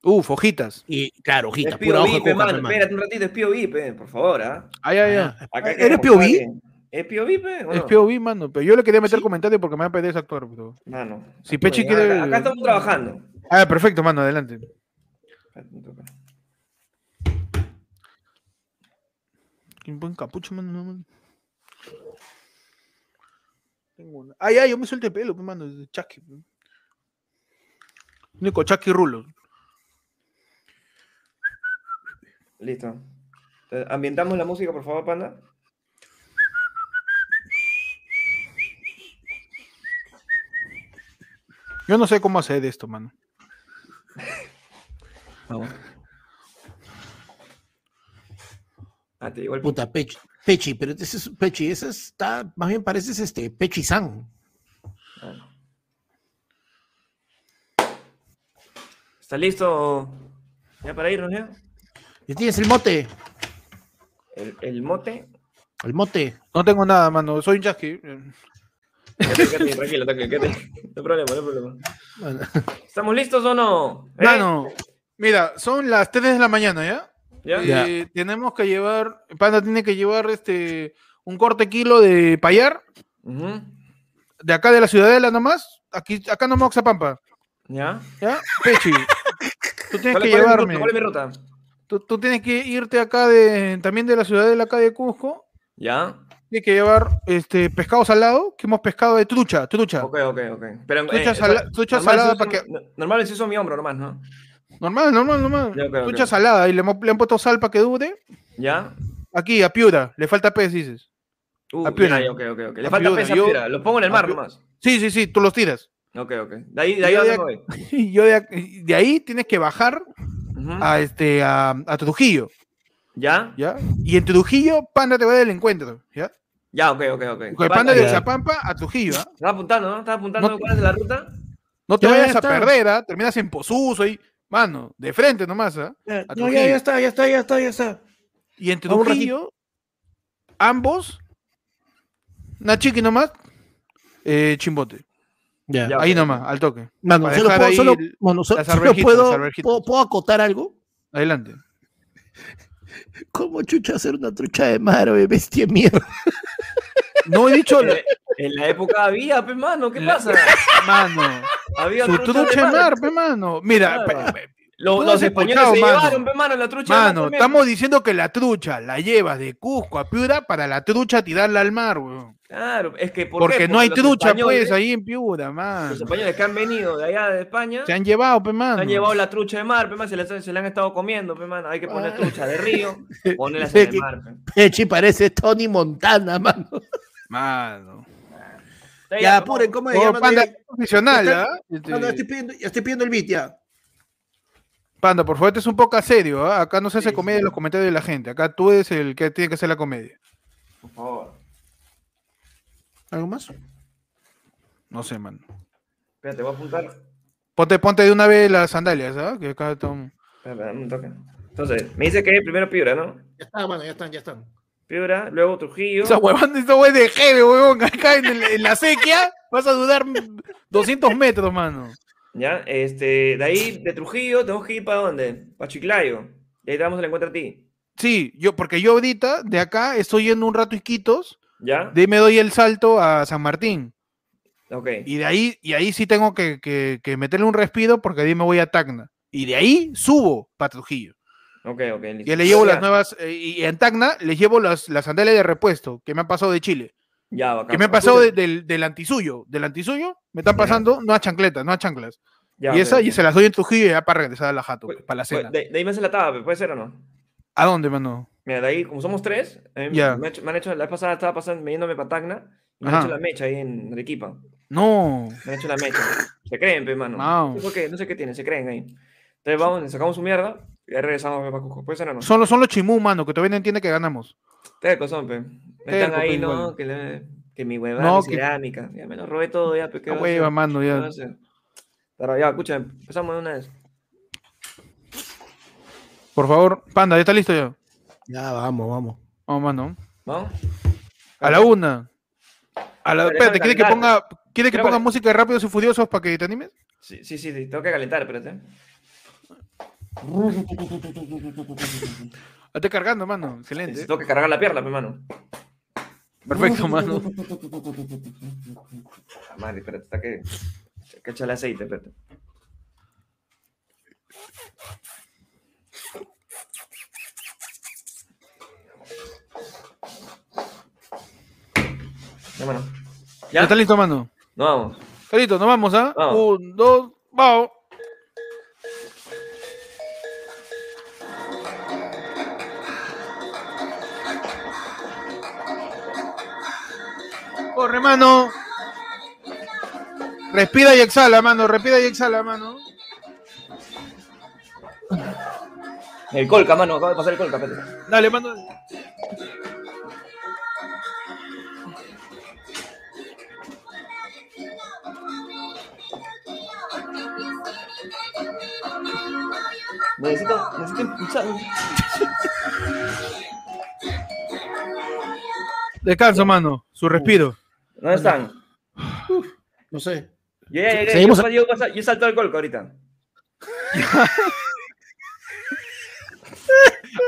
S3: Uf, hojitas.
S4: Y claro, hojita,
S2: Es
S4: pura hoja de
S2: POV,
S4: coca,
S2: pe, mano.
S4: pe, mano.
S2: Espérate un ratito, es POV, pe, por favor, ¿ah?
S3: Ay, ay, ay.
S2: Acá
S4: Ah,
S2: queremos
S4: ¿eres POV?
S2: saber, ¿Es POV, pe? o
S3: Es
S2: no?
S3: POV, mano. Pero yo le quería meter comentario porque me va a pedir ese actor. pero-
S2: Mano.
S3: Si
S2: Ah, acá-
S3: Pechi quiere-
S2: Acá, estamos trabajando.
S3: Ah, perfecto, mano, adelante.
S2: Espérate, me toca.
S3: Qué buen capucho, mano. no, mano. Tengo una- Ah, ya, yo me suelto el pelo, pues, mano, de Chucky. pues. Único Chucky Rulo.
S2: Listo. Entonces, ambientamos la música, por favor, panda.
S3: Yo no sé cómo hacer de esto, mano.
S2: Ah, te llegó el
S4: Puta, Pechi, Pechi, pero ese es Pechi, ese está, más bien pareces este, Pechi-san.
S2: Ah, no. ¿Está listo ya para irnos, ya?
S4: Y tienes el mote,
S2: El, el mote.
S4: el mote.
S3: No tengo nada, mano. Soy un Chucky. Eh,
S2: Quédate, quédate, tranquilo, tranquilo, quédate. No hay problema, no hay problema.
S4: Bueno,
S2: ¿Estamos listos o no? ¿Eh?
S3: Mano, mira, son las 3 de la mañana, ¿ya?
S2: ¿Ya?
S4: Ya.
S3: Eh, tenemos que llevar, Panda tiene que llevar este un corte kilo de payar
S2: Ujú.
S3: de acá de la ciudadela nomás, aquí acá nomás Oxapampa,
S2: ¿Ya?
S3: ¿ya? Pechi. Tú tienes
S2: ¿Cuál,
S3: que
S2: es- cuál es mi ruta?
S3: llevarme.
S2: ¿Cuál es mi ruta?
S3: Tú, tú tienes que irte acá de también de la ciudadela acá de Cusco,
S2: ¿Ya?
S3: tienes que llevar este pescado salado, que hemos pescado de trucha, trucha.
S2: Ok, ok, ok. Pero, eh,
S3: Trucha
S2: o sea,
S3: sala- trucha
S2: normal
S3: salada
S2: se
S3: para
S2: usa-
S3: que-
S2: no- Normal es eso mi hombro nomás, ¿no?
S3: Normal, normal, normal.
S2: Ya, ok, ok.
S3: trucha salada y le, hemos- le han puesto sal para que dure.
S2: ¿Ya?
S3: Aquí a Piura, le falta pez dices.
S2: Uh,
S3: A piura.
S2: ya, ya, ok, ok, ok. Le
S3: A
S2: falta
S3: piura,
S2: pez a
S3: yo-
S2: piura. Lo pongo en el
S3: a
S2: mar
S3: piura.
S2: nomás.
S3: Sí, sí, sí, tú los tiras. [laughs]
S2: Ok, ok. De ahí, de ahí
S3: Yo
S2: a
S3: de
S2: dónde voy.
S3: Y yo de, ac- de ahí tienes que bajar
S2: Ujú.
S3: a, este, a, a Trujillo,
S2: ¿Ya?
S3: ¿ya? Y en Trujillo, Panda te va a dar el encuentro, ¿ya?
S2: Ya, ok, ok, ok.
S3: Con el
S2: Panda,
S3: Panda de
S2: ya.
S3: Oxapampa a Trujillo, ¿ah?
S2: Estás apuntando, ¿no? Estás apuntando
S3: No te-
S2: cuál es la ruta.
S3: No te
S4: Ya, ya
S3: vayas a
S4: está.
S3: perder, ¿ah? Terminas en Pozuzo ahí, mano, de frente nomás, ¿ah?
S1: Ya,
S3: A
S1: Eh, no, ya,
S3: Trujillo.
S1: ya está, ya está, ya está, ya está.
S3: Y en
S1: A un
S3: Trujillo, ambos, Nachiki nomás, eh, Chimbote.
S4: ya.
S2: Ya.
S3: Ahí
S2: ok.
S3: nomás, al toque.
S4: Mano,
S3: Para
S4: solo
S3: dejar
S4: puedo,
S3: ahí
S4: solo-
S3: el-
S4: mano, so-
S3: las
S4: solo
S3: arvejitas,
S4: puedo-
S3: las arvejitas.
S4: ¿puedo- ¿puedo acotar algo?
S3: Adelante.
S4: ¿Cómo chucha hacer una trucha de mar, oye, bestia de mierda? [laughs]
S3: No he dicho,
S2: [laughs] Eh, En la época había, pe mano, ¿qué
S3: La-
S2: pasa?
S3: [laughs] mano,
S2: Había
S3: su
S2: trucha de
S3: trucha de mar, pe, mano. Mira,
S2: Claro.
S3: pe- pe-
S2: Lo-
S3: Tú
S2: Los,
S3: has
S2: españoles
S3: escuchado,
S2: se
S3: mano.
S2: llevaron, pe mano, la trucha de mar
S3: Mano,
S2: también.
S3: estamos diciendo que la trucha la llevas de Cusco a Piura para la trucha tirarla al mar, weón.
S2: Claro, es que ¿por
S3: Porque
S2: qué?
S3: no hay
S2: los
S3: trucha,
S2: españoles-
S3: pues, ahí en Piura, mano.
S2: Los españoles que han venido de allá de España
S3: Se han llevado, pe, mano.
S2: se han llevado la trucha de mar, pe mano, se la, se la han estado comiendo, pe mano. Hay que poner
S4: Ah.
S2: trucha de
S3: [laughs]
S2: río, ponerlas en el mar. pe.
S4: Pechi parece Tony Montana, mano.
S3: Mano.
S2: Está ahí,
S4: Ya,
S2: pe,
S4: apuren,
S2: mano.
S4: ¿cómo es?
S3: Oh,
S4: Ya, mano,
S3: panda
S4: ya-
S3: profesional,
S4: Está-
S3: ¿ah?
S4: mano, ya
S3: Este,
S4: estoy pidiendo, ya estoy pidiendo el beat, ya.
S3: Panda, por favor, este es un poco serio, ¿ah? Acá no se hace
S2: Sí,
S3: comedia en los comentarios de la gente. Acá tú eres el que tiene que hacer la comedia.
S2: Por favor.
S4: ¿Algo más?
S3: No sé, mano.
S2: Espérate, voy a apuntar.
S3: Ponte, ponte de una vez las sandalias, ¿ah? Que acá estamos.
S2: Espérate, dame un toque. Entonces, me dice que primero Piura, ¿no?
S4: Ya está, mano, ya están, ya están.
S2: Piura, luego Trujillo.
S3: Esa huevón, esa huevón de jeve, huevón. Acá en, el- en la sequía vas a dudar 200 metros, mano.
S2: ¿Ya? Este, de ahí, de Trujillo, tenemos que ir para dónde? Para Chiclayo. Y ahí te damos el encuentro a ti.
S3: Sí, yo, porque yo ahorita de acá estoy yendo un rato a Iquitos,
S2: ¿Ya?
S3: de ahí me doy el salto a San Martín.
S2: Ok.
S3: Y de ahí, y ahí sí tengo que, que- que meterle un respiro porque de ahí me voy a Tacna. Y de ahí subo para Trujillo.
S2: Ok, ok. listo.
S3: Ya le llevo
S2: Ya,
S3: las nuevas, eh, y en Tacna les llevo las, las sandalias de repuesto que me han pasado de Chile.
S2: Ya, bacán. Ah,
S3: Que me han pasado de-
S2: Escucha,
S3: del, del antisuyo. Del antisuyo me están
S2: Ya.
S3: pasando no a chancletas, no a chanclas.
S2: ya, ok.
S3: y esa, y se las doy en Trujillo ya para regresar a la jato,
S2: Pues-
S3: para la
S2: Pues,
S3: cena.
S2: De, de ahí me hace la tabla, ¿puede ser o no?
S3: ¿A dónde, mano?
S2: Mira, de ahí, como somos tres, a mí
S3: Ya.
S2: me, han hecho, me han hecho- la vez pasada estaba pasando, yéndome para Tacna, y me
S3: Ajá.
S2: han hecho la mecha ahí en Arequipa.
S3: No.
S2: Me han hecho la mecha. Se creen, pe, mano. No
S3: Mao.
S2: sé por qué, no sé qué tienen, se creen ahí. Entonces vamos, le sacamos su mierda, y ahí regresamos pe, para Cusco. ¿Puede ser o no?
S3: Son los, son los chimú, mano, que todavía no entiende que ganamos.
S2: Terco son, pe. Están
S3: Terco,
S2: ahí,
S3: pe,
S2: no,
S3: igual.
S2: que, le- que mi hueva,
S3: No,
S2: mi
S3: que-
S2: cerámica. Ya me lo robé todo, ya, pe. ¿qué
S3: La
S2: va a
S3: hueva,
S2: hacer?
S3: mano,
S2: ¿Qué va a
S3: ya.
S2: hacer? Pero ya, escucha, empezamos de una vez.
S3: Por favor, panda, ¿ya está listo ya?
S4: Ya, vamos, vamos.
S3: Vamos, mano.
S2: ¿Vamos?
S3: A la una. A la,
S2: Pero déjame
S3: espérate, ¿quieres que
S2: calentar.
S3: ponga, ¿quieres que
S2: Pero
S3: ponga
S2: vale.
S3: música de rápidos y furiosos para que te animes?
S2: Sí, sí, sí, sí, tengo que calentar, espérate.
S3: Ah, Estoy cargando, mano.
S2: Sí, sí,
S3: Excelente.
S2: Tengo que cargar la pierna, pe, mano. [laughs]
S3: Perfecto, mano.
S2: Ah, Madre, espérate, está que. Hay que echarle aceite, espérate. ¿Ya?
S3: ¿Está listo, mano?
S2: Nos vamos.
S3: Está listo, nos vamos, ¿ah?
S2: Vamos.
S3: Un, dos, vamos. Corre, mano. Respira y exhala, mano. Respira y exhala, mano.
S2: El colca, mano. Acaba de pasar el colca, espérate.
S3: Dale, mano.
S2: Necesito, necesito impulsar.
S3: Descanso, mano. Su respiro.
S2: ¿Dónde están?
S4: No sé.
S2: Yo ya llegué.
S4: Seguimos-
S2: Yo, yo, yo, salto al colca ahorita. Uh.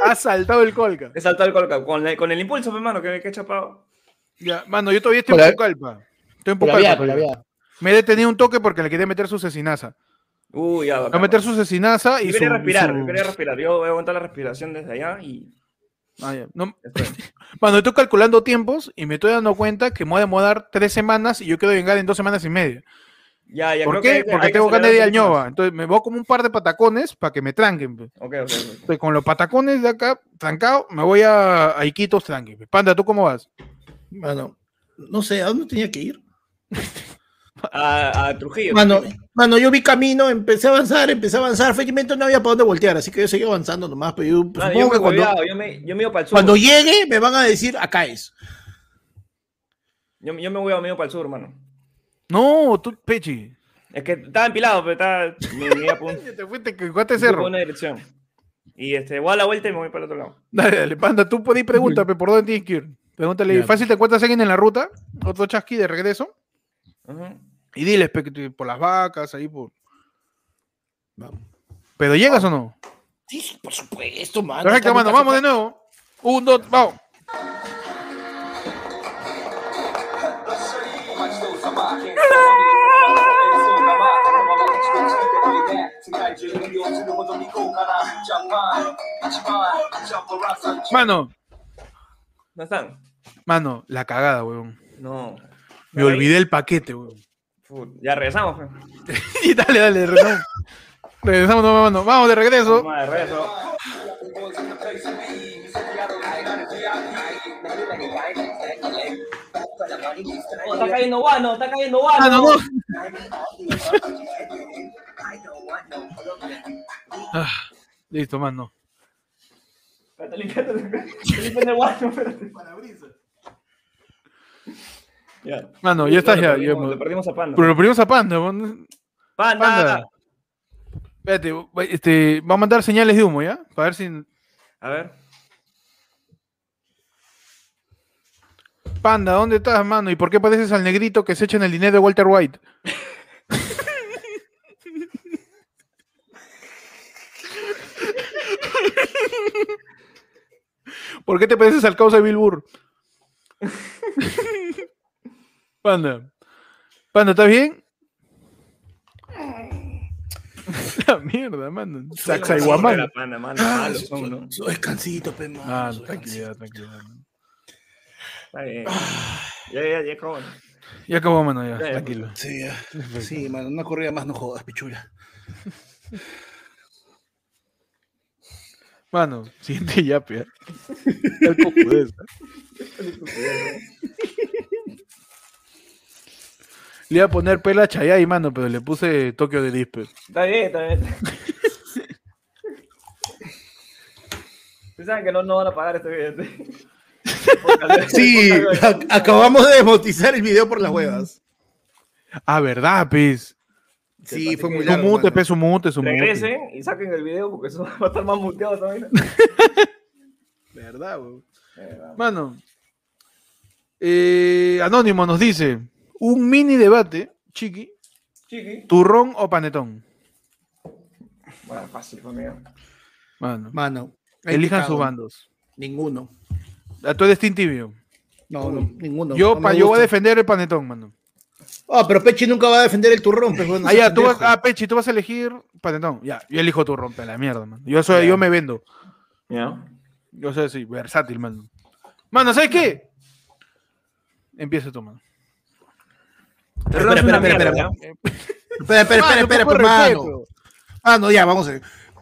S3: Ha saltado el colca.
S2: He saltado al colca. Con, el- con el impulso, pues, mano, que, que he chapado.
S3: Ya, mano, yo todavía estoy
S4: Por la-
S3: en Pucallpa. Estoy en
S4: Por la vía,
S3: Pucallpa.
S4: por la vía.
S3: Me he detenido un toque porque le quería meter su cecinaza.
S2: Uy, ya.
S3: Va a
S2: bacán,
S3: meter su cecinaza
S2: Yo
S3: y su...
S2: quería
S3: y
S2: respirar,
S3: su-
S2: yo quería respirar. Yo voy a aguantar la respiración desde allá y.
S3: Ah, ya. No,
S2: ya está.
S3: mano, estoy calculando tiempos y me estoy dando cuenta que me voy a demorar tres semanas y yo quiero llegar en dos semanas y media.
S2: Ya, ya,
S3: ¿Por
S2: creo que
S3: qué?
S2: hay que-
S3: porque
S2: hay que
S3: tengo ganas de ir
S2: acelerar un
S3: al
S2: poquito
S3: ñoba. Entonces me voy como un par de patacones para que me tranquen. pues.
S2: más. Ok, ok, ok.
S3: Entonces, con los patacones de acá, trancado, me voy a, a Iquitos tranqui. pues. Panda, ¿tú cómo vas?
S4: Mano, no sé, ¿a dónde tenía que ir?
S2: A, a Trujillo.
S4: Mano, mano, yo vi camino, empecé a avanzar, empecé a avanzar. Felizmente no había para dónde voltear, así que yo seguí avanzando nomás. Pero Ah, yo,
S2: Mano,
S4: supongo
S2: yo, me
S4: que cuando,
S2: hueveaba, yo me yo me iba para el sur.
S4: cuando llegue me van a decir, acá es.
S2: Yo, yo me voy a medio para el sur, mano.
S3: No, tú, Pechi.
S2: Es que estaba empilado, pero estaba. Me, me iba por
S3: [laughs]
S2: un-
S3: Te fuiste, que jugaste
S2: por
S3: cerro.
S2: una dirección. Y este, voy a la vuelta y me voy para el otro lado.
S3: Dale, dale, panda, tú podés preguntar, pe, ¿por dónde tienes que ir? Pregúntale,
S4: Ya.
S3: fácil te encuentras alguien en la ruta, otro chasqui de regreso,
S2: Ujú.
S3: y diles, pe, que tú- por las vacas, ahí por.
S4: Vamos.
S3: ¿Pero llegas o no?
S4: Sí, por supuesto, mano.
S3: Perfecto,
S4: Estamos
S3: mano,
S4: casi-
S3: vamos de nuevo. Un, dos, vamos.
S5: Mano.
S3: Mano,
S2: ¿Dónde están?
S3: mano, la cagada, weón.
S2: No.
S3: Me olvidé el paquete, weón. [laughs]
S2: Fu- Ya regresamos. fe.
S3: Y dale, dale, regresamos. regresamos, no, mano. Vamos de regreso.
S2: Vamos de regreso. Está cayendo guano, está cayendo guano.
S3: Mano, no. Ah, listo, mano.
S2: Espérate, limpiate, limpiate, limpiate el guano, espérate. Ya.
S3: Mano, ya estás
S2: Lo
S3: ya.
S2: perdimos, lo
S3: ya, mano.
S2: perdimos a Panda.
S3: Pero lo primero es a panda, weón.
S2: Panda.
S3: Panda. Espérate, va- este, va a mandar señales de humo, ¿ya? Para ver si.
S2: A ver.
S3: Panda, ¿dónde estás, mano? ¿Y por qué pareces al negrito que se echa en el dinero de Walter White? ¿Por qué te pareces al causa de Bill Burr? Panda. Panda, ¿estás bien? La mierda, mano. Sacsayhuamán.
S2: Era Panda, mano,
S4: Ah,
S2: malos
S4: su-
S2: son, ¿no?
S4: su- su descansito, pe, mano,
S3: Ah,
S4: su descansito.
S3: tranquilidad, tranquilidad.
S2: Está bien.
S3: Ah.
S2: Ya, ya, ya, acabó, ¿no?
S3: Ya acabó, mano, ya,
S2: Ya, ya.
S3: tranquilo.
S4: Sí, ya. [laughs] sí, mano, una corrida más no jodas, pichula.
S3: Mano, [laughs] siguiente yape. ¿eh? El cocudez, ¿eh? Le iba a poner pela a Chayay, mano, pero le puse Tokio de Dispe.
S2: Está bien, está bien. [laughs] Ustedes saben que no, no van a pagar este video. [laughs] ¿sí?
S4: Sí, ac- acabamos de desmotizar el video por las huevas.
S3: Ah, ¿verdad, pis?
S4: Sí, fue muy
S3: Su
S4: largo.
S3: mute,
S4: mano.
S3: pe, su mute, su mute.
S2: Regresen y saquen el video porque eso [laughs] va a estar más muteado también.
S3: ¿Verdad, weón? Mano, eh, Anónimo nos dice, un mini debate, chiqui,
S2: Chiqui.
S3: turrón o panetón.
S2: Bueno, fácil, conmigo.
S3: Mano,
S4: Mano. ahí
S3: elijan
S4: picado.
S3: sus bandos.
S4: Ninguno.
S3: Ah, Tú eres Team Tibio.
S4: No, no, ninguno.
S3: Yo,
S4: No me
S3: pa, yo voy a
S4: gusta.
S3: defender el panetón, mano.
S4: Ah, pero Pechi nunca va a defender el turrón, pues bueno.
S3: Ah,
S4: sea
S3: ya, tú vas,
S4: pendejo.
S3: ah, Pechi, tú vas a elegir Patentón. Ya, yo elijo tu rompe la mierda, man. Yo, soy,
S2: Ya.
S3: yo me vendo.
S2: ¿Ya?
S3: Yo soy así, versátil, mano. Mano, ¿sabes qué? Empieza tú, mano.
S2: Perdón,
S4: Espera,
S2: es una
S4: espera,
S2: mierda,
S4: Espera, espera, espera,
S3: Mano,
S4: espera,
S3: poco
S4: hermano.
S3: respeto.
S4: Ah, no, ya, vamos a,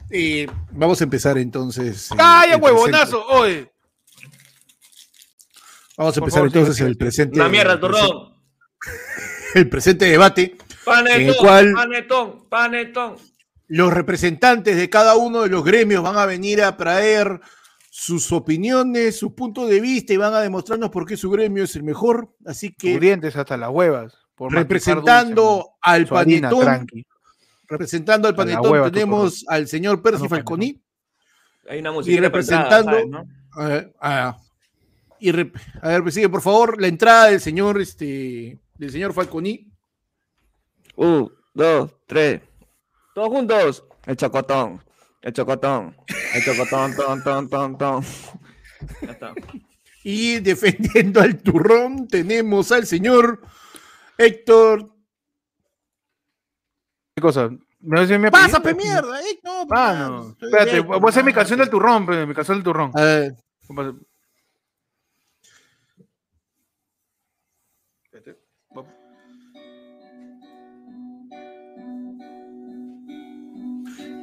S4: eh, vamos a empezar entonces. eh,
S3: ¡Calla,
S4: el
S3: huevonazo! Oye.
S4: presente- Vamos a
S3: Por
S4: empezar
S3: favor,
S4: entonces
S3: sigue,
S4: el presente.
S2: Una mierda,
S4: el presen-
S2: turrón.
S4: [laughs] El presente debate, en el
S2: Panetón,
S4: cual
S2: panetón, panetón.
S4: los representantes de cada uno de los gremios van a venir a traer sus opiniones, sus puntos de vista y van a demostrarnos por qué su gremio es el mejor. Así
S3: Tus
S4: que
S3: dientes hasta las huevas. por masticar dulce,
S4: representando al
S3: mano. Su harina,
S4: panetón,
S3: tranqui.
S4: representando al
S3: A la
S4: panetón
S3: hueva, tu
S4: tenemos al señor
S3: Ah,
S4: Percy
S3: no,
S4: Falconi.
S2: Hay una musiquita para entrada,
S4: representando-
S2: ¿sabes, no?
S4: A ver, ah, y rep- a ver, pues sigue, por favor, la entrada del señor, este, del señor Falconi.
S2: Un, dos, tres. Todos juntos. El chocotón. El chocotón. El chocotón, ton, ton, ton, ton. Ya está.
S4: Y [laughs] defendiendo al turrón tenemos al señor Héctor.
S3: ¿Qué cosa? ¿Me vas a decir mi
S4: ¡Pasa, pe
S3: apellido?
S4: mierda! eh! No,
S3: Mano,
S4: estoy
S3: espérate,
S4: Héctor,
S3: voy a hacer mi
S4: mano.
S3: canción del turrón, pe, mi canción del turrón.
S4: A ver,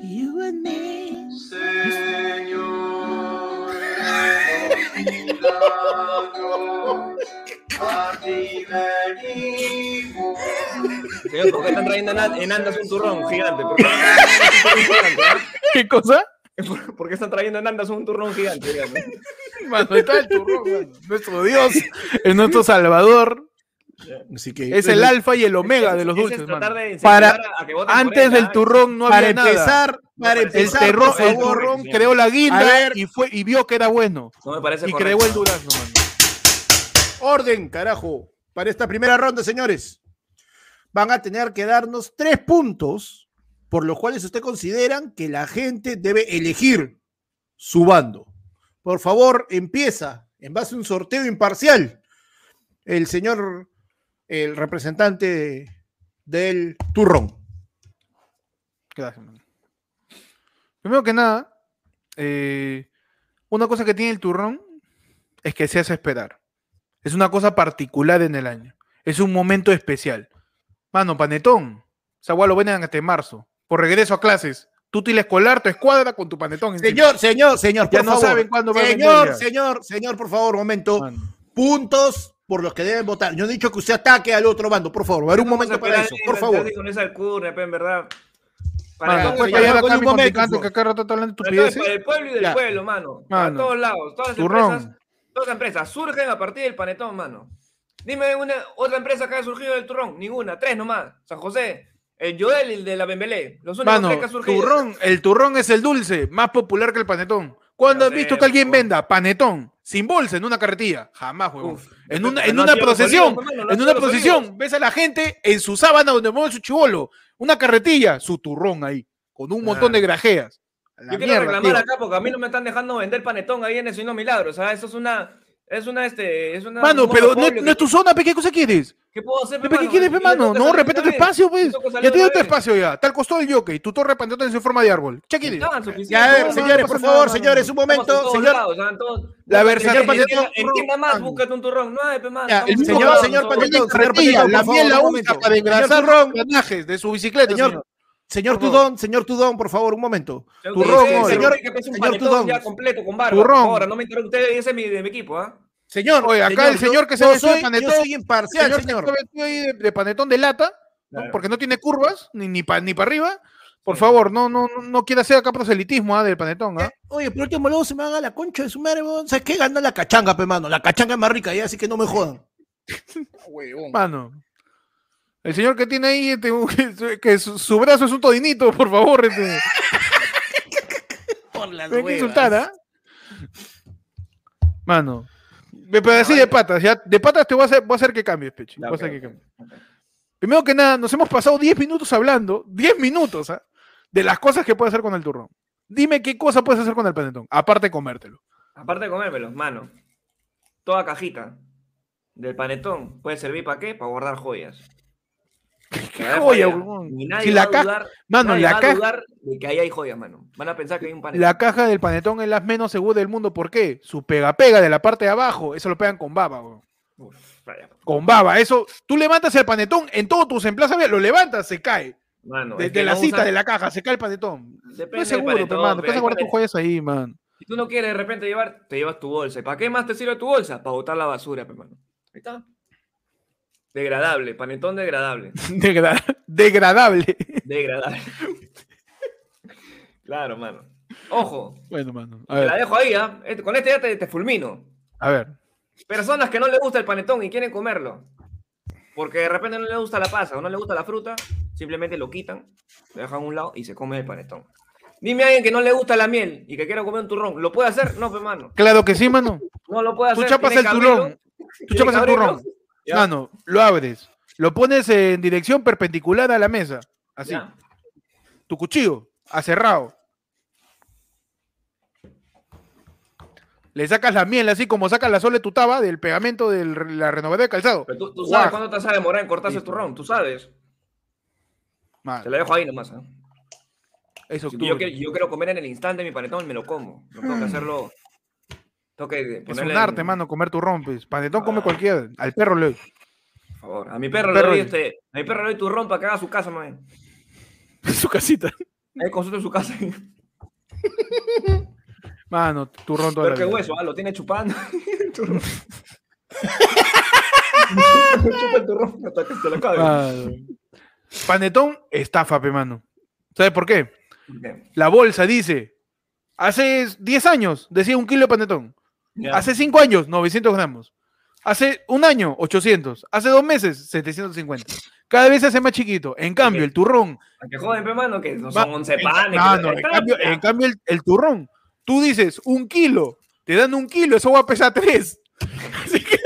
S4: You and me.
S5: Señor, milagros, a ti venimos.
S2: Señor, ¿por qué están trayendo en an- en andas un turrón gigante? ¿Por qué, gigante, ah?
S3: ¿Qué cosa?
S2: ¿Por- por qué están trayendo en andas un turrón gigante? dígame?
S3: Mano, está el turrón, mano. Nuestro Dios, es nuestro Salvador,
S4: Así que, pues,
S3: es el
S4: bueno,
S3: alfa y el omega de los
S2: Ese es
S3: dulces.
S2: tratar
S3: mano.
S2: de incentivar
S3: Para,
S2: a que voten por
S3: antes
S2: él,
S3: del
S2: ah.
S3: turrón no
S4: Para
S3: había nada. pues,
S4: empezar, para
S2: parece-
S3: El,
S4: empezar,
S2: terror-
S4: por
S3: terro- el
S4: favor,
S3: turrón
S2: Sí.
S3: creó la
S4: A
S3: guinda
S4: ver.
S3: y, fue, y vio que era bueno.
S2: No me parece
S3: Y
S2: correcto.
S3: creó el durazno, mano.
S4: orden, carajo, para esta primera ronda, señores. Van a tener que darnos tres puntos por los cuales usted consideran que la gente debe elegir su bando. Por favor, empieza en base a un sorteo imparcial. El señor, el representante del turrón.
S3: Gracias, mano. Primero que nada, eh, una cosa que tiene el turrón es que se hace esperar. Es una cosa particular en el año. Es un momento especial. Mano, panetón. Esa hueá lo venden hasta en marzo. Por regreso a clases. Tú tienes escolar, tu escuadra con tu panetón. encima.
S4: Señor, señor, señor, por
S3: Ya no
S4: favor.
S3: saben cuándo va a venir
S4: señor,
S3: ya.
S4: señor, señor, por favor, momento.
S3: Mano. pues,
S4: Puntos por los que deben votar. Yo no he dicho que usted ataque al otro bando, por favor. A ver, un
S2: Vamos a
S4: momento para
S2: esperar
S4: eso,
S2: ahí,
S4: por
S2: ya
S4: favor.
S2: dijo, no es alcurnia, pe, en verdad. Para,
S3: Mano,
S4: Ah,
S2: todo-
S3: puedes
S4: ya,
S3: callar
S4: ya,
S3: acá
S4: con
S3: a
S4: un
S3: mi
S4: momento,
S3: contrincante
S4: por
S3: que acá rato está hablando
S2: para todo, para
S3: estupideces.
S2: el pueblo y del
S4: Ya.
S2: pueblo, mano. Para
S3: Mano.
S2: todos lados. Todas las
S3: Turrón.
S2: empresas, todas las empresas surgen a partir del panetón, mano. Dime una, otra empresa que haya surgido del turrón. Ninguna, tres nomás. San José, el Joel y el de la Bembelé. Los únicos
S3: Mano,
S2: tres que han surgido.
S3: turrón, el turrón es el dulce más popular que el panetón. ¿Cuándo
S2: Ya
S3: has
S2: sé, pues,
S3: visto que alguien
S2: huevón.
S3: venda panetón sin bolsa en una carretilla? Jamás, huevón.
S2: Uf, pues,
S3: en
S2: no,
S3: una,
S2: pero
S3: en
S2: no
S3: una
S2: hacía los
S3: procesión,
S2: sonidos, hermano, no
S3: en
S2: hacía
S3: una
S2: los
S3: procesión,
S2: sonidos.
S3: ves a la gente en su sábana donde mueve su chivolo, una carretilla, su turrón ahí, con un montón
S2: Ah.
S3: de grajeas. A la
S2: Yo quiero
S3: mierda,
S2: reclamar
S3: tío.
S2: acá porque a mí no me están dejando vender panetón ahí en el Sino Milagro. O sea, eso es una. Es una, este, es una
S3: Mano,
S2: un
S3: pero no,
S2: monopolio
S3: no es
S2: que-
S3: tu zona, pe, ¿qué cosa quieres?
S2: ¿Qué puedo hacer, pe,
S3: Pepe, ¿Qué
S2: mano?
S3: quieres,
S2: Y
S3: pe,
S2: me
S3: mano?
S2: toca
S3: No,
S2: salir
S3: respeta tu
S2: otra vez.
S3: espacio,
S2: Me
S3: pues.
S2: toca salir
S3: Ya te dio
S2: otra
S3: tu
S2: vez.
S3: espacio ya. Tal costado el jockey, tu torre panetón en su forma de árbol. ¿Qué quieres?
S2: Estaban suficientes,
S4: Ya, a ver,
S2: mano.
S4: señores, por
S3: pasa
S4: favor,
S3: nada,
S4: señores,
S3: mano.
S2: Estamos
S4: un
S2: en
S4: momento,
S2: todos
S4: señor.
S2: lados, o sea, en todos-
S3: La
S2: búscate-
S3: versatilidad
S2: en tienda-
S3: del
S2: En tienda
S3: turrón,
S2: más,
S3: mano.
S2: búscate un turrón. No, pe, mano,
S4: Ya,
S2: estamos
S4: el
S2: en
S4: señor-
S2: todos
S4: señor
S2: lados,
S4: Panetón,
S2: todos.
S4: señor Panetón,
S3: la
S4: por
S3: miel la
S4: favor, un
S3: usa
S4: momento.
S3: para engrasar
S4: Señor
S3: los
S4: Ron.
S3: granajes de su bicicleta,
S4: Señor,
S3: señor.
S4: Señor
S3: Por
S4: Tudón, señor Tudón, por favor, un momento.
S2: Señor,
S3: turrón,
S2: sí,
S3: oye.
S2: señor, que pese un
S4: Señor
S2: panetón
S4: Tudón.
S2: ya completo con barba.
S3: Turrón.
S2: Ahora no me interrumpa usted, ese es mi, de mi equipo, ¿ah?
S4: Señor,
S3: Oye, acá el señor que se
S4: yo
S3: vestido de
S4: soy,
S3: panetón,
S4: yo soy imparcial,
S3: Señor,
S4: señor.
S3: que está vestido ahí de, de panetón de lata, ¿no? porque no tiene curvas, ni, ni para ni pa' arriba. Por favor, no, no, no- no quiera hacer acá proselitismo ah, del panetón. ah.
S4: Eh, Oye, por último, luego se me haga la concha de su madre, weón. ¿Sabes qué? Gana la cachanga, pe, mano. La cachanga es más rica, ya, así que no me jodan.
S3: Mano. El señor que tiene ahí, este, un- [laughs] que, su- que su, su brazo es un todinito, por favor. Este,
S2: Ah,
S4: Por las
S3: no hay que insultar, ¿ah? Mano. Ve, Pero así
S2: Ay.
S3: de patas, ya. De patas te voy a hacer, voy a hacer que cambies, Peche.
S2: Ya,
S3: voy a
S2: ok,
S3: hacer que
S2: ok,
S3: cambies. Primero que nada, nos hemos pasado 10 minutos hablando, 10 minutos, ¿ah? De las cosas que puedes hacer con el turrón. Dime qué cosa puedes hacer con el panetón, aparte de comértelo.
S2: Aparte de comérmelo, mano. Toda cajita del panetón puede servir para qué? Para guardar joyas. Para ver
S3: joya,
S2: joyas.
S3: huevón?
S2: Y
S3: Si
S2: nadie
S3: la
S2: va
S3: ca-
S2: a dudar,
S3: Mano,
S2: nadie va
S3: la,
S2: a
S3: caja-
S2: dudar de que ahí hay joyas, mano. Van a pensar que hay un panetón.
S3: la caja del panetón es la menos segura del mundo. ¿Por qué? Su pega-pega de la parte de abajo, eso lo pegan con baba, weón.
S2: Uf, Vaya,
S3: Con baba, eso. Tú levantas el panetón en todos tus emplazas, lo levantas, se cae.
S2: mano, es
S3: Desde
S2: que
S3: la
S2: no
S3: cita
S2: usan-
S3: de la caja, se cae el panetón.
S2: Depende
S3: No
S2: del
S3: es seguro,
S2: panetón,
S3: pero, mano. pues,
S2: pero
S3: ¿Qué
S2: hay
S3: guardar tus
S2: panet-
S3: jueves ahí, [laughs] man?
S2: Si tú no quieres de repente llevar, te llevas tu bolsa. ¿Para qué más te sirve tu bolsa? Para botar la basura, pe, mano. Ahí está. Degradable, panetón
S3: [laughs]
S2: degradable.
S3: Degra- degradable. [laughs]
S2: Degradable. claro, mano. Ojo,
S3: Bueno, mano. A
S2: te la
S3: ver.
S2: dejo ahí, ¿ah? Este- Con este ya te, te fulmino.
S3: A ver.
S2: Personas que no les gusta el panetón y quieren comerlo. Porque de repente no les gusta la pasa o no les gusta la fruta, simplemente lo quitan, lo dejan a un lado y se come el panetón. Dime a alguien que no le gusta la miel y que quiera comer un turrón. ¿Lo puede hacer? No, pe, mano.
S3: Claro que
S2: [laughs]
S3: sí, mano.
S2: No lo puede
S3: Tú
S2: hacer.
S3: chapas
S2: tiene
S3: el
S2: que
S3: turrón.
S2: abrirlo,
S3: Tú
S2: tiene
S3: chapas
S2: que
S3: el
S2: abrirlo.
S3: turrón. Mano, lo abres. Lo pones en dirección perpendicular a la mesa. Así.
S2: Ya.
S3: Tu cuchillo, aserrado. Le sacas la miel así como sacas la sole tutaba del pegamento de la renovadora de calzado.
S2: Pero tú, tú
S3: Guau.
S2: sabes cuándo te vas a demorar en cortarse el
S3: Listo.
S2: turrón, tú sabes.
S3: Mano,
S2: Te la dejo ahí nomás. ¿ah?
S3: es
S2: Si
S3: octubre.
S2: yo, quiero, yo quiero comer en el instante mi panetón, me lo como. No tengo que hacerlo. Tengo que
S3: Es
S2: ponerle
S3: un arte,
S2: en-
S3: mano, comer tu pues. rompes. Panetón come
S2: Ah.
S3: cualquiera. Al perro
S2: [laughs]
S3: le.
S2: Por favor. A mi perro, le
S3: Perro
S2: doy
S3: y-
S2: este. A mi perro le doy turrón para que haga su casa, man.
S3: Su casita.
S2: Ahí consulta en su casa. [laughs]
S3: Mano, turrón todo.
S2: Pero qué hueso, ah, lo tiene
S3: [laughs]
S2: chupando. El turrón. Chupa el turrón hasta que se lo acabe.
S3: Ah. Panetón, estafa, pe, mano. ¿Sabes por qué?
S2: Ok,
S3: La bolsa dice, hace 10 años decía un kilo de panetón.
S2: ya.
S3: Hace 5 años, 900 gramos. Hace un año, 800. Hace dos meses, 750. Cada vez se hace más chiquito. En cambio,
S2: Ok.
S3: el turrón.
S2: ¿A que joden, pe, mano, que no
S3: va-
S2: son 11
S3: en-
S2: panes.
S3: Ah,
S2: que-
S3: no, en cambio, en cambio el, el turrón. Tú dices un kilo. Te dan un kilo. Eso va a pesar 3. [laughs] Así que.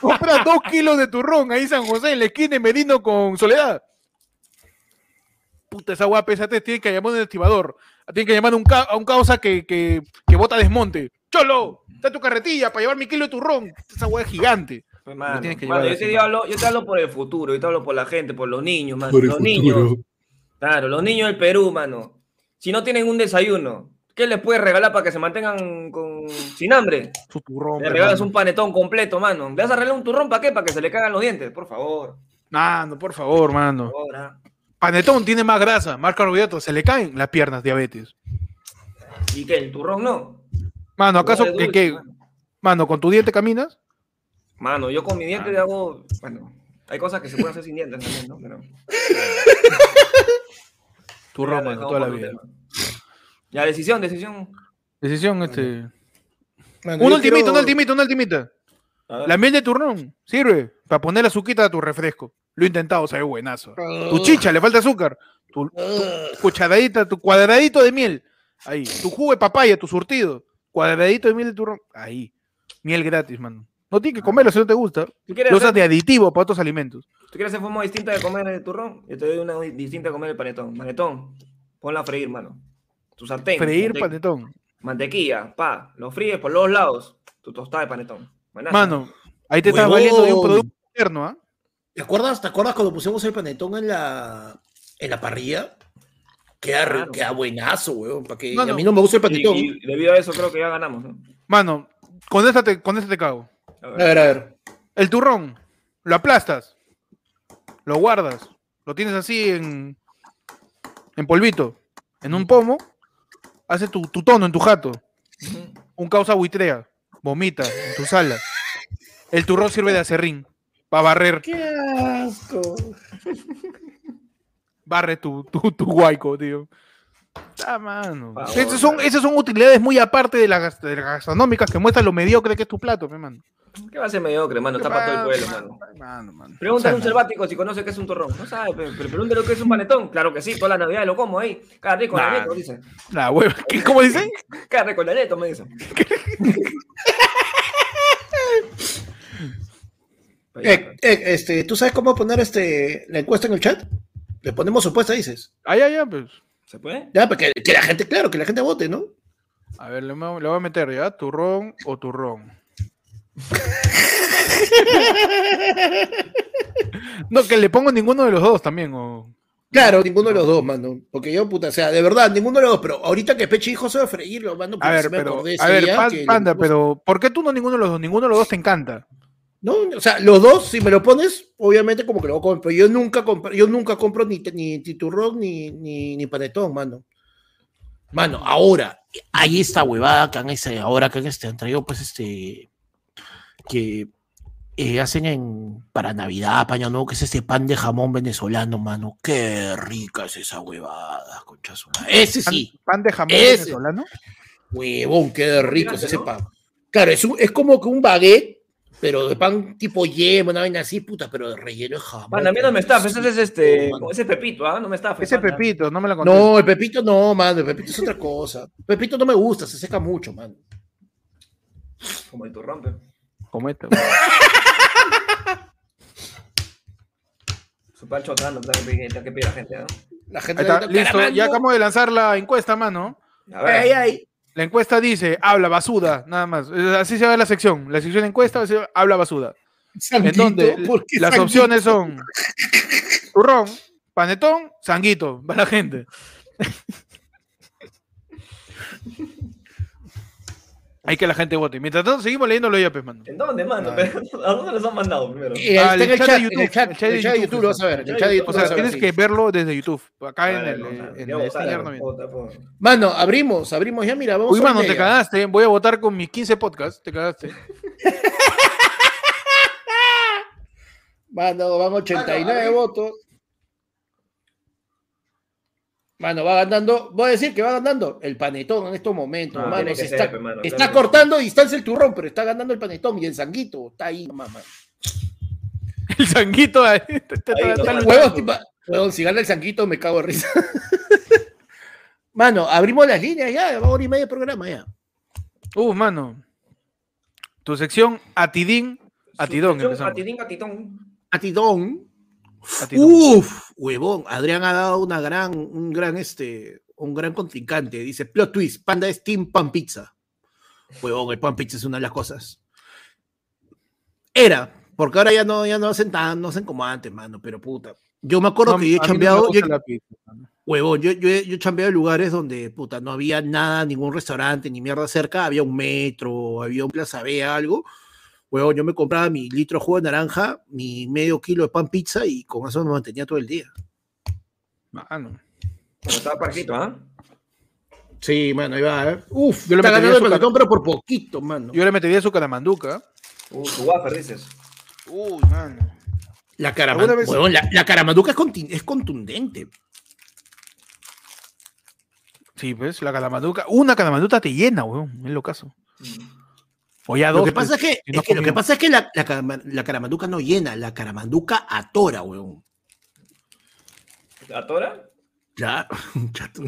S3: Compras dos kilos de turrón ahí en San José, en la esquina de Merino con Soledad. Puta, esa hueá pesa tres. Tienen que llamar a un estibador. Tienen que llamar a un, ca- a un causa que, que, que bota desmonte. ¡Cholo! Está tu carretilla para llevar mi kilo de turrón. Esa hueá es gigante.
S2: Pues, mano,
S3: tienes que
S2: mano,
S3: llevar
S2: yo, te
S3: encima.
S2: hablo, yo te hablo por el futuro, yo te hablo por la gente, por los niños, mano.
S6: Por el
S2: los niños.
S6: futuro.
S2: Claro, los niños del Perú, mano. Si no tienen un desayuno, ¿qué les puedes regalar para que se mantengan con... sin hambre?
S3: Su turrón.
S2: Le
S3: pe,
S2: regalas
S3: mano.
S2: un panetón completo, mano. ¿Le vas a arreglar un turrón para qué? Para que se le cagan los dientes, por favor.
S3: Mano, por favor, mano.
S2: por favor, ah.
S3: Panetón tiene más grasa, más carbohidratos, se le caen las piernas, diabetes.
S2: ¿Y qué? ¿El turrón no?
S3: Mano, ¿acaso
S2: No, es
S3: que,
S2: dulce,
S3: que-
S2: mano.
S3: mano, con tu diente caminas?
S2: Mano, yo con mi diente le hago. Bueno, hay cosas que se pueden hacer sin dientes también, ¿no? Pero...
S3: Turrón,
S2: Ya,
S3: mano,
S2: dejamos
S3: toda la
S2: por otro
S3: vida.
S2: tema. Ya, decisión, decisión.
S3: Decisión, este.
S6: Mano,
S3: Un
S6: yo
S3: ultimito,
S6: quiero-
S3: un ultimito, un ultimito.
S2: Ah. A ver.
S3: La miel de turrón sirve para poner azuquita a tu refresco. Lo he intentado, sabe buenazo.
S2: Ah.
S3: Tu chicha, le falta azúcar. Tu, tu cucharadita, tu cuadradito de miel. Ahí. Tu jugo de papaya, tu surtido. Cuadradito de miel de turrón. Ahí. Miel gratis, mano. No tienes que comerlo si no te gusta.
S2: ¿Tú quieres
S3: Lo usas
S2: Ah. hacer,
S3: de aditivo para otros alimentos.
S2: ¿Tú quieres hacer forma distinta de comer el turrón? Yo te doy una distinta de comer el panetón. Panetón, ponla a freír, mano. Tu sartén.
S3: Freír
S2: mante-
S3: panetón.
S2: Mantequilla, pa. Lo fríes por los lados. Tu tostada de panetón. Buenazo.
S3: Mano, ahí te estás
S6: Huevón.
S3: valiendo de un producto interno, ¿ah?
S6: ¿Te acuerdas, ¿Te acuerdas cuando pusimos el panetón en la, en la parrilla? Queda, re-
S2: Claro.
S6: queda buenazo, weón. Para que
S3: No,
S6: y a
S3: no.
S6: mí no me gusta el panetón.
S2: Y, y debido a eso creo que ya ganamos, ¿no?
S3: Mano, con esta te, con esta te cago.
S2: A
S6: A
S2: ver.
S6: ver, a ver.
S3: El turrón, lo aplastas, lo guardas, lo tienes así en, en polvito, en un pomo, hace tu, tu tono en tu jato. Un causa buitrea, vomita en tu sala. El turrón sirve de acerrín, para barrer,
S6: ¡Qué asco!
S3: [laughs] barre tu, tu, tu guayco, tío. Ah, mano.
S2: Por favor,
S3: Esas son,
S2: mano.
S3: esas son utilidades muy aparte de las, gas- de las gastronómicas que muestran lo mediocre que es tu plato, mi mano.
S2: ¿Qué va a ser mediocre, mano? Está para todo el pueblo, mano.
S3: Mano, mano.
S2: Pregúntale a un
S3: Sana.
S2: selvático si conoce qué es un turrón. No sabe, pero, pero pregúntale qué es un panetón. Claro que sí, todas las navidades lo como ahí. Cada rico,
S3: Nah.
S2: neneto, dice.
S3: La hueva. [laughs] ¿Qué- ¿Cómo dicen?
S2: Cada rico, neneto, me
S3: [laughs]
S2: dice. Pues
S6: Eh, eh, este, ¿Tú sabes cómo poner este, la encuesta en el chat? Le ponemos supuesta, dices.
S3: Ah, ya, ya, pues.
S2: ¿Se puede?
S6: Ya, porque que la gente, claro, que la gente vote, ¿no?
S3: A ver, le, mo- le voy a meter ya, turrón o
S4: [laughs]
S3: turrón. no, que le pongo ninguno de los dos también. O...
S4: Claro, ninguno de los dos, mano. Porque yo, puta, o sea, de verdad, ninguno de los dos. Pero ahorita que Peche dijo se va a freírlo, mano.
S3: A
S4: puta,
S3: ver,
S4: sí me
S3: pero,
S4: acordé ese
S3: a ver,
S4: día
S3: Pan-
S4: que-
S3: Panda, pero ¿por qué tú no ninguno de los dos? Ninguno de los dos te encanta.
S4: No, o sea, los dos, si me lo pones, obviamente como que lo compro. Yo nunca compro, yo nunca compro ni, te- ni titurrón ni, ni, ni panetón, mano.
S7: Mano, ahora, hay esta huevada que han este, ahora que han, este, han traído, pues, este, que eh, hacen en, para Navidad, paño nuevo, que es este pan de jamón venezolano, mano. Qué rica es esa huevada, concha su madre. Ese
S3: Pan,
S7: sí,
S3: pan de jamón
S7: Ese.
S3: venezolano.
S4: Huevón, qué rico es ese
S2: ¿no?
S4: pan. Claro, es, un- es como que un baguette, pero de pan tipo yema, una vaina así, puta, pero de relleno de jamón.
S2: Mano, a mí no me estafes, ese es este,
S4: mano.
S2: ese Pepito, ¿ah? No me estafes.
S3: Ese
S2: panda.
S3: Pepito, no me lo conté.
S4: No, el pepito no, mano, el pepito es otra cosa. Pepito no me gusta, se seca mucho, mano.
S2: Como el turrón, pe.
S3: Como este,
S2: [laughs] Su pancho atrás, que pide la gente, ¿ah? ¿no?
S4: La gente
S3: Ahí está,
S4: le grita,
S3: listo.
S4: "Caramando".
S3: Ya acabo de lanzar la encuesta, mano.
S2: A ver.
S4: Ay, ay.
S3: La encuesta dice, habla basuda, nada más. Eh, Así se va la sección. La sección de encuesta va a ser, habla basuda. En donde
S4: Sanguito, ¿por qué
S3: las
S4: sanguito?
S3: opciones son turrón, panetón, sanguito, [laughs] para la gente. Hay que la gente vote. Mientras tanto, seguimos leyendo los yapes, mano.
S2: ¿En dónde, mano?
S4: Ah.
S2: Pero, ¿A dónde los han mandado primero?
S4: Eh, está
S3: Al
S4: en el
S3: chat
S4: chat,
S3: de
S4: en
S3: YouTube,
S4: el chat,
S3: Ah, el
S4: en
S3: chat de
S4: el chat de
S3: YouTube,
S4: YouTube lo vas a ver, en el chat
S2: O
S4: de YouTube lo
S3: O
S4: vas
S3: sea,
S4: a ver,
S3: tienes
S4: sí.
S3: que verlo desde YouTube. Acá en
S2: Vale,
S3: el,
S2: no, o sea, ya
S3: en el
S2: voy a votar,
S3: Stinger no viene.
S2: puta, po.
S4: Mano, abrimos, abrimos ya, mira, vamos
S3: Uy,
S4: a
S3: mano,
S4: ver
S3: te
S4: media.
S3: cagaste. Voy a votar con mis 15 podcasts. Te cagaste.
S4: Mano, van 89
S2: Mano, abrí-
S4: votos. Mano, va ganando, voy a decir que va ganando el panetón en estos momentos,
S2: Ah,
S4: mano.
S2: tiene que
S4: se
S2: ser,
S4: está
S2: pe, mano,
S4: está
S2: claro que sí.
S4: cortando distancia el turrón, pero está ganando el panetón y el sanguito está ahí, mamá.
S3: El sanguito ahí, está- está-
S2: Ahí,
S3: está
S2: no,
S3: luchando.
S4: Huevos, tipo, huevón, si gana el sanguito me cago de risa. [laughs] Mano, abrimos las líneas ya, hora y media de programa ya.
S3: Uh, mano. Tu sección Atidín, Atidón.
S2: Yo,
S3: empezamos.
S2: Atidín, Atidón.
S4: Atidón.
S3: Atidón.
S4: Uf, huevón, Adrián ha dado una gran, un gran este, un gran contrincante. Dice plot twist, panda es team pan pizza. Huevón, el pan pizza es una de las cosas. Era, porque ahora ya no, ya no hacen tan, no hacen como antes, mano, pero puta. Yo me acuerdo
S3: No,
S4: que yo he
S3: a mí no me
S4: chambeado,
S3: gusta
S4: yo-
S3: la pizza, mano.
S4: Huevón, yo, yo, he- yo he chambeado en lugares donde, puta, no había nada, ningún restaurante, ni mierda cerca, había un metro, había un plaza B, algo. Huevón, yo me compraba mi litro de jugo de naranja, mi medio kilo de pan pizza y con eso me mantenía todo el día. Ah,
S3: Mano.
S2: Pero estaba parquito, ¿ah?
S4: Sí, mano, ahí va, ¿eh? Uf,
S3: Yo le
S4: está
S3: metería
S4: ganando el
S3: azúcar.
S4: pelotón, pero por poquito, mano.
S3: Yo le metería su caramanduca.
S2: Uh, su wafer, dices.
S3: Uy, mano.
S4: La,
S3: ¿Alguna
S4: caraman...
S3: vez-
S4: huevón, la, la caramanduca es, contin- es contundente.
S3: Sí, pues, la caramanduca. Una caramanduca te llena, weón. Es lo caso. O ya dos.
S4: Lo que
S3: pues,
S4: pasa es que,
S3: si no
S4: es que lo que
S3: comimos.
S4: pasa es que la, la, carama- la caramanduca no llena, la caramanduca atora, huevón.
S2: ¿Atora?
S4: Ya, [laughs] chato.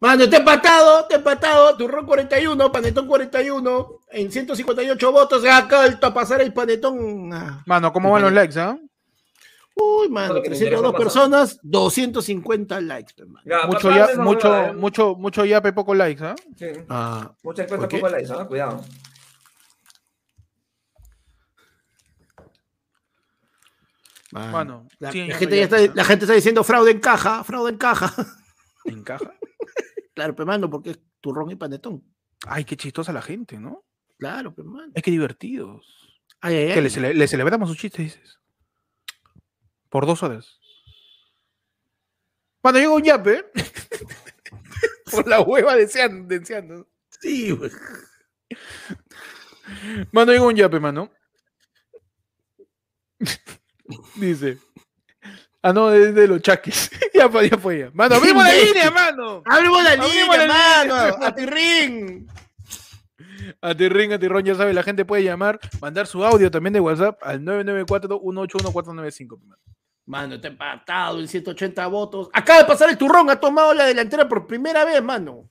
S4: Mano, te he empatado, te he empatado. Turrón 41, Panetón 41. En 158 votos se ha vuelto a pasar el Panetón. Ah.
S3: Mano, ¿cómo van los likes, ah?
S4: Uy, mano,
S2: Lo que me interesa
S4: 302
S2: pasar.
S4: personas, 250 likes, hermano.
S2: Ya,
S3: Mucho,
S2: papá, esa
S3: ya,
S2: huevada,
S3: mucho,
S2: ¿eh?
S3: mucho, mucho yape, poco likes, ¿ah?
S2: Sí.
S4: Ah,
S2: Mucha encuesta,
S4: ¿Por qué?
S2: poco likes, ¿ah? Cuidado.
S4: mano.
S3: Mano,
S4: Ah. La,
S3: sí,
S4: la
S3: ya
S4: gente
S3: no
S4: ya
S3: llames,
S4: está, la gente está diciendo fraude en caja, fraude en caja. [laughs]
S3: ¿ah? Encaja.
S4: Claro, pero mano, porque es turrón y panetón.
S3: Ay, qué chistosa la gente, ¿no?
S4: Claro, pero mano.
S3: Es que divertidos.
S4: Ay, ay,
S3: Que
S4: ay.
S3: le, cele- le celebramos sus chistes, dices. Por dos horas. Cuando llega un yape. [laughs] Por la hueva deseando. deseando.
S4: Sí, güey.
S3: Mano, llega un yape, mano. [laughs] Dice. Ah, no, es de los chaques. [laughs] ya fue, ya fue ya. Mano, abrimos la
S4: Imbécil.
S3: línea, mano.
S4: Abrimos la
S3: Abrimos
S4: línea,
S3: la
S4: mano.
S3: línea.
S4: A tirrín.
S3: Atirrín, atirrón, ya sabe, la gente puede llamar, mandar su audio también de WhatsApp al 994-181-495. mano.
S4: Mano, está empatado en 180 votos. Acaba de pasar el turrón, ha tomado la delantera por primera vez, mano.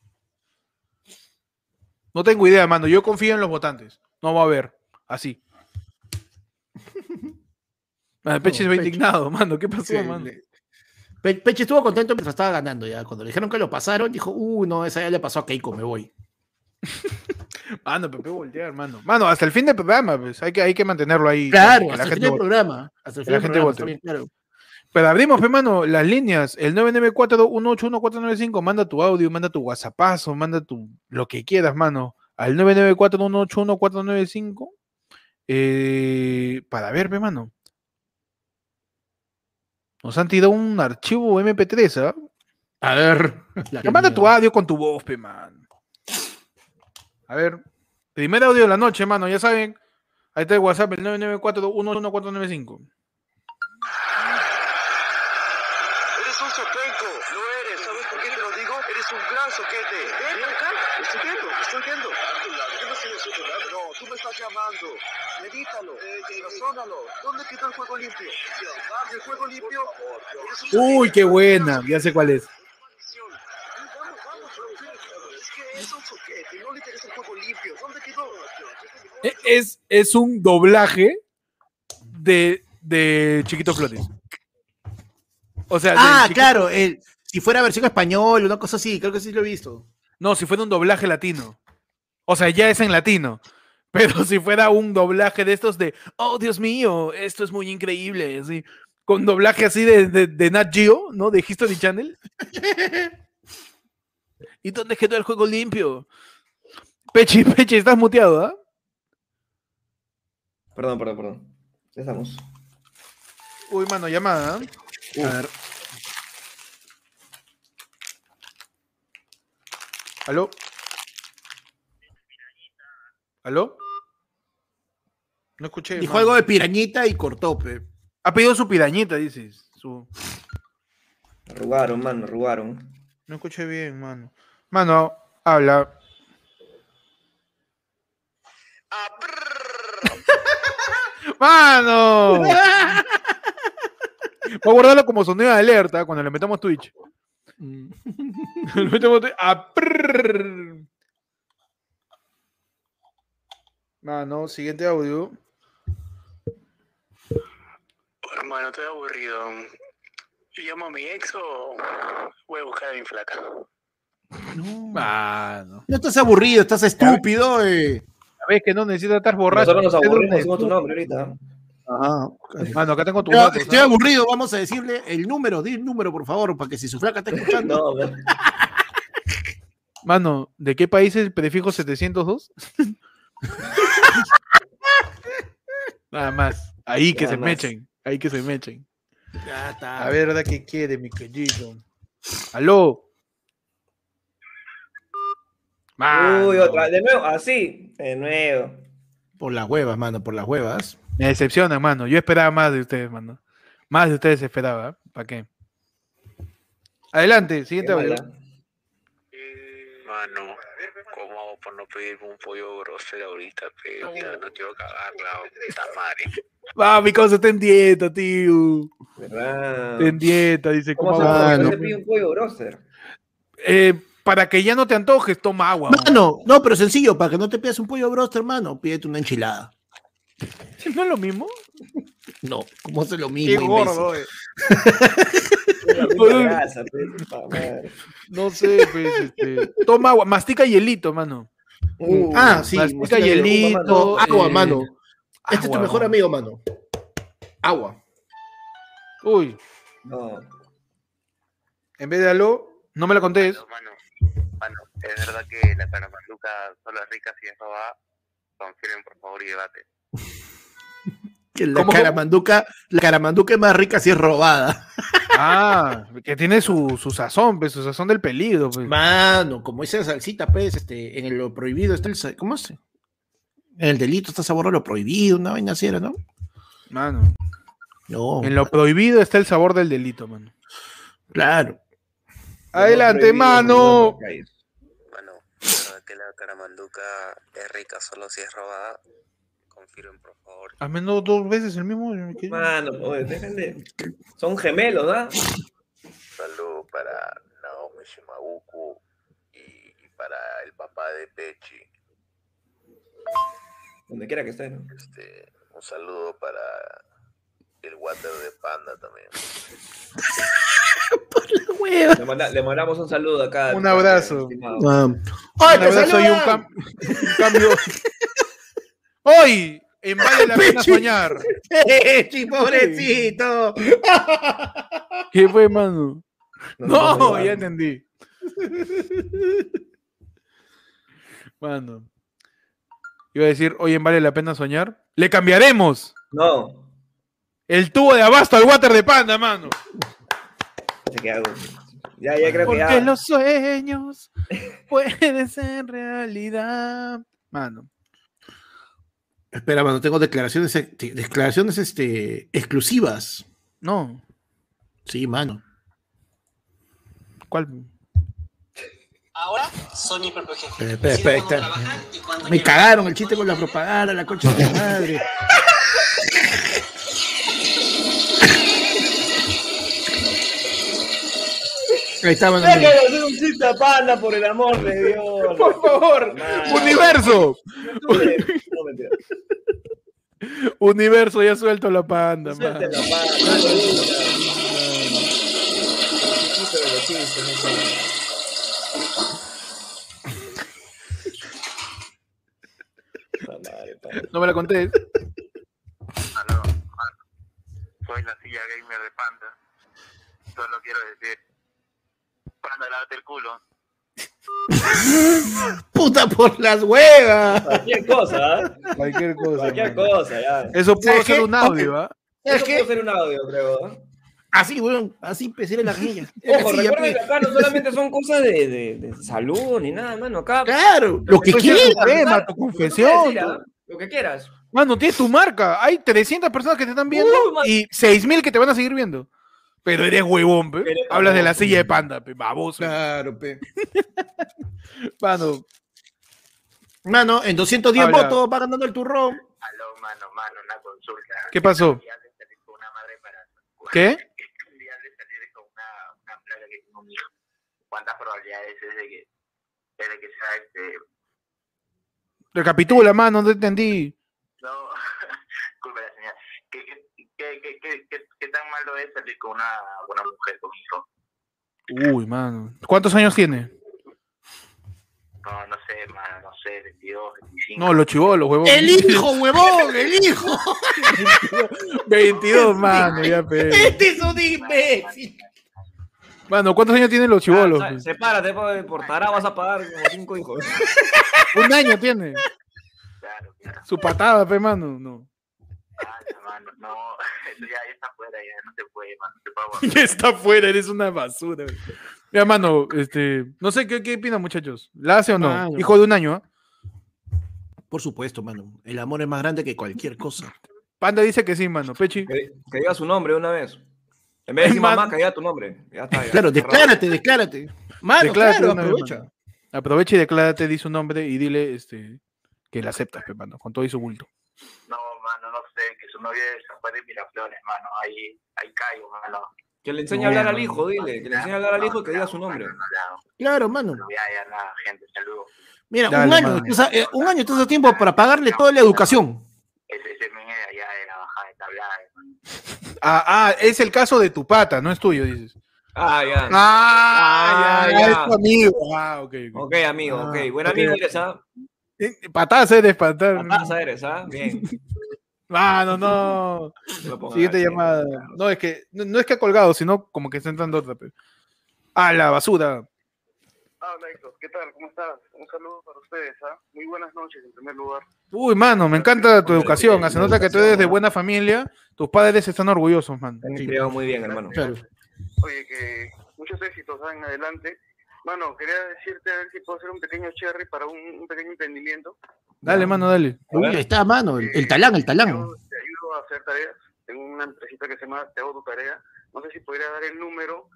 S3: No tengo idea, mano. Yo confío en los votantes. No va a haber.
S4: [laughs]
S3: Así. Mano, Peche se ve
S4: Peche.
S3: indignado, mano. ¿Qué pasó,
S4: Sí,
S3: mano?
S4: le- Pe- Peche estuvo contento mientras estaba ganando ya. Cuando le dijeron que lo pasaron, dijo, uh, no, esa ya le pasó a Keiko, me voy.
S3: Mano, Pepe voltear, mano. Mano, hasta el fin del programa, pues. Hay que, hay que mantenerlo ahí.
S4: Claro,
S3: que
S4: hasta
S3: la
S4: el
S3: gente
S4: fin del
S3: vote.
S4: programa. Hasta
S3: Hasta
S4: el
S3: Que la
S4: final
S3: gente
S4: del
S3: vote.
S4: programa, está bien claro.
S3: Pero abrimos, pe, mano, las líneas. El 994-181-495. Manda tu audio, manda tu WhatsAppazo, manda tu lo que quieras, mano. Al 994-181-495. eh, para ver, pe, mano. Nos han tirado un archivo MP3, ¿ah?
S8: A ver.
S4: La
S3: Que manda tu
S4: mierda.
S3: audio con tu voz, pe, mano. A ver. Primer audio de la noche, mano, ya saben. Ahí está el WhatsApp, el 994-181-495.
S9: Eres un sopenco, lo eres. ¿Sabes por qué te lo digo? Eres un gran soquete. Ven acá, estoy viendo, estoy viendo. ¿Qué me sigues señalando? No, tú me estás llamando. Medítalo, razónalo. ¿Dónde quedó el juego limpio? ¿El juego limpio? Eres un
S3: Uy, qué buena. Ya sé cuál es.
S9: Vamos, vamos, Raúl. Es que es un soquete, no le interesa el juego limpio. ¿Dónde quedó?
S3: E- es, es un doblaje de, de Chiquito Flores. O sea, del
S4: Ah,
S3: Chiqui-
S4: claro, el- si fuera versión español, una cosa así, creo que sí lo he visto.
S3: No, si fuera un doblaje latino. O sea, ya es en latino. Pero si fuera un doblaje de estos de, oh Dios mío, esto es muy increíble. Así, con doblaje así de, de, de Nat Geo, ¿no? De History
S4: [laughs]
S3: Channel. ¿Y dónde quedó el juego limpio? Pechi, Pechi, estás muteado, ¿ah?
S2: Perdón, perdón, perdón. Ya estamos.
S3: Uy, mano, llamada. ¿ah?
S2: Uf.
S3: ¿Aló? ¿Aló? No escuché.
S4: Dijo
S3: mano.
S4: algo de pirañita y cortó, pe.
S3: Ha pedido su pirañita, dices. Su...
S2: Me Arrugaron, man, me arrugaron.
S3: No escuché bien, mano. Mano, habla. [laughs] [laughs] ¡Mano! Voy a guardarlo como sonido de alerta cuando le metamos Twitch.
S2: Mm.
S3: [laughs] Le metemos Twitch. Ah, prrr. Mano, siguiente audio.
S10: Hermano, estoy aburrido. ¿Llamo a mi ex o voy a buscar a mi flaca?
S3: Mano.
S4: No estás aburrido, estás estúpido, eh.
S3: Sabes que no necesitas estar borracho.
S2: Nosotros nos
S3: Eres un
S2: aburrimos, decimos tu nombre ahorita.
S3: Mano, acá tengo tu
S4: Pero
S3: dato,
S4: estoy
S3: ¿no?
S4: aburrido, vamos a decirle el número, di el número, por favor, para que si su flaca está escuchando.
S2: No, pero-
S3: Mano, ¿de qué país es el prefijo 702? Nada más. Ahí que
S2: Nada
S3: se
S2: más.
S3: mechen. Ahí que se mechen.
S4: Ya está.
S3: A ver, ¿verdad que quiere, mi querido? ¡Aló! Mano,
S2: Uy, otra. De nuevo, así. De nuevo.
S4: Por las huevas, mano, por las huevas.
S3: Me decepcionan, mano. Yo esperaba más de ustedes, mano. Más de ustedes esperaba. ¿eh? ¿Para qué? Adelante,
S2: Qué
S3: siguiente audio.
S2: mala.
S10: Mano, ¿cómo hago por no pedirme un pollo grosero ahorita? Pero no quiero cagarla, esta madre.
S3: Ah, mi cosa está en dieta, tío.
S2: ¿Verdad?
S3: Está en dieta, dice.
S2: ¿Cómo
S3: ¿cómo
S2: se
S3: hago?
S2: ¿Por qué
S4: no.
S2: se pide un pollo groser?
S3: [laughs] Eh, para que ya no te antojes, toma
S4: Ah.
S3: agua. mano.
S4: Mano, no, pero sencillo, para que no te pidas un pollo broster, hermano, pídete una enchilada.
S3: ¿No es lo mismo?
S4: No, ¿cómo hace lo
S3: Qué
S4: mismo? imbécil?
S3: gordo, eh.
S2: La misma grasa, pues, puta madre.
S3: No sé, pues, este, Toma agua, mastica hielito, mano.
S2: Uh,
S4: Ah, sí.
S3: mastica
S4: mastica
S3: hielito,
S4: hielo, mano. Agua,
S3: eh,
S4: mano. Este es tu
S3: agua,
S4: mejor
S3: mano.
S4: amigo, mano. Agua.
S3: Uy,
S2: No.
S3: en vez de aló, no me la contés.
S10: Mano, mano, es verdad que la caramanduca solo es rica si es robada. Confirmen, por favor, y debate.
S4: Que la
S3: ¿Cómo, cómo?
S4: caramanduca, la caramanduca es más rica si es robada.
S3: Ah, que tiene su, su sazón, pues, su sazón del peligro.
S4: Mm.
S3: pues.
S4: Mano, como esa salsita, pues, este, en lo prohibido está el sa- ¿cómo es? En el delito está sabor a lo prohibido, una vaina así era, ¿no?
S3: Mano,
S4: No,
S3: en lo prohibido está el sabor del delito, mano.
S4: claro.
S3: Adelante, mano.
S10: Mano, es verdad que la caramanduca es rica solo si es robada. Confirmen, por favor.
S3: Al menos dos veces el mismo. mi querido.
S2: Mano, oye, dejen de- Son gemelos, ¿ah? ¿no?
S10: Saludo para Naomi Shimabuku y, y para el papá de Pechi.
S2: Donde quiera que estén. ¿no?
S10: Este, un saludo para el water de Panda también.
S2: Le, manda- le mandamos un saludo acá.
S3: Un abrazo.
S2: estimado.
S4: [laughs] Ah.
S3: Un abrazo y un, cam- un cambio. ¡Hoy! En vale [laughs] la pena soñar.
S4: ¡Eh, Pechi, pobrecito.
S3: ¿Qué fue, mano?
S2: No,
S3: No,
S2: no, no, no.
S3: ya entendí. Mano. Iba a decir, oye, ¿vale la pena soñar? ¡Le cambiaremos!
S2: No.
S3: El tubo de abasto al water de panda, mano.
S2: Se queda con- Ya, ya creo que
S3: Porque
S2: ya.
S3: los sueños pueden ser realidad. Mano.
S4: Espera, mano, tengo declaraciones, este, declaraciones este, exclusivas.
S3: No.
S4: Sí, mano.
S3: ¿Cuál?
S11: Ahora son mi propio jefe.
S4: Espera, espera, espera,
S11: Decido
S4: espera.
S11: cuándo trabajar y cuándo
S4: Me
S11: llegar.
S4: cagaron el chiste con la propaganda, la concha de la madre. Ahí está, mano.
S2: Deja de hacer un chiste a panda, por el amor de Dios.
S3: Por favor,
S2: Mano.
S3: [laughs] universo.
S2: No,
S3: [laughs]
S2: mentira.
S3: Universo, ya suelto la panda, mano.
S2: Suéltalo, panda. Chiste de los chistes, no sé. Puta madre, panda.
S3: No me la conté.
S10: Aló, mano. Soy la silla gamer de Panda. Solo quiero decir, Panda, lávate el culo.
S4: Puta por las huevas.
S2: Cualquier cosa, ¿ah?
S3: Cualquier cosa.
S2: Cualquier
S3: mano.
S2: cosa, ya.
S3: Eso puede
S4: ¿Sabes
S3: ser
S4: qué?
S3: un audio, ¿ah?
S4: Es
S2: Eso
S4: que
S2: puede ser un audio, creo. ¿ah?
S4: así, weón, así empecé en la guilla.
S2: Ojo,
S4: Así, ya
S2: recuerden
S4: pe-
S2: que acá no solamente son cosas de, de- de salud ni nada, mano. Acá
S4: Claro, Pues, lo que
S3: Puede ser
S4: quieras.
S3: tu tema, tu
S2: tú puedes decir,
S3: confesión.
S2: ¿ah?
S3: tu-
S2: lo que quieras.
S3: Mano, tienes tu marca. Hay 300 personas que te están viendo
S2: Uy, mano.
S3: y 6000 que te van a seguir viendo. Pero eres huevón, pe.
S2: Eres
S3: Hablas de la
S2: baboso.
S3: silla de panda, pe. Baboso.
S4: Claro, pe.
S3: Mano,
S4: Mano, en 210
S3: Habla.
S4: votos va ganando el turrón.
S10: Aló, mano, mano, una consulta.
S3: ¿Qué pasó?
S10: Ya le salí con una madre embarazada.
S3: ¿Qué?
S10: Ya le salí con una, una plaga que tiene un hijo. ¿Cuántas probabilidades es de que, es de que sea este...
S3: recapitula, mano, no entendí.
S10: No, [laughs] disculpe la señal. ¿Qué, qué, qué, qué, qué, qué, qué tan malo es salir con una, una mujer con hijo?
S3: Uy, mano. ¿Cuántos años tiene?
S10: No, no sé, mano, no sé, 22, 25.
S3: No, los chivolos, huevón.
S4: El hijo, huevón, el hijo.
S3: [laughs] 22, mano, ya, pe.
S4: Este es un imbécil.
S3: Mano, ¿cuántos años tienen los chivolos?
S2: Ah, sepárate, po, por tarado ah, vas a pagar como cinco hijos.
S3: Un año tiene.
S10: Claro, claro.
S3: Su patada, pe, mano. No.
S10: Ala, mano, Ah, no, [laughs] eso ya, ya está fuera, ya no se puede, mano, no se
S2: [laughs]
S10: puede aguantar.
S3: Ya está afuera, eres una basura. güey. Mira, mano, este, no sé qué, qué opinan, muchachos. ¿La hace o no?
S4: Mano.
S3: Hijo de un año, ¿ah?
S4: Por supuesto, mano. El amor es más grande que cualquier cosa.
S3: Panda dice que sí, mano. Pechi.
S2: Que, que diga su nombre una vez. En vez de decir
S3: Man-
S2: mamá, que diga tu nombre. Ya está, ya.
S4: Claro, declárate, declárate. Mano,
S3: Declárate
S4: claro,
S3: una vez,
S4: aprovecha.
S3: mano. Aprovecha y declárate, di su nombre y dile este, que la aceptas, pe, mano, con todo y su bulto.
S10: No, mano, no sé, que su novia es San Juan de Miraflores, mano, ahí, ahí caigo, mano.
S2: Que le enseñe
S3: No,
S2: a hablar al
S3: mano.
S2: hijo, dile. Que le enseñe a hablar al hijo y que diga su nombre.
S10: No, no,
S4: Claro, mano.
S10: no, ya, ya, nada, gente, saludos.
S4: Mira,
S3: Dale,
S4: un, año,
S3: mano.
S4: estás a- eh, un año estás a tiempo para pagarle toda la educación.
S10: Ese, ese men es allá de la bajada de tablada, hermano.
S3: Ah, ah, es el caso de tu pata, no es tuyo, dices.
S2: Ah, ya.
S3: Ah,
S2: ya, ya.
S3: es tu amigo. Ah, ok. ok.
S2: Ok, amigo,
S3: Ah,
S2: ok. Buen
S3: ok.
S2: amigo eres,
S3: [laughs]
S2: ¿ah?
S3: Eh, Patadas eres, patadas.
S2: Pataza eres, ¿ah? Bien.
S3: Mano, Ah, no. [laughs]
S2: Lo pongo
S3: Siguiente
S2: así.
S3: llamada. No, es que, no, no es que ha colgado, sino como que está entrando otra. pe. Ah, la basura.
S5: Ah, Laito, ¿qué tal? ¿Cómo estás? Un saludo para ustedes, ¿ah? Muy buenas noches, en primer lugar.
S3: Uy, mano, me encanta tu educación. Hace nota que tú eres de buena familia. Tus padres están orgullosos, mano.
S2: Te han criado muy bien, hermano.
S4: Claro.
S5: Oye, que muchos éxitos ¿ah? en adelante. Mano, quería decirte a ver si puedo hacer un pequeño cherry para un, un pequeño emprendimiento.
S3: Dale, mano, dale.
S4: Uy, ahí está, mano. El, el talán, el talán.
S5: Yo te ayudo a hacer tareas. Tengo una empresita que se llama Te hago tu tarea. No sé si podría dar el número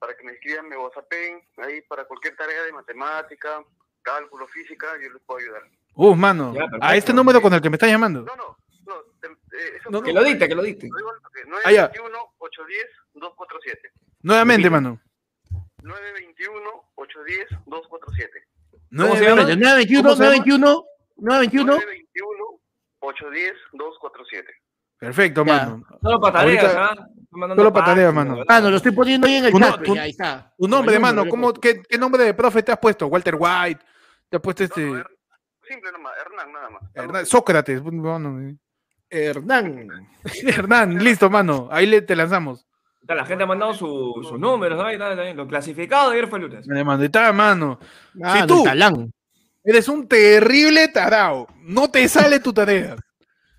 S5: para que me escriban, me whatsappen ahí para cualquier tarea de matemática, cálculo, física, yo les puedo ayudar.
S3: Uh, mano,
S2: Ya, perfecto.
S3: a este número con el que me estás llamando.
S5: No, no, no. te- eh, eso
S2: Que lo diste, que lo diste.
S5: 921
S3: Ah, ya.
S5: 810 247.
S3: Nuevamente, mano.
S5: 921 810 247.
S2: ¿Cómo se llama?
S4: 921,
S3: ¿Cómo se llama?
S4: 921, 921.
S5: 921 810 247.
S3: Perfecto,
S4: Ya.
S3: mano.
S2: Solo para tareas,
S3: Ahorita-
S2: ¿ah? Están mandando
S3: solo para tareas,
S2: packs,
S3: mano.
S2: ¿verdad?
S4: Mano, lo estoy poniendo ahí en el
S3: Tu no-
S4: chat.
S3: tu-
S4: ya, ahí está.
S3: Tu nombre,
S4: El
S3: mano.
S4: yo
S3: ¿cómo,
S4: lo-
S3: qué, qué nombre de profe te has puesto? Walter White. Te has puesto este.
S5: No, a ver, sí,
S12: simple nomás, Hernán, nada más.
S3: Hernán- Sócrates. no, no, eh.
S4: Hernán.
S3: [laughs] Hernán, listo, mano. Ahí le, te lanzamos.
S2: Está, La gente ha mandado su- sus números, ¿no? Ahí está, está bien. Lo clasificado de ayer fue el lunes.
S3: Le mando, está, mano.
S4: Ah,
S3: tú.
S4: del Talán.
S3: Eres un terrible tarao. No te sale
S2: [laughs]
S3: tu tarea.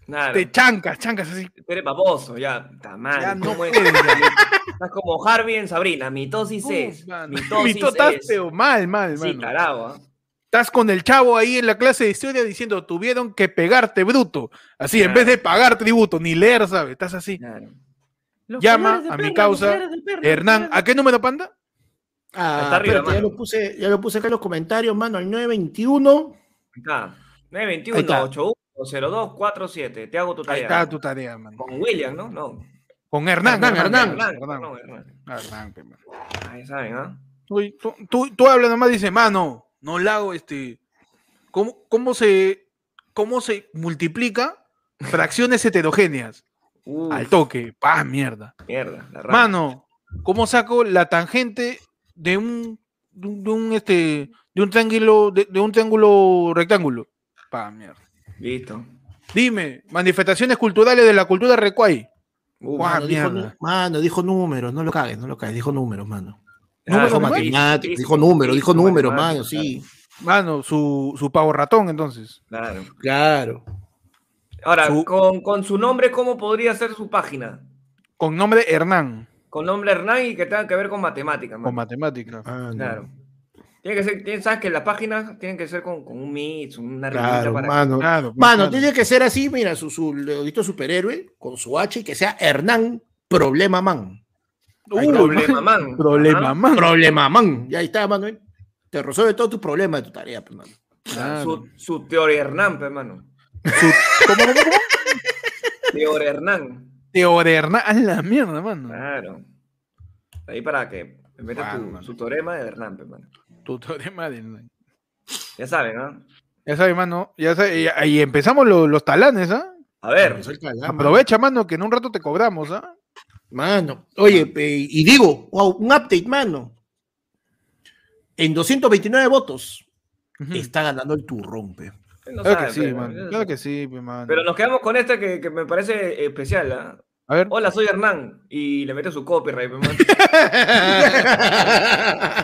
S2: Nada.
S3: Te chancas, chancas así.
S2: Eres baboso, ya. Está mal.
S3: Ya no
S2: ¿cómo es?
S3: puedes,
S2: Estás como Harvey en Sabrina. Mitosis es.
S3: Uh, mano.
S2: Mitosis es.
S3: Mitotaste, o mal, mal,
S2: Sí,
S3: mano.
S2: tarado, ¿ah?
S3: Estás con el chavo ahí en la clase de historia diciendo tuvieron que pegarte, bruto. Así, en
S2: Claro.
S3: vez de pagar tributo, ni leer, ¿sabes? Estás así.
S2: Claro.
S3: Llama a mi causa, Hernán, ¿a qué número panda?
S4: Ah,
S2: Está arriba,
S4: espérate, ya
S2: mano.
S4: lo, puse, ya lo puse acá en los comentarios, mano, al 921.
S2: Está.
S4: Ahí está.
S2: 921 81 02 47. Te hago tu
S3: Ahí
S2: tarea.
S3: está tu tarea, mano.
S2: Con William, ¿no? No.
S3: Con Hernán,
S4: Hernán, Hernán.
S3: Hernán.
S2: no, Hernán.
S3: Hernán, pe, mano.
S2: Ahí saben, ¿ah?
S3: Uy, tú, tú, tú hablas nomás, dice, mano, no lago, este. ¿Cómo, cómo se, cómo se multiplica fracciones heterogéneas?
S2: Uf,
S3: Al toque, pa, mierda.
S2: mierda. La rama.
S3: Mano, ¿cómo saco la tangente de un, de un, de un, este, de un triángulo, de, de un triángulo rectángulo? Pa, mierda.
S2: Listo.
S3: Dime, manifestaciones culturales de la cultura recuay.
S2: Uf,
S3: Guau,
S4: Mano, dijo,
S3: mierda.
S4: nu- mano, dijo números, no lo cagues, no lo cagues, dijo números, mano.
S2: claro,
S4: Dijo
S3: ¿no?
S4: matemáticas,
S2: Listo,
S4: dijo números, dijo
S2: listo,
S4: números,
S2: matemáticas,
S4: mano, sí.
S3: Mano, su, su pavo ratón, entonces.
S2: Claro.
S4: Claro.
S2: Ahora,
S3: Su-
S2: con, con su nombre, ¿cómo podría ser su página?
S3: Con nombre Hernán,
S2: Con nombre Hernán y que tenga que ver con matemáticas.
S3: con
S2: mano.
S3: matemática.
S4: Mano.
S2: Claro. Tiene que ser, tiene- sabes que las páginas tienen que ser con, con un mix, una
S4: Claro,
S2: herramienta para-
S4: mano.
S3: Claro, pues,
S4: Mano,
S3: mano.
S4: tiene que ser así, mira, su, su leodito superhéroe con su H y que sea Hernán Problema Man.
S3: Uy,
S2: problema, man.
S3: Problema,
S2: Ajá.
S3: mano.
S4: Problema Man. Y ahí está, mano. ¿eh? Te resuelve todo tu problema de tu tarea, pues, mano.
S3: Claro.
S2: Su, su teoría Hernán, pe, hermano.
S3: Su- ¿Cómo, cómo, cómo?
S2: Teoría Hernán.
S3: Teore Hernán. A la mierda, mano.
S2: Claro. Ahí para que metas
S3: Guau,
S2: tu-
S3: mano.
S2: su teorema de Hernán, pe, hermano.
S3: Tu teorema de Hernán.
S2: Ya saben, ¿ah?
S3: Ya sabes, mano. Ya sabes, y, y empezamos lo- los talanes, ¿ah?
S2: A ver,
S3: Aprovecha, mano, que en un rato te cobramos, ¿ah?
S4: Mano, oye, pe- y digo, wow, un update, mano. En 229 votos
S3: Ujú.
S4: está ganando el turrón, pe.
S2: no
S3: Claro
S2: saben,
S3: que sí,
S2: pe,
S3: mano.
S2: ya
S3: Claro
S2: saben.
S3: que sí, pe, mano.
S2: Pero nos quedamos con esta que, que me parece especial, ¿ah?
S3: A ver.
S2: Hola, soy Hernán. Y le meto su copyright, pe,
S3: [laughs]
S2: mano.